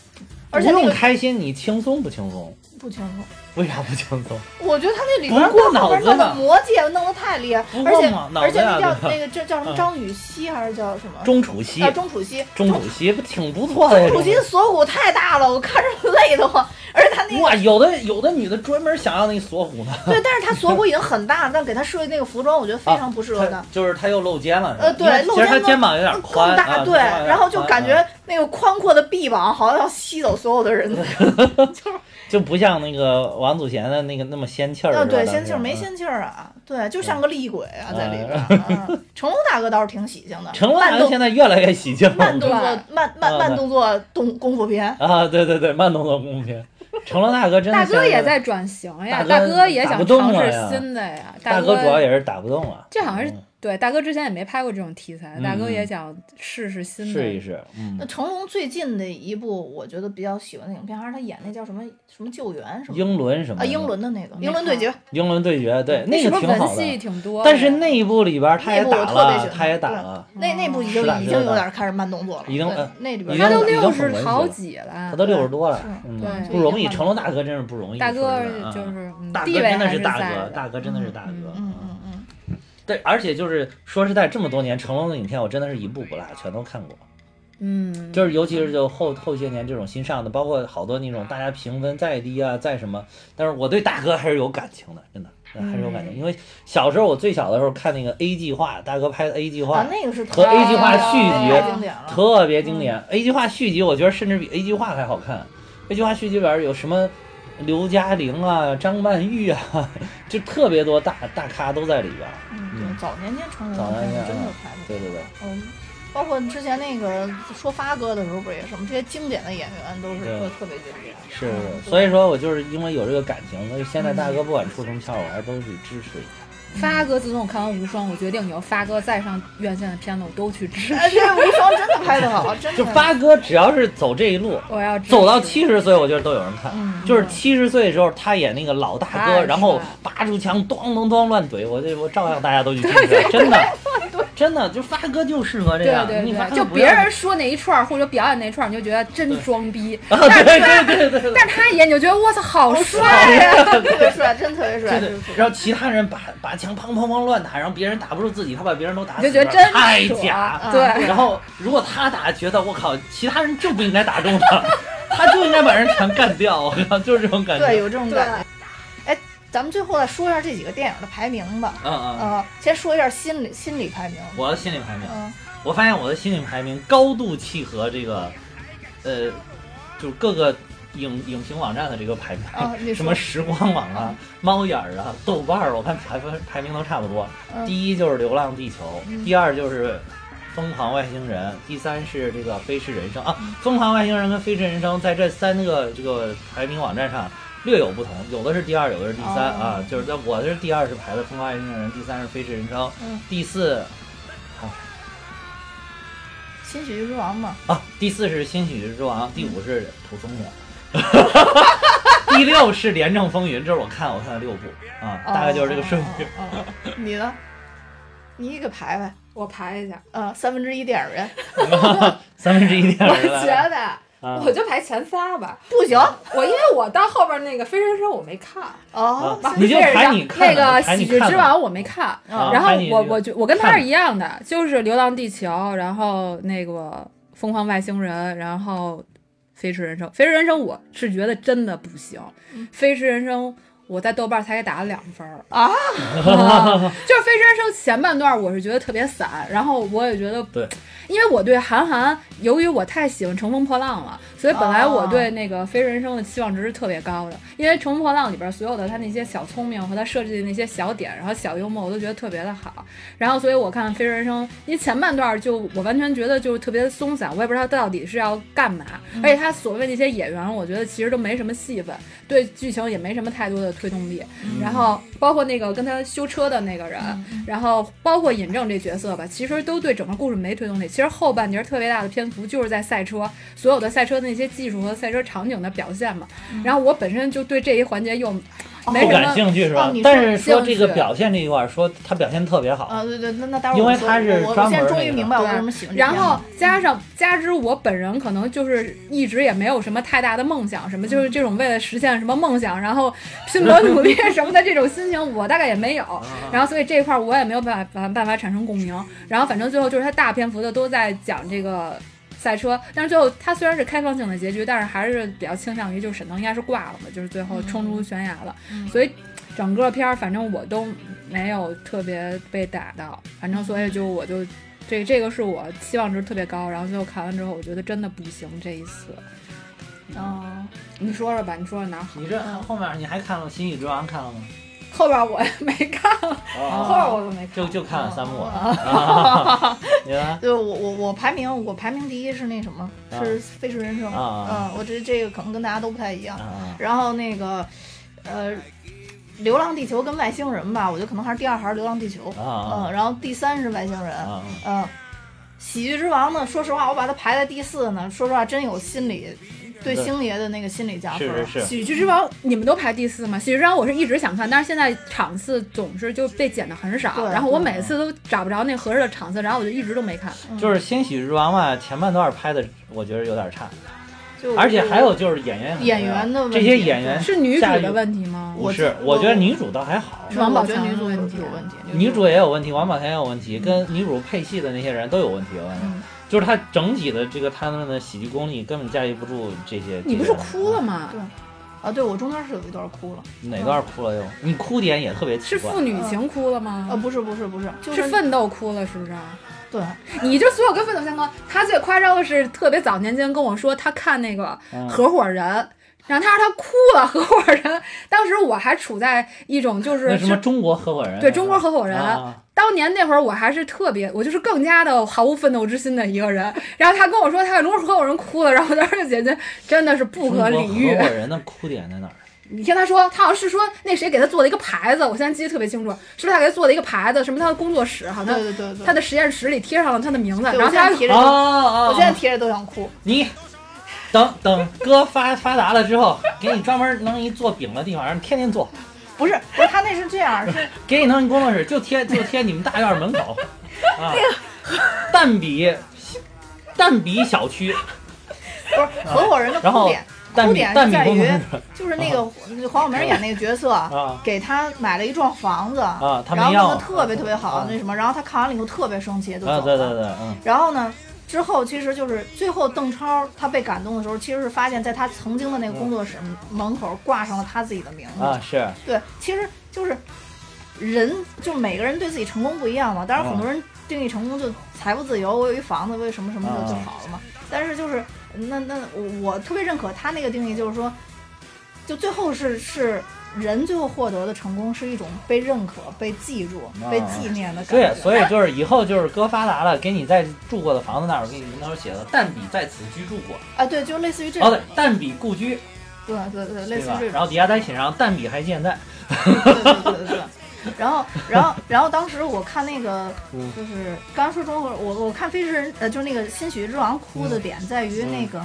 [SPEAKER 1] 而且
[SPEAKER 2] 不
[SPEAKER 1] 那
[SPEAKER 2] 用
[SPEAKER 1] 个
[SPEAKER 2] 开心，你轻松不轻松？
[SPEAKER 1] 不清楚。
[SPEAKER 2] 为啥不轻松？
[SPEAKER 1] 我觉得他那里边儿
[SPEAKER 2] 不过脑
[SPEAKER 1] 后边
[SPEAKER 2] 子
[SPEAKER 1] 弄
[SPEAKER 2] 吧
[SPEAKER 1] 的魔界弄得太厉害
[SPEAKER 2] 不，过
[SPEAKER 1] 而且
[SPEAKER 2] 脑脑
[SPEAKER 1] 而且
[SPEAKER 2] 子呀
[SPEAKER 1] 那叫
[SPEAKER 2] 对吧
[SPEAKER 1] 那个叫叫什
[SPEAKER 2] 嗯
[SPEAKER 1] 么张雨绮还是叫什么？
[SPEAKER 2] 钟楚曦
[SPEAKER 1] 啊，钟楚曦，
[SPEAKER 2] 钟楚曦不挺不错的呀？
[SPEAKER 1] 钟楚曦的锁骨太大了，我看着累得慌。而且 他那个
[SPEAKER 2] 哇，有的有的女的专门想要那锁骨呢，
[SPEAKER 1] 对，但是他锁骨已经很大了，但给他设计那个服装，我觉得非常不适合他
[SPEAKER 2] 她。就是她又露肩了。是吧
[SPEAKER 1] 呃对
[SPEAKER 2] 因为
[SPEAKER 1] 露
[SPEAKER 2] 其
[SPEAKER 1] 肩
[SPEAKER 2] 实她
[SPEAKER 1] 都
[SPEAKER 2] 肩啊膀有点宽
[SPEAKER 1] 更大、
[SPEAKER 2] 啊
[SPEAKER 1] 对，
[SPEAKER 2] 她肩膀有点
[SPEAKER 1] 然后就
[SPEAKER 2] 宽
[SPEAKER 1] 感
[SPEAKER 2] 啊
[SPEAKER 1] 觉那个宽阔的臂膀好像要吸走所有的 人，就是
[SPEAKER 2] 就不像那个王祖贤的那个那么仙气
[SPEAKER 1] 嗯，
[SPEAKER 2] 儿。是吧
[SPEAKER 1] 对，
[SPEAKER 2] 当
[SPEAKER 1] 仙
[SPEAKER 2] 时
[SPEAKER 1] 气儿没
[SPEAKER 2] 嗯
[SPEAKER 1] 仙气儿啊，对，就像个厉鬼啊，在里边儿。嗯成龙大哥倒是挺喜庆的，
[SPEAKER 2] 哎成龙
[SPEAKER 1] 慢
[SPEAKER 2] 好像
[SPEAKER 1] 动
[SPEAKER 2] 现在越来越喜庆了。
[SPEAKER 1] 慢动作
[SPEAKER 3] 对
[SPEAKER 1] 慢慢
[SPEAKER 2] 嗯
[SPEAKER 1] 慢
[SPEAKER 2] 对
[SPEAKER 1] 动作动功夫片，
[SPEAKER 2] 啊，对对对，慢动作功夫片。成龙大哥真的
[SPEAKER 3] 大
[SPEAKER 2] 现
[SPEAKER 3] 哥
[SPEAKER 2] 在
[SPEAKER 3] 也，在转型
[SPEAKER 2] 大
[SPEAKER 3] 呀，大
[SPEAKER 2] 哥
[SPEAKER 3] 哥也
[SPEAKER 2] 打
[SPEAKER 3] 想
[SPEAKER 2] 不动
[SPEAKER 3] 尝
[SPEAKER 2] 了
[SPEAKER 3] 试
[SPEAKER 2] 呀
[SPEAKER 3] 新的呀。
[SPEAKER 2] 大
[SPEAKER 3] 哥
[SPEAKER 2] 哥主要也是打不动了。
[SPEAKER 3] 这好像是对大哥之前也没拍过这种题材，大哥
[SPEAKER 2] 嗯
[SPEAKER 3] 也想试试新
[SPEAKER 2] 嗯
[SPEAKER 3] 的。
[SPEAKER 2] 试一试，嗯
[SPEAKER 1] 那，成龙最近的一部我觉得比较喜欢的影片，还是他演那叫什么什么救援什么
[SPEAKER 2] 英伦什么
[SPEAKER 1] 啊，
[SPEAKER 2] 的
[SPEAKER 1] 英伦的那个啊
[SPEAKER 3] 没
[SPEAKER 1] 英伦对决，
[SPEAKER 2] 英伦对决，对
[SPEAKER 3] 那
[SPEAKER 2] 那
[SPEAKER 3] 是不
[SPEAKER 2] 个
[SPEAKER 3] 是
[SPEAKER 2] 挺
[SPEAKER 3] 嗯文
[SPEAKER 2] 好
[SPEAKER 3] 戏
[SPEAKER 2] 的。
[SPEAKER 3] 挺多的
[SPEAKER 2] 但
[SPEAKER 3] 呀？
[SPEAKER 2] 是那一部里边他也
[SPEAKER 1] 那部我
[SPEAKER 2] 打
[SPEAKER 1] 特别喜
[SPEAKER 2] 了，
[SPEAKER 1] 欢
[SPEAKER 2] 他也打
[SPEAKER 1] 对
[SPEAKER 3] 啊
[SPEAKER 2] 了，
[SPEAKER 1] 那那部已经
[SPEAKER 2] 是的
[SPEAKER 1] 已
[SPEAKER 2] 是
[SPEAKER 1] 经
[SPEAKER 2] 的
[SPEAKER 1] 有点开始慢动作了，
[SPEAKER 2] 已经
[SPEAKER 1] 对
[SPEAKER 2] 呃
[SPEAKER 1] 那里
[SPEAKER 2] 已
[SPEAKER 1] 边
[SPEAKER 2] 经
[SPEAKER 3] 他
[SPEAKER 1] 儿
[SPEAKER 3] 都
[SPEAKER 2] 已经
[SPEAKER 3] 六
[SPEAKER 2] 很
[SPEAKER 3] 十
[SPEAKER 2] 文学
[SPEAKER 3] 好
[SPEAKER 2] 了
[SPEAKER 3] 几了，
[SPEAKER 2] 他都
[SPEAKER 3] 对
[SPEAKER 2] 六十多了
[SPEAKER 1] 是，
[SPEAKER 2] 嗯，
[SPEAKER 3] 对
[SPEAKER 2] 不容易。成龙大哥真是不容易，
[SPEAKER 3] 大哥
[SPEAKER 2] 说实在啊
[SPEAKER 3] 就是嗯
[SPEAKER 2] 大哥
[SPEAKER 3] 地位
[SPEAKER 2] 真的
[SPEAKER 3] 还
[SPEAKER 2] 是
[SPEAKER 3] 是
[SPEAKER 2] 大
[SPEAKER 3] 在
[SPEAKER 2] 哥，
[SPEAKER 3] 的
[SPEAKER 2] 大哥真的是大哥，
[SPEAKER 1] 嗯嗯嗯，
[SPEAKER 2] 对，而且就是说实在，这么多年成龙的影片，我真的是一部不落，全都看过。
[SPEAKER 3] 嗯，
[SPEAKER 2] 就是尤其是就后后些年这种新上的，包括好多那种大家评分再低啊，再什么，但是我对大哥还是有感情的，真的还是有感情。因为小时候我最小的时候看那个 A 计划，大哥拍的 A 计划，
[SPEAKER 1] 啊那个是
[SPEAKER 2] 和 A 计划续
[SPEAKER 1] 太
[SPEAKER 2] 集
[SPEAKER 1] 经典了，
[SPEAKER 2] 特别经典。A 计划续集我觉得甚至比 A 计划还好看。这句话续集本有什么刘嘉玲啊、张曼玉啊， 就特别多大大咖都在里边。
[SPEAKER 1] 嗯，早年间成人
[SPEAKER 2] 早
[SPEAKER 1] 的
[SPEAKER 2] 年
[SPEAKER 1] 片子
[SPEAKER 2] 间
[SPEAKER 1] 真的
[SPEAKER 2] 啊
[SPEAKER 1] 拍的，
[SPEAKER 2] 对对对，
[SPEAKER 1] 嗯，包括之前那个说发哥的时候，不是也是吗？这些经典的演员都是
[SPEAKER 2] 对
[SPEAKER 1] 特特别经典。
[SPEAKER 2] 是
[SPEAKER 1] 嗯，
[SPEAKER 2] 所以说我就是因为有这个感情，所以现在大哥不管出什么片儿，我还都是支持。
[SPEAKER 3] 发哥自从我看完《无双》，我决定以后发哥再上院线的片子我都去支持，
[SPEAKER 1] 哎，这无双真的拍得好，真的。
[SPEAKER 2] 就发哥只要是走这一路，
[SPEAKER 3] 我要支持
[SPEAKER 2] 走到七十岁，我觉得都有人看。
[SPEAKER 1] 嗯
[SPEAKER 2] 就是七十岁的时候，他演那个老大
[SPEAKER 3] 太
[SPEAKER 2] 哥，
[SPEAKER 3] 帅
[SPEAKER 2] 然后拔出枪，咣咣咣乱怼，我这我照样大家都去听 去，真的， 真的，就发哥就适合这
[SPEAKER 3] 对
[SPEAKER 2] 样。
[SPEAKER 3] 对
[SPEAKER 2] 你发
[SPEAKER 3] 对，
[SPEAKER 2] 哥
[SPEAKER 3] 就
[SPEAKER 2] 不
[SPEAKER 3] 别
[SPEAKER 2] 要
[SPEAKER 3] 人说那一串儿或者表演那一串儿，你就觉得真装逼，
[SPEAKER 2] 啊，
[SPEAKER 3] 但是
[SPEAKER 2] 对
[SPEAKER 3] 他
[SPEAKER 2] 对对对对。
[SPEAKER 3] 但是他演你就觉得我操好帅呀、
[SPEAKER 1] 特别帅，真特别帅，
[SPEAKER 2] 对
[SPEAKER 1] 对
[SPEAKER 2] 对，然后其他人把把枪砰砰砰乱打，然后别人打不住自己，他把别人都打死，
[SPEAKER 3] 啊你就觉得真
[SPEAKER 2] 太
[SPEAKER 3] 爽
[SPEAKER 2] 哎假。
[SPEAKER 1] 啊
[SPEAKER 3] 对，
[SPEAKER 2] 然后如果他打，觉得我靠，其他人就不应该打中他，他就应该把人全干掉， 我靠，就是这种感觉。
[SPEAKER 1] 对，有这种感觉。哎，咱们最后再说一下这几个电影的排名吧。
[SPEAKER 2] 嗯嗯，嗯
[SPEAKER 1] 啊，先说一下心理心理排名。
[SPEAKER 2] 我的心理排名，
[SPEAKER 1] 嗯，
[SPEAKER 2] 我发现我的心理排名高度契合这个，呃，就是各个影影评网站的这个排名。
[SPEAKER 1] 啊，你
[SPEAKER 2] 什
[SPEAKER 1] 说
[SPEAKER 2] 么时光网啊、猫眼儿啊、豆瓣儿，我看排分排名都差不多。
[SPEAKER 1] 嗯
[SPEAKER 2] 第一就是《流浪地球
[SPEAKER 1] 嗯》，
[SPEAKER 2] 第二就是《疯狂外星人》，第三是这个《飞驰人生》啊。
[SPEAKER 3] 嗯
[SPEAKER 2] 《疯狂外星人》跟《飞驰人生》在这三个这个排名网站上略有不同，有的是第二，有的是第三
[SPEAKER 1] 哦
[SPEAKER 2] 啊。就是在我是第二是排的《疯狂外星人》，第三是《飞驰人生》
[SPEAKER 1] 嗯，
[SPEAKER 2] 第四
[SPEAKER 1] 新喜剧之王嘛？
[SPEAKER 2] 啊，第四是《新喜剧之王》，
[SPEAKER 3] 嗯
[SPEAKER 2] 第五是《土松子》， 第六是《廉政风云》，这是我看我看了六部啊，大概就是这个顺序。
[SPEAKER 1] 哦。哦哦哦你呢？你给排排。
[SPEAKER 3] 我排一下，
[SPEAKER 1] 呃，三分之一电影人
[SPEAKER 2] 三分之一电
[SPEAKER 3] 我
[SPEAKER 2] 影人
[SPEAKER 3] 觉
[SPEAKER 2] 来了
[SPEAKER 3] 得
[SPEAKER 2] 啊
[SPEAKER 3] 我就排前仨吧，
[SPEAKER 1] 不行
[SPEAKER 3] 我因为我到后边那个《飞人生》我没看，
[SPEAKER 1] 哦，
[SPEAKER 2] 啊
[SPEAKER 3] 不
[SPEAKER 2] 你
[SPEAKER 3] 是
[SPEAKER 2] 就排你看
[SPEAKER 3] 那
[SPEAKER 2] 的
[SPEAKER 3] 个
[SPEAKER 2] 排
[SPEAKER 3] 《
[SPEAKER 2] 你
[SPEAKER 3] 喜剧
[SPEAKER 2] 看
[SPEAKER 3] 之
[SPEAKER 2] 的
[SPEAKER 3] 王》我没看，
[SPEAKER 2] 啊
[SPEAKER 3] 然后
[SPEAKER 2] 排你
[SPEAKER 3] 我我就我跟他
[SPEAKER 2] 看
[SPEAKER 3] 是一样的，就是《流浪地球》，然后那个《疯狂外星人》，然后《飞驰人生》。《飞驰人生》我是觉得真的不行，飞驰人生》我在豆瓣才给打了两分儿
[SPEAKER 1] 啊
[SPEAKER 3] 就是《飞驰人生》前半段我是觉得特别散，然后我也觉得
[SPEAKER 2] 对，
[SPEAKER 3] 因为我对韩寒，由于我太喜欢《乘风破浪》了，所以本来我
[SPEAKER 1] 哦
[SPEAKER 3] 对那个《飞驰人生》的期望值是特别高的，因为《乘风破浪》里边所有的他那些小聪明和他设计的那些小点，然后小幽默，我都觉得特别的好。然后所以我看《飞驰人生》，因为前半段就我完全觉得就是特别松散，我也不知道他到底是要干嘛，
[SPEAKER 1] 嗯
[SPEAKER 3] 而且他所谓那些演员，我觉得其实都没什么戏份，对剧情也没什么太多的推动力。然后包括那个跟他修车的那个人，然后包括尹正这角色吧，其实都对整个故事没推动力。其实后半截特别大的篇幅就是在赛车，所有的赛车的那些技术和赛车场景的表现嘛。然后我本身就对这一环节又没
[SPEAKER 2] 不
[SPEAKER 3] 什
[SPEAKER 2] 感
[SPEAKER 3] 么。
[SPEAKER 2] 兴趣是
[SPEAKER 1] 哦
[SPEAKER 2] 吧
[SPEAKER 1] 你？
[SPEAKER 2] 但是
[SPEAKER 3] 说
[SPEAKER 2] 说
[SPEAKER 3] 感
[SPEAKER 2] 这
[SPEAKER 3] 兴
[SPEAKER 2] 个
[SPEAKER 3] 趣
[SPEAKER 2] 表现这一块儿，说他表现特别好。
[SPEAKER 1] 啊，对对，那那待会儿
[SPEAKER 2] 因为
[SPEAKER 1] 我说
[SPEAKER 2] 他是
[SPEAKER 1] 我我
[SPEAKER 2] 专
[SPEAKER 1] 现在
[SPEAKER 2] 门
[SPEAKER 1] 终
[SPEAKER 2] 那
[SPEAKER 1] 于
[SPEAKER 2] 个
[SPEAKER 1] 明白我
[SPEAKER 3] 对
[SPEAKER 1] 为什么喜欢这
[SPEAKER 3] 然
[SPEAKER 1] 片
[SPEAKER 3] 后
[SPEAKER 1] 子
[SPEAKER 3] 加上加之我本人可能就是一直也没有什么太大的梦想，什么就是这种为了实现什么梦想，然后拼搏努力 什么的这种心情，我大概也没有。然后所以这一块儿我也没有办法办法产生共鸣。然后反正最后就是他大篇幅的都在讲这个。赛车，但是最后他虽然是开放性的结局，但是还是比较倾向于就是沈腾应该是挂了嘛，就是最后冲出悬崖了。
[SPEAKER 1] 嗯
[SPEAKER 3] 所以整个片儿反正我都没有特别被打到，反正所以就我就这这个是我期望值特别高，然后最后看完之后，我觉得真的不行这一次。
[SPEAKER 1] 哦，
[SPEAKER 3] 你说说吧，你说说哪儿好？
[SPEAKER 2] 你这后面你还看了《新宇之王》看了吗？
[SPEAKER 3] 后边我也没看，后边我都没看。
[SPEAKER 2] 就就看了三部了。
[SPEAKER 1] 啊
[SPEAKER 2] 你呢？
[SPEAKER 1] 对我我我排名，我排名第一是那什么，是
[SPEAKER 2] 啊
[SPEAKER 1] 《飞驰人生》
[SPEAKER 2] 啊啊啊
[SPEAKER 1] 嗯，我这这个可能跟大家都不太一样
[SPEAKER 2] 啊。啊
[SPEAKER 1] 然后那个，呃，《流浪地球》跟《外星人》吧，我觉得可能还是第二还是《流浪地球》
[SPEAKER 2] 啊啊
[SPEAKER 1] 嗯，然后第三是《外星人》
[SPEAKER 2] 啊啊！
[SPEAKER 1] 嗯，《喜剧之王》呢，说实话，我把它排在第四呢。说实话，真有心理对
[SPEAKER 2] 对
[SPEAKER 1] 星爷的那个心理加分。
[SPEAKER 2] 是是是，
[SPEAKER 3] 喜剧之王，你们都排第四吗？喜剧之王我是一直想看，但是现在场次总是就被剪的很少，
[SPEAKER 1] 对
[SPEAKER 3] 然后我每次都找不着那合适的场次，然后我就一直都没看。
[SPEAKER 2] 就是《新喜剧之王》嘛，前半段拍的我觉得有点差，
[SPEAKER 1] 嗯就
[SPEAKER 2] 而且还有就是演员很重要
[SPEAKER 1] 演员的问题
[SPEAKER 2] 这些演员
[SPEAKER 3] 是女主
[SPEAKER 2] 下一
[SPEAKER 3] 的问题吗？
[SPEAKER 2] 不是，我觉得女主倒还好，
[SPEAKER 3] 是王宝
[SPEAKER 1] 我觉得
[SPEAKER 3] 强
[SPEAKER 1] 女主
[SPEAKER 3] 的
[SPEAKER 1] 有
[SPEAKER 3] 问题
[SPEAKER 1] 有
[SPEAKER 3] 啊
[SPEAKER 1] 问题，
[SPEAKER 2] 女主也有问题，王宝强也有问题，跟女主配戏的那些人都有问题。我感觉
[SPEAKER 1] 嗯
[SPEAKER 2] 就是他整体的这个他们的喜剧功力根本驾驭不住这些。
[SPEAKER 3] 你不是哭了吗？
[SPEAKER 1] 啊，对我中间是有一段哭了，
[SPEAKER 2] 这些人？哪段哭了又？你哭点也特别奇
[SPEAKER 3] 是
[SPEAKER 2] 怪
[SPEAKER 3] 父。女情哭了吗？
[SPEAKER 1] 啊
[SPEAKER 2] 哦
[SPEAKER 1] 呃，不是不是不是，就是哦
[SPEAKER 3] 奋斗哭了，是不是？啊
[SPEAKER 1] 对，
[SPEAKER 3] 你就所有跟奋斗相关。他最夸张的是，特别早年间跟我说，他看那个
[SPEAKER 2] 嗯
[SPEAKER 3] 合伙人，然后他说他哭了。合伙人，当时我还处在一种就是
[SPEAKER 2] 那什么中国合伙人啊，
[SPEAKER 3] 对中国合伙人
[SPEAKER 2] 啊
[SPEAKER 3] 当年那会儿我还是特别，我就是更加的毫无奋斗之心的一个人。然后他跟我说他有中国合伙人哭了，然后我当时就觉得真的是不可理
[SPEAKER 2] 中
[SPEAKER 3] 喻
[SPEAKER 2] 国。合伙人的哭点在哪儿？
[SPEAKER 3] 你听他说，他好像是说那谁给他做了一个牌子，我现在记得特别清楚，是不是他给他做了一个牌子？什么他的工作室好像
[SPEAKER 1] 对对对对。
[SPEAKER 3] 他的实验室里贴上了他的名字，
[SPEAKER 1] 对
[SPEAKER 3] 然
[SPEAKER 1] 我
[SPEAKER 3] 后
[SPEAKER 1] 现在
[SPEAKER 3] 他
[SPEAKER 1] 提着
[SPEAKER 2] 哦
[SPEAKER 1] 都，
[SPEAKER 2] 哦，
[SPEAKER 1] 我现在提着都想哭。
[SPEAKER 2] 你等等哥发发达了之后，给你专门弄一做饼的地方，让你天天做，
[SPEAKER 1] 不是，不是他那是这样，是
[SPEAKER 2] 给你弄一工作室，就贴就贴你们大院门 口啊，蛋比蛋比小区，
[SPEAKER 1] 不是合伙人的
[SPEAKER 2] 啊然
[SPEAKER 1] 哭
[SPEAKER 2] 后
[SPEAKER 1] 点？
[SPEAKER 2] 蛋
[SPEAKER 1] 哭
[SPEAKER 2] 比
[SPEAKER 1] 点
[SPEAKER 2] 蛋
[SPEAKER 1] 是
[SPEAKER 2] 比
[SPEAKER 1] 在
[SPEAKER 2] 工
[SPEAKER 1] 于
[SPEAKER 2] 作室
[SPEAKER 1] 就是那个黄晓明演那个角色，
[SPEAKER 2] 啊
[SPEAKER 1] 给他买了一幢房子，
[SPEAKER 2] 啊他没
[SPEAKER 1] 然后弄
[SPEAKER 2] 要
[SPEAKER 1] 得特别特别好，
[SPEAKER 2] 啊
[SPEAKER 1] 那什么，然后他看完了以后特别生气，就走了。
[SPEAKER 2] 啊，对对对，嗯，
[SPEAKER 1] 然后呢，之后其实就是最后邓超他被感动的时候，其实是发现在他曾经的那个工作室门口挂上了他自己的名字。
[SPEAKER 2] 啊是，
[SPEAKER 1] 对，其实就是人，就每个人对自己成功不一样嘛。当然，很多人定义成功就财务自由，我有一房子，我有什么什么
[SPEAKER 2] 啊
[SPEAKER 1] 就就好了嘛。但是就是那那我我特别认可他那个定义，就是说，就最后是是。人最后获得的成功是一种被认可、被记住、被纪念的感
[SPEAKER 2] 对
[SPEAKER 1] 觉。，
[SPEAKER 2] 所以就是以后就是哥发达了，给你在住过的房子那儿，我给你门口写的“但比在此居住过
[SPEAKER 1] 啊，对，就类似于”，这种
[SPEAKER 2] 哦对，，但比故居，
[SPEAKER 1] 对对对，类
[SPEAKER 2] 对
[SPEAKER 1] 似于
[SPEAKER 2] 吧
[SPEAKER 1] 这？种
[SPEAKER 2] 然。后底下再写上“但比还健在
[SPEAKER 1] 对对对对对。然后，然后，然后，当时我看那个
[SPEAKER 2] 嗯，
[SPEAKER 1] 就是刚刚说中国，我我看《飞驰人》呃，就是那个《新喜剧之王》哭
[SPEAKER 2] 嗯
[SPEAKER 1] 的点在于那个，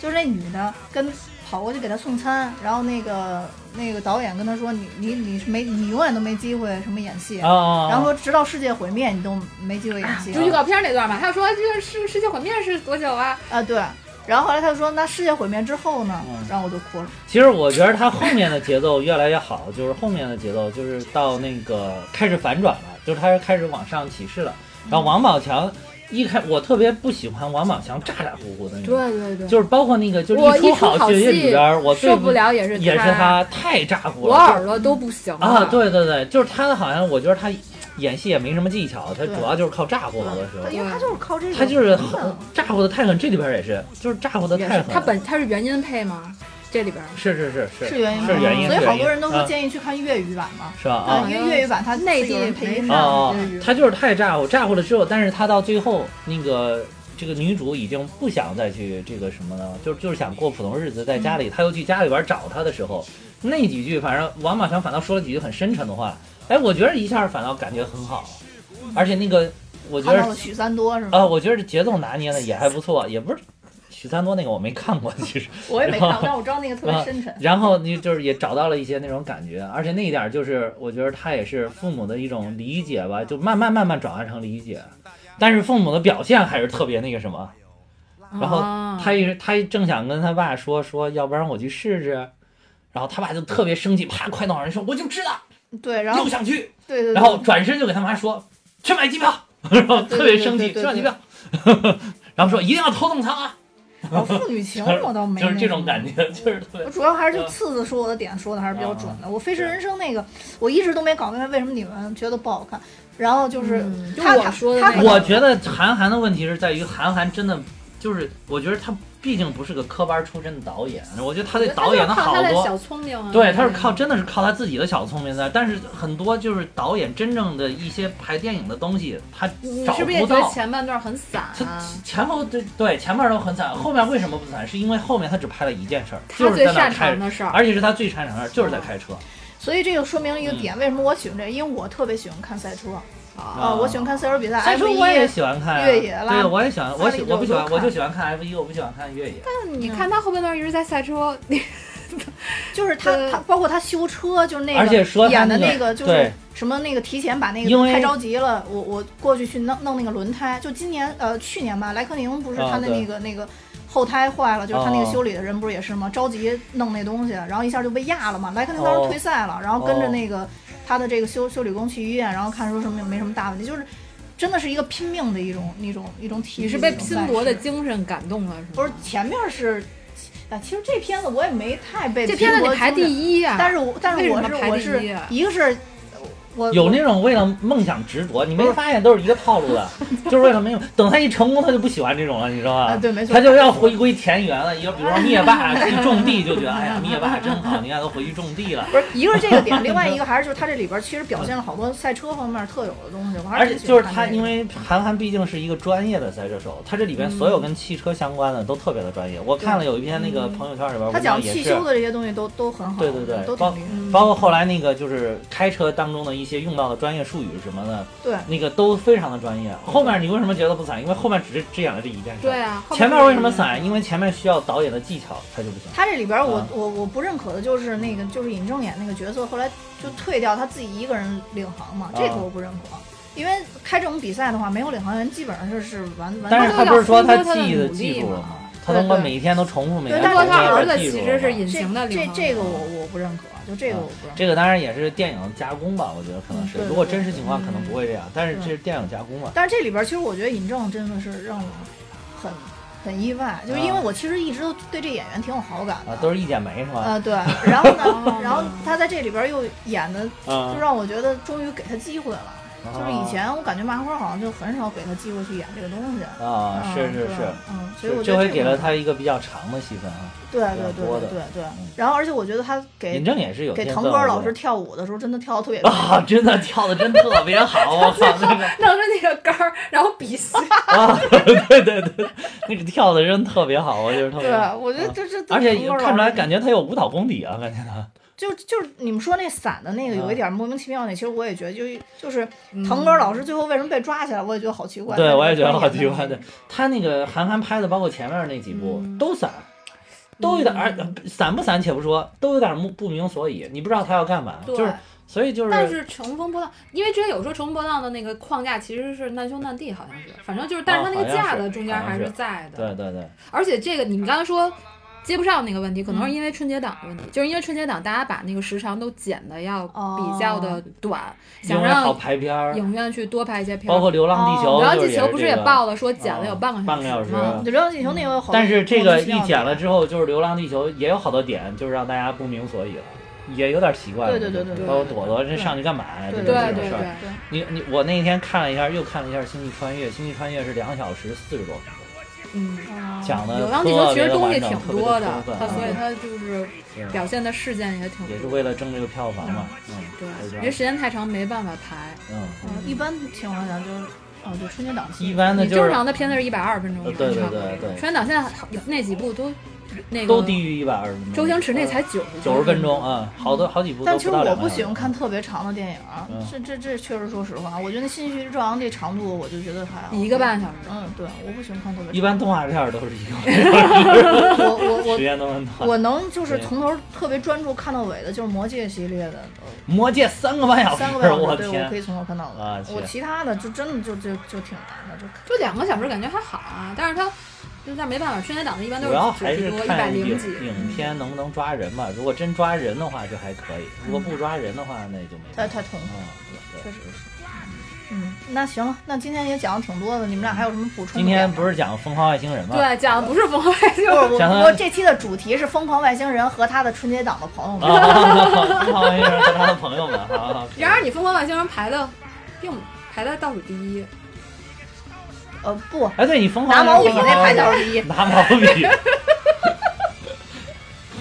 [SPEAKER 1] 就是那女的跟跑过去给他送餐，然后那个那个导演跟他说：“你你你是没你永远都没机会什么演戏。””
[SPEAKER 2] 啊，
[SPEAKER 1] 然后说：“直到世界毁灭，你都没机会演戏。”
[SPEAKER 3] 哎啊就预告片那段嘛，他说这个世世界毁灭是多久啊？
[SPEAKER 1] 啊，对。然后后来他就说：“那世界毁灭之后呢
[SPEAKER 2] 嗯？”
[SPEAKER 1] 然后我就哭了。
[SPEAKER 2] 其实我觉得他后面的节奏越来越好，就是后面的节奏就是到那个开始反转了，就是他开始往上起势了。
[SPEAKER 3] 嗯
[SPEAKER 2] 然后王宝强一开，我特别不喜欢王宝强咋咋呼呼的那种，
[SPEAKER 3] 对对，
[SPEAKER 2] 就是包括那个就是
[SPEAKER 3] 我一
[SPEAKER 2] 出
[SPEAKER 3] 出好
[SPEAKER 2] 好剧里
[SPEAKER 3] 戏
[SPEAKER 2] 边儿，我最
[SPEAKER 3] 受不了也是
[SPEAKER 2] 也是
[SPEAKER 3] 他，
[SPEAKER 2] 他太咋呼
[SPEAKER 3] 我
[SPEAKER 2] 了，就是
[SPEAKER 3] 耳朵都不行了
[SPEAKER 2] 啊，，对对对，就是他好像我觉得他演戏也没什么技巧，他
[SPEAKER 1] 对
[SPEAKER 2] 主要就是靠炸呼好多时候
[SPEAKER 1] 对，，因为他就是靠这个，
[SPEAKER 2] 他嗯就是很炸呼的太狠，这里边也是，就是炸呼的
[SPEAKER 3] 也
[SPEAKER 2] 太
[SPEAKER 3] 是
[SPEAKER 2] 狠。
[SPEAKER 3] 他本他是原音配吗？这里边
[SPEAKER 2] 是是是
[SPEAKER 1] 是
[SPEAKER 2] 是
[SPEAKER 1] 原因，
[SPEAKER 2] 是原因，
[SPEAKER 1] 所以好多人都说
[SPEAKER 2] 啊
[SPEAKER 1] 建议去看粤语版嘛。
[SPEAKER 2] 是吧？
[SPEAKER 1] 啊
[SPEAKER 2] 啊，
[SPEAKER 1] 因为粤语版它
[SPEAKER 3] 内
[SPEAKER 1] 自己
[SPEAKER 3] 地
[SPEAKER 1] 有配音啊
[SPEAKER 2] 哦
[SPEAKER 3] 没
[SPEAKER 1] 嘛
[SPEAKER 3] 上
[SPEAKER 2] 哦
[SPEAKER 3] 嗯，
[SPEAKER 2] 他就是太炸呼，炸呼了之后，但是他到最后那个。这个女主已经不想再去这个什么了，就就是想过普通日子，在家里，他又去家里边找他的时候，那几句反正王宝强反倒说了几句很深沉的话，哎，我觉得一下反倒感觉很好，而且那个我觉
[SPEAKER 1] 看
[SPEAKER 2] 得
[SPEAKER 1] 到了许三多是吗？
[SPEAKER 2] 啊，我觉得这节奏拿捏的也还不错，也不是许三多那个我没看过， 其实。
[SPEAKER 1] 我也没
[SPEAKER 2] 啊
[SPEAKER 1] 看过，但我知道那个特别深沉。
[SPEAKER 2] 然后你就是也找到了一些那种感觉，而且那一点就是，我觉得他也是父母的一种理解吧，就慢慢慢慢转化成理解，但是父母的表现还是特别那个什么。然后
[SPEAKER 1] 嗯
[SPEAKER 3] 哦
[SPEAKER 2] 他一他一正想跟他爸说说，要不然我去试试，然后他爸就特别生气，啪快到上说我就知道，
[SPEAKER 1] 对，然后
[SPEAKER 2] 又想去，
[SPEAKER 1] 对对，
[SPEAKER 2] 然后转身就给他妈说去买机票， 然后特别生气，去买机票， 然后说一定要头等舱啊，
[SPEAKER 1] 后父女情我倒没，
[SPEAKER 2] 就是这种感。觉，嗯啊就是特别
[SPEAKER 1] 我主要还是就次次说我的点说的还是比较准的。我《飞驰人生》那个我一直都没搞明白为什么你们觉得不好看，然后就是
[SPEAKER 3] 嗯
[SPEAKER 1] 他
[SPEAKER 3] 就我说的
[SPEAKER 1] 他
[SPEAKER 3] 那
[SPEAKER 1] 他
[SPEAKER 3] 个
[SPEAKER 2] 我觉得韩寒的问题是在于韩寒真的就是，我觉得他毕竟不是个科班出身的导演，我觉得他对导演的好
[SPEAKER 3] 他的
[SPEAKER 2] 多。
[SPEAKER 3] 小聪明啊，
[SPEAKER 2] 对，他是靠真的是靠他自己的小聪明在，但是很多就是导演真正的一些拍电影的东西，他
[SPEAKER 3] 你
[SPEAKER 2] 找
[SPEAKER 3] 是不是也
[SPEAKER 2] 不
[SPEAKER 3] 觉得
[SPEAKER 2] 到。
[SPEAKER 3] 前半段很散
[SPEAKER 2] 他
[SPEAKER 3] 啊？
[SPEAKER 2] 前后对对前面都很惨，后面为什么不惨？是因为后面他只拍了一件事儿，
[SPEAKER 3] 他
[SPEAKER 2] 就是
[SPEAKER 3] 最
[SPEAKER 2] 在那
[SPEAKER 3] 擅
[SPEAKER 2] 儿开哎
[SPEAKER 3] 长，的事儿，
[SPEAKER 2] 而且是他最擅长的事儿，就是在开车。
[SPEAKER 1] 所以这个说明了
[SPEAKER 2] 嗯
[SPEAKER 1] 一个点，为什么我喜欢这个？因为我特别喜欢看赛车
[SPEAKER 3] 啊
[SPEAKER 1] 啊，我喜欢看赛车比赛。
[SPEAKER 2] 赛车
[SPEAKER 1] F1
[SPEAKER 2] 我也喜欢看、啊，
[SPEAKER 1] 越野啦
[SPEAKER 2] 对，我也喜欢，我喜
[SPEAKER 1] 拉力
[SPEAKER 2] 我不喜欢，
[SPEAKER 1] 都
[SPEAKER 2] 我
[SPEAKER 1] 看
[SPEAKER 2] 就喜欢看 F 一，我不喜欢看越野。
[SPEAKER 1] 嗯
[SPEAKER 3] 你看他后半段一直在赛车，
[SPEAKER 1] 就是他
[SPEAKER 3] 对
[SPEAKER 1] 他包括他修车，就是那个
[SPEAKER 2] 而且说他
[SPEAKER 1] 演的
[SPEAKER 2] 那个
[SPEAKER 1] 那个就是
[SPEAKER 2] 对
[SPEAKER 1] 什么那个提前把那
[SPEAKER 2] 因
[SPEAKER 1] 个
[SPEAKER 2] 为
[SPEAKER 1] 太着急了，我我过去去弄弄那个轮胎，就今年呃去年吧，莱克宁不是
[SPEAKER 2] 啊
[SPEAKER 1] 他的
[SPEAKER 2] 对
[SPEAKER 1] 那个、那个。后胎坏了，就是他那
[SPEAKER 2] 哦
[SPEAKER 1] 个修理的人不是也是吗？着急弄那东西，然后一下就被压了嘛。莱克宁当
[SPEAKER 2] 哦
[SPEAKER 1] 时退赛了，然后跟着
[SPEAKER 2] 哦
[SPEAKER 1] 那个他的这个修修理工去医院，然后看说什么也没什么大问题，就是真的是一个拼命的一种一种一种体育。
[SPEAKER 3] 你是被
[SPEAKER 1] 一种
[SPEAKER 3] 拼
[SPEAKER 1] 赛
[SPEAKER 3] 搏的
[SPEAKER 1] 事
[SPEAKER 3] 精神感动了，是
[SPEAKER 1] 不
[SPEAKER 3] 吗
[SPEAKER 1] 是？前面是，啊，其实这片子我也没太被
[SPEAKER 3] 这片子
[SPEAKER 1] 拼
[SPEAKER 3] 你
[SPEAKER 1] 搏
[SPEAKER 3] 排
[SPEAKER 1] 精神
[SPEAKER 3] 第一啊，
[SPEAKER 1] 但是我但是
[SPEAKER 3] 为什
[SPEAKER 1] 我
[SPEAKER 3] 么
[SPEAKER 1] 是
[SPEAKER 3] 排
[SPEAKER 1] 我
[SPEAKER 3] 第一
[SPEAKER 1] 是
[SPEAKER 3] 啊
[SPEAKER 1] 一个是我
[SPEAKER 2] 有那种为了梦想执着，你没发现都是一个套路的，就是为了没有。等他一成功，他就不喜欢这种了，你知道吧？
[SPEAKER 1] 啊对没错
[SPEAKER 2] 他就要回归田园了。一个比如说 灭霸去种地，就觉得哎呀，灭霸真好，你看都回去种地了。
[SPEAKER 1] 不是一个是这个点，另外一个还是就是它这里边其实表现了好多赛车方面特有的东西，我还
[SPEAKER 2] 而
[SPEAKER 1] 是
[SPEAKER 2] 且
[SPEAKER 1] 挺喜
[SPEAKER 2] 就是
[SPEAKER 1] 欢
[SPEAKER 2] 他，
[SPEAKER 1] 看这
[SPEAKER 2] 因
[SPEAKER 1] 个
[SPEAKER 2] 为韩寒毕竟是一个专业的赛车手，他这里边所
[SPEAKER 1] 嗯
[SPEAKER 2] 有跟汽车相关的都特别的专业。我看了有一篇那个朋友圈里边，
[SPEAKER 1] 他讲
[SPEAKER 2] 文章也
[SPEAKER 1] 汽
[SPEAKER 2] 是
[SPEAKER 1] 修的这些东西都都很好，
[SPEAKER 2] 对对对
[SPEAKER 1] 都
[SPEAKER 2] 包
[SPEAKER 1] 挺厉
[SPEAKER 3] 嗯
[SPEAKER 1] 害。
[SPEAKER 2] 包括后来那个就是开车当中的一些用到的专业术语什么的，
[SPEAKER 1] 对，嗯
[SPEAKER 2] 那个都非常的专业。后面你为什么觉得不散？因为后面只是只演了这一件事。
[SPEAKER 3] 对啊，后
[SPEAKER 2] 前面
[SPEAKER 3] 面
[SPEAKER 2] 为什么散？因为前面需要导演的技巧，他就不行。
[SPEAKER 1] 他这里边我、
[SPEAKER 2] 啊
[SPEAKER 1] 我我不认可的就是那个就是尹正演那个角色，后来就退掉，他自己一个人领航嘛，这个
[SPEAKER 2] 啊
[SPEAKER 1] 我不认可。因为开这种比赛的话，没有领航员基本上是是完完
[SPEAKER 2] 但
[SPEAKER 1] 蛋
[SPEAKER 2] 是
[SPEAKER 1] 的。
[SPEAKER 2] 他不是说
[SPEAKER 3] 他
[SPEAKER 2] 他
[SPEAKER 3] 就要
[SPEAKER 2] 记忆的记
[SPEAKER 3] 付出他的努力
[SPEAKER 2] 住了
[SPEAKER 3] 嘛
[SPEAKER 2] 吗？他他
[SPEAKER 1] 对
[SPEAKER 2] 妈
[SPEAKER 1] 对
[SPEAKER 2] 每一天都重复，每
[SPEAKER 1] 对
[SPEAKER 2] 天
[SPEAKER 1] 但
[SPEAKER 2] 都
[SPEAKER 1] 是
[SPEAKER 2] 重复
[SPEAKER 1] 他儿
[SPEAKER 2] 他
[SPEAKER 3] 子
[SPEAKER 2] 记啊住
[SPEAKER 3] 其
[SPEAKER 2] 了吗
[SPEAKER 3] 实是隐
[SPEAKER 1] 这
[SPEAKER 3] 形的领
[SPEAKER 1] 这
[SPEAKER 3] 航
[SPEAKER 1] 这个
[SPEAKER 3] 员啊
[SPEAKER 1] 我我不认可，就
[SPEAKER 2] 啊
[SPEAKER 1] 这个我不认可。
[SPEAKER 2] 这个当然也是电影加工吧，我觉得可能
[SPEAKER 1] 嗯
[SPEAKER 2] 是
[SPEAKER 1] 对。
[SPEAKER 2] 如果
[SPEAKER 1] 对
[SPEAKER 2] 真实
[SPEAKER 1] 对嗯
[SPEAKER 2] 情况可能不会这样，但是
[SPEAKER 1] 对
[SPEAKER 2] 这是电影加工嘛。
[SPEAKER 1] 但是这里边其实我觉得尹正真的是让我很很意外，就是因为
[SPEAKER 2] 啊
[SPEAKER 1] 我其实一直都对这演员挺有好感的。
[SPEAKER 2] 啊，都是一剪梅是吧？
[SPEAKER 1] 呃，对，然后 呢，然后他在这里边又演的，
[SPEAKER 2] 啊
[SPEAKER 1] 就，让我觉得终于给他机会了。就是以前我感觉麻花好像就很少给他机会去演这个东西。
[SPEAKER 2] 啊，
[SPEAKER 1] 嗯
[SPEAKER 2] 是是
[SPEAKER 1] 对
[SPEAKER 2] 是，
[SPEAKER 1] 嗯，所以
[SPEAKER 2] 是
[SPEAKER 1] 我觉
[SPEAKER 2] 这
[SPEAKER 1] 得
[SPEAKER 2] 回
[SPEAKER 1] 这
[SPEAKER 2] 给
[SPEAKER 1] 个
[SPEAKER 2] 了他一个比较长的戏份啊。
[SPEAKER 1] 对
[SPEAKER 2] 比较
[SPEAKER 1] 对对
[SPEAKER 2] 多
[SPEAKER 1] 对
[SPEAKER 2] 的
[SPEAKER 1] 对对
[SPEAKER 2] 嗯。
[SPEAKER 1] 然后，而且我觉得他给
[SPEAKER 2] 尹正也是有
[SPEAKER 1] 给
[SPEAKER 2] 天
[SPEAKER 1] 腾
[SPEAKER 2] 分
[SPEAKER 1] 格尔
[SPEAKER 2] 我
[SPEAKER 1] 老
[SPEAKER 2] 觉
[SPEAKER 1] 师
[SPEAKER 2] 得
[SPEAKER 1] 跳舞的时候，真的跳的特 别
[SPEAKER 2] 啊，真的跳的真特别好，我靠，那个
[SPEAKER 3] 弄着那个杆儿，然后 比心，
[SPEAKER 2] 啊，对对对，那个跳的真特别好，我觉得特
[SPEAKER 1] 对
[SPEAKER 2] 别好。，嗯
[SPEAKER 1] 我觉得这这
[SPEAKER 2] 而且
[SPEAKER 1] 腾格尔
[SPEAKER 2] 看出
[SPEAKER 1] 老
[SPEAKER 2] 来，
[SPEAKER 1] 师
[SPEAKER 2] 感觉他有舞蹈功底啊，感觉他
[SPEAKER 1] 就就是你们说那散的那个有一
[SPEAKER 2] 嗯
[SPEAKER 1] 点莫名其妙那，其实我也觉得就就是腾格尔老师最后为什么被抓起来，我也觉得好奇怪。
[SPEAKER 2] 对我也觉得好
[SPEAKER 1] 但是
[SPEAKER 2] 奇怪。对他那个韩寒拍的，包括前面那几部都散，都有点儿呃散不散且不说，都有点儿不不明所以，你不知道他要干嘛，
[SPEAKER 3] 对
[SPEAKER 2] 就是所以就
[SPEAKER 3] 但
[SPEAKER 2] 是
[SPEAKER 3] 是乘风破浪，因为之前有说乘风破浪的那个框架其实是难兄难弟，好像是，反正就是，但是它
[SPEAKER 2] 啊
[SPEAKER 3] 那个架子中间还是在的。
[SPEAKER 2] 对对对，
[SPEAKER 3] 而且这个你们刚才说接不上那个问题，可
[SPEAKER 2] 嗯
[SPEAKER 3] 能是因为春节档的问题，就是因为春节档大家把那个时长都剪的要比较的
[SPEAKER 1] 嗯
[SPEAKER 3] 短，
[SPEAKER 2] 因
[SPEAKER 3] 想
[SPEAKER 2] 为哦好
[SPEAKER 3] 让
[SPEAKER 2] 排片儿，
[SPEAKER 3] 影院去多拍一些片
[SPEAKER 2] 包括《
[SPEAKER 3] 儿。
[SPEAKER 2] 流浪地球
[SPEAKER 1] 哦》
[SPEAKER 2] 就
[SPEAKER 3] 然
[SPEAKER 2] 是这
[SPEAKER 3] 后
[SPEAKER 2] 个，
[SPEAKER 3] 地球不是也爆了，说剪了有
[SPEAKER 2] 嗯
[SPEAKER 3] 半个
[SPEAKER 2] 半个小时
[SPEAKER 3] 吗？
[SPEAKER 1] 对流浪地球那个好多
[SPEAKER 2] 但是这
[SPEAKER 1] 莫
[SPEAKER 2] 个
[SPEAKER 1] 名其妙
[SPEAKER 2] 一
[SPEAKER 1] 的
[SPEAKER 2] 剪了之后，就是《流浪地球》也有好多点，就是让大家不明所以了，也有点奇怪了。
[SPEAKER 1] 对对对对
[SPEAKER 2] 包括朵朵这
[SPEAKER 1] 对
[SPEAKER 2] 上去干嘛呀？
[SPEAKER 1] 对
[SPEAKER 2] 这种
[SPEAKER 3] 对对
[SPEAKER 2] 这种事儿。
[SPEAKER 3] 对，
[SPEAKER 1] 对
[SPEAKER 2] 你你我那天看了一下，又看了一下《星际穿越》，《星际穿越》是两小时四十多分钟，
[SPEAKER 3] 嗯。
[SPEAKER 2] 讲的
[SPEAKER 3] 流浪地球其实东西挺多的，它所以它就是表现的事件也挺
[SPEAKER 2] 嗯也是
[SPEAKER 3] 多。
[SPEAKER 2] 为了争这个票房嘛。嗯
[SPEAKER 3] 对，因为时间太长没办法拍。
[SPEAKER 2] 嗯，
[SPEAKER 1] 嗯一般情况下就是哦，对春节档期
[SPEAKER 2] 一般的
[SPEAKER 3] 你
[SPEAKER 2] 就
[SPEAKER 3] 正
[SPEAKER 2] 是
[SPEAKER 3] 常的片子是一百二十分钟吧
[SPEAKER 2] 呃，对对
[SPEAKER 3] 差不多
[SPEAKER 2] 对对
[SPEAKER 3] 春节档现在那几部都那个
[SPEAKER 2] 都低于一百二十分钟。
[SPEAKER 3] 周星驰那才九十
[SPEAKER 2] 九十分钟啊，嗯好多好几部都
[SPEAKER 1] 但其
[SPEAKER 2] 不
[SPEAKER 1] 实
[SPEAKER 2] 到
[SPEAKER 1] 我
[SPEAKER 2] 两个
[SPEAKER 1] 不
[SPEAKER 2] 小时
[SPEAKER 1] 喜欢看特别长的电影儿
[SPEAKER 2] 嗯，
[SPEAKER 1] 这这这确实说实话，我觉得《新剧之王》这长度我就觉得还好。
[SPEAKER 3] 一个半小时。
[SPEAKER 1] 嗯，对，我不喜欢看特别长。
[SPEAKER 2] 一般动画片儿都是一个
[SPEAKER 1] 我我
[SPEAKER 2] 时
[SPEAKER 1] 我
[SPEAKER 2] 间都很 短。
[SPEAKER 1] 我能就是从头特别专注看到尾的，就是《魔戒》系列的呃
[SPEAKER 2] 魔戒三个 半小时，
[SPEAKER 1] 三个半小
[SPEAKER 2] 我
[SPEAKER 1] 时，对我可
[SPEAKER 2] 天！
[SPEAKER 1] 以从头看到
[SPEAKER 2] 啊
[SPEAKER 1] 尾。
[SPEAKER 2] 去
[SPEAKER 1] 我其他的就真的就就就挺难的，就看
[SPEAKER 3] 就两个小时感觉还好啊，但是它就但没办法，春节档的一般都
[SPEAKER 2] 主要
[SPEAKER 3] 是
[SPEAKER 2] 还
[SPEAKER 3] 九十
[SPEAKER 2] 是
[SPEAKER 3] 多、一百
[SPEAKER 2] 看影
[SPEAKER 3] 零几。嗯
[SPEAKER 2] 影片能不能抓人吧。如果真抓人的话，就还可以；如果
[SPEAKER 3] 嗯
[SPEAKER 2] 不抓人的话，那就没
[SPEAKER 1] 太
[SPEAKER 2] 办法。
[SPEAKER 1] 太痛苦。
[SPEAKER 2] 嗯对
[SPEAKER 1] 确
[SPEAKER 2] 对
[SPEAKER 1] 实是。嗯，那行了，那今天也讲的挺多的，你们俩还有什么补充的
[SPEAKER 2] 今
[SPEAKER 1] 点
[SPEAKER 2] 天
[SPEAKER 1] 吗？
[SPEAKER 2] 不是讲《疯狂外星人》吗？
[SPEAKER 3] 对，讲的不是疯狂外星
[SPEAKER 1] 不
[SPEAKER 3] 人，
[SPEAKER 1] 是
[SPEAKER 2] 讲
[SPEAKER 1] 我
[SPEAKER 2] 到
[SPEAKER 1] 我这期的主题是疯狂外星人和他的春节档的朋友们。
[SPEAKER 2] 啊，疯狂外星人和他的朋友们，好好好。
[SPEAKER 3] 然而你疯狂外星人排的并排在倒数第一，
[SPEAKER 1] 呃，不，
[SPEAKER 2] 哎，对你疯
[SPEAKER 1] 拿
[SPEAKER 2] 狂
[SPEAKER 1] 毛笔
[SPEAKER 2] 外星人
[SPEAKER 1] 那排倒数第一。
[SPEAKER 2] 拿毛 笔，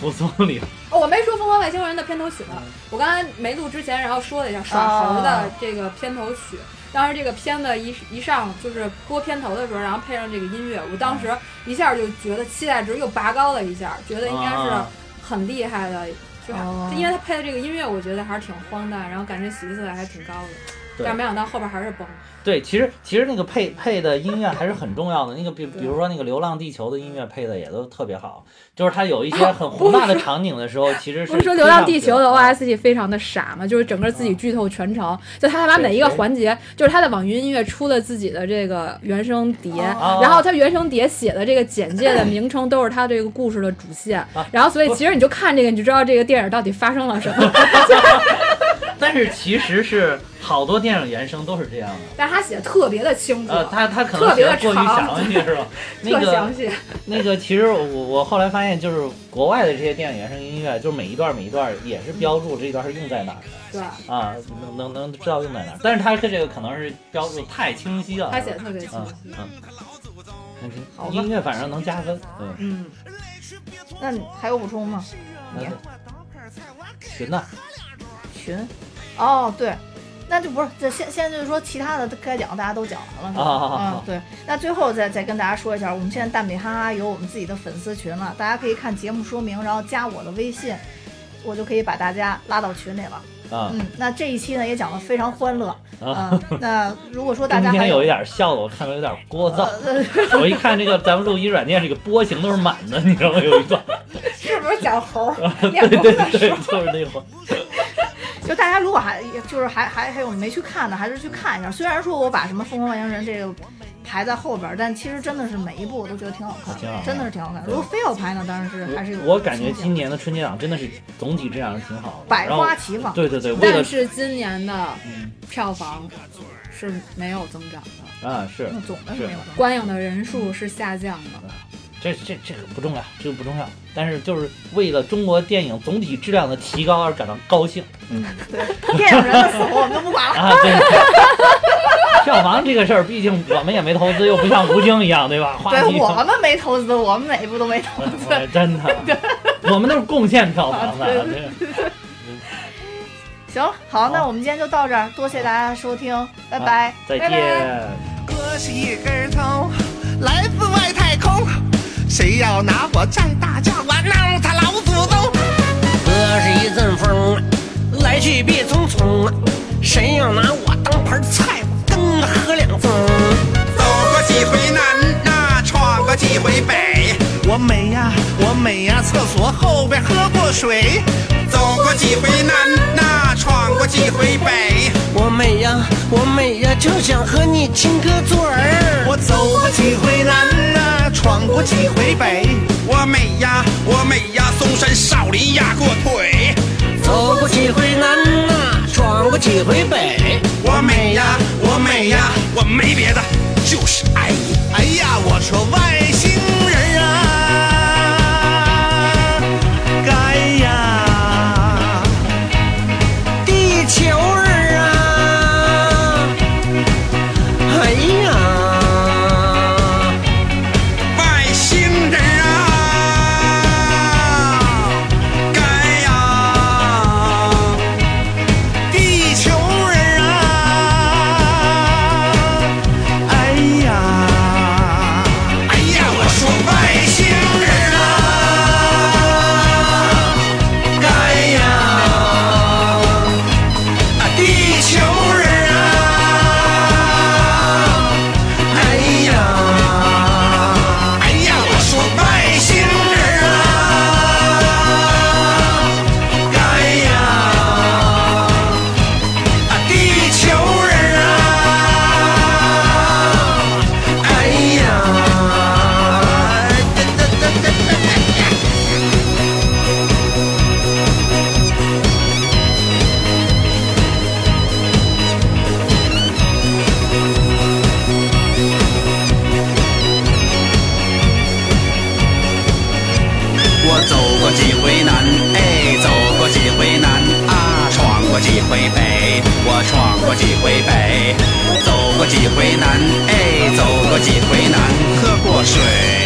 [SPEAKER 2] 胡总理
[SPEAKER 3] 哦，我没说《疯狂外星人》的片头曲呢，我刚才没录之前，然后说了一下耍猴的这个片头曲。当时这个片子一一上，就是播片头的时候，然后配上这个音乐，我当时一下就觉得期待值又拔高了一下，觉得应该是
[SPEAKER 2] 啊
[SPEAKER 3] 很厉害的，就是
[SPEAKER 1] 哦
[SPEAKER 3] 因为他配的这个音乐，我觉得还是挺荒诞，然后感觉喜剧色彩还挺高的。
[SPEAKER 2] 对
[SPEAKER 3] 但是没想到后边还是崩了。
[SPEAKER 2] 对，其实其实那个配配的音乐还是很重要的。那个比比如说那个《流浪地球》的音乐配的也都特别好，就是它有一些很宏大的场景的时候，其实是
[SPEAKER 3] 不是说
[SPEAKER 2] 推
[SPEAKER 3] 《流浪
[SPEAKER 2] 上
[SPEAKER 3] 地
[SPEAKER 2] 去
[SPEAKER 3] 球》的
[SPEAKER 2] 啊
[SPEAKER 3] OST 非常的傻吗？就是整个
[SPEAKER 2] 嗯
[SPEAKER 3] 自己剧透全程，就他他把每一个环节，就是他的网易云音乐出了自己的这个原声碟，
[SPEAKER 1] 哦
[SPEAKER 3] 然后他原声碟写的这个简介的名称都是他这个故事的
[SPEAKER 2] 啊
[SPEAKER 3] 主线，然后所以其实你就看这个，你就知道这个电影到底发生了什么。
[SPEAKER 2] 但是其实是好多电影原声都是这样的。
[SPEAKER 3] 但是他写的特别的清楚，
[SPEAKER 2] 呃，他他可
[SPEAKER 3] 嗯特
[SPEAKER 2] 能
[SPEAKER 3] 别
[SPEAKER 2] 写
[SPEAKER 3] 的
[SPEAKER 2] 得过于
[SPEAKER 3] 长
[SPEAKER 2] 详细 是吧？那
[SPEAKER 3] 特
[SPEAKER 2] 个
[SPEAKER 3] 详细。
[SPEAKER 2] 那个，其实我我后来发现，就是国外的这些电影原声音乐，就是每一段每一段也是标注这一段是用在哪儿的
[SPEAKER 3] 对，
[SPEAKER 2] 啊，能能能知道用在哪儿。但是它跟这个可能是标注太清晰了，
[SPEAKER 3] 他写的特别清
[SPEAKER 2] 嗯
[SPEAKER 3] 楚。
[SPEAKER 2] 嗯，
[SPEAKER 1] 好吧
[SPEAKER 2] 音乐反正能加分，嗯，
[SPEAKER 1] 嗯，那你还有补充吗？你
[SPEAKER 2] 那群呐，
[SPEAKER 1] 群，哦对，那就不是，这现现在就是说其他的该讲大家都讲完了。
[SPEAKER 2] 啊啊啊
[SPEAKER 1] 嗯，！对，那最后再再跟大家说一下，我们现在蛋比哈哈有我们自己的粉丝群了，大家可以看节目说明，然后加我的微信，我就可以把大家拉到群里了。
[SPEAKER 2] 啊，
[SPEAKER 1] 嗯，那这一期呢也讲得非常欢乐，
[SPEAKER 2] 啊
[SPEAKER 1] 嗯，那如果说大
[SPEAKER 2] 今
[SPEAKER 1] 家还
[SPEAKER 2] 天有一点笑的，我看着有点聒噪。
[SPEAKER 1] 呃，
[SPEAKER 2] 我一看这个咱们录音软件，这个波形都是满的，你知 道吗？有一段，
[SPEAKER 1] 是不是讲猴儿？
[SPEAKER 2] 对对对，就是那会儿。
[SPEAKER 1] 就大家如果还就是还还还有没去看的，还是去看一下。虽然说我把什么《疯狂外星人》这个排在后边儿，但其实真的是每一部我都觉得挺好看，
[SPEAKER 2] 挺好看啊
[SPEAKER 1] 真的是挺好看。
[SPEAKER 2] 对
[SPEAKER 1] 如果非要排呢，当然是还是有
[SPEAKER 2] 我感觉
[SPEAKER 1] 憧憬
[SPEAKER 2] 今年的春节档真的是总体质量是挺好的，
[SPEAKER 1] 百
[SPEAKER 2] 然后
[SPEAKER 1] 花齐 放。
[SPEAKER 2] 对对对，为了嗯
[SPEAKER 3] 但是今年的票房是没有增长的，
[SPEAKER 2] 啊是
[SPEAKER 1] 那总的是
[SPEAKER 2] 是
[SPEAKER 1] 没有的。
[SPEAKER 3] 观影的人数是下降的。
[SPEAKER 2] 这这这个不重要，这个不重要，但是就是为了中国电影总体质量的提高而感到高兴
[SPEAKER 1] 对，电影人的死活我们就不管了。
[SPEAKER 2] 啊！对，票房这个事儿，毕竟我们也没投资，又不像吴京一样，对吧？花
[SPEAKER 1] 对
[SPEAKER 2] 旗
[SPEAKER 1] 我们没投资，我们每一 部都没投资。
[SPEAKER 2] 哎真的，我们都是贡献票房的。啊对
[SPEAKER 1] 行，好，那我们今天就到这儿，多谢大家收听，拜拜
[SPEAKER 2] 啊，再
[SPEAKER 1] 拜拜
[SPEAKER 2] 见。
[SPEAKER 4] 我是一根葱，来自外太空。谁要拿我当大家，我弄他老祖宗。我是一阵风，来去必匆匆。谁要拿我当盘菜，我跟他喝两盅。走过几回南呐，闯过几回北。我美呀，我美呀，厕所后边喝过水。走过几回南呐，闯过几回北。我美呀，我美呀，就想和你亲个嘴儿。我走过几回南呐，闯过几回北。我美呀，我美呀，嵩山少林压过腿。
[SPEAKER 5] 走过几回南呐，闯过几回北。
[SPEAKER 4] 我美呀，我美呀，我没别的，就是爱你。哎呀，我说外星人啊，该呀，
[SPEAKER 5] 地球儿啊，哎呀，
[SPEAKER 4] 外星人啊，该呀，地球人啊，哎呀，哎呀，我说外星人啊，该呀，啊地球人啊，哎呀，哎呀，我说外星人啊，该呀。啊，地球人啊，哎呀！我走过几回南，哎，走过几回南啊，闯过几回北，我闯过几回北，走过几回南，哎，走过几回南，喝过水。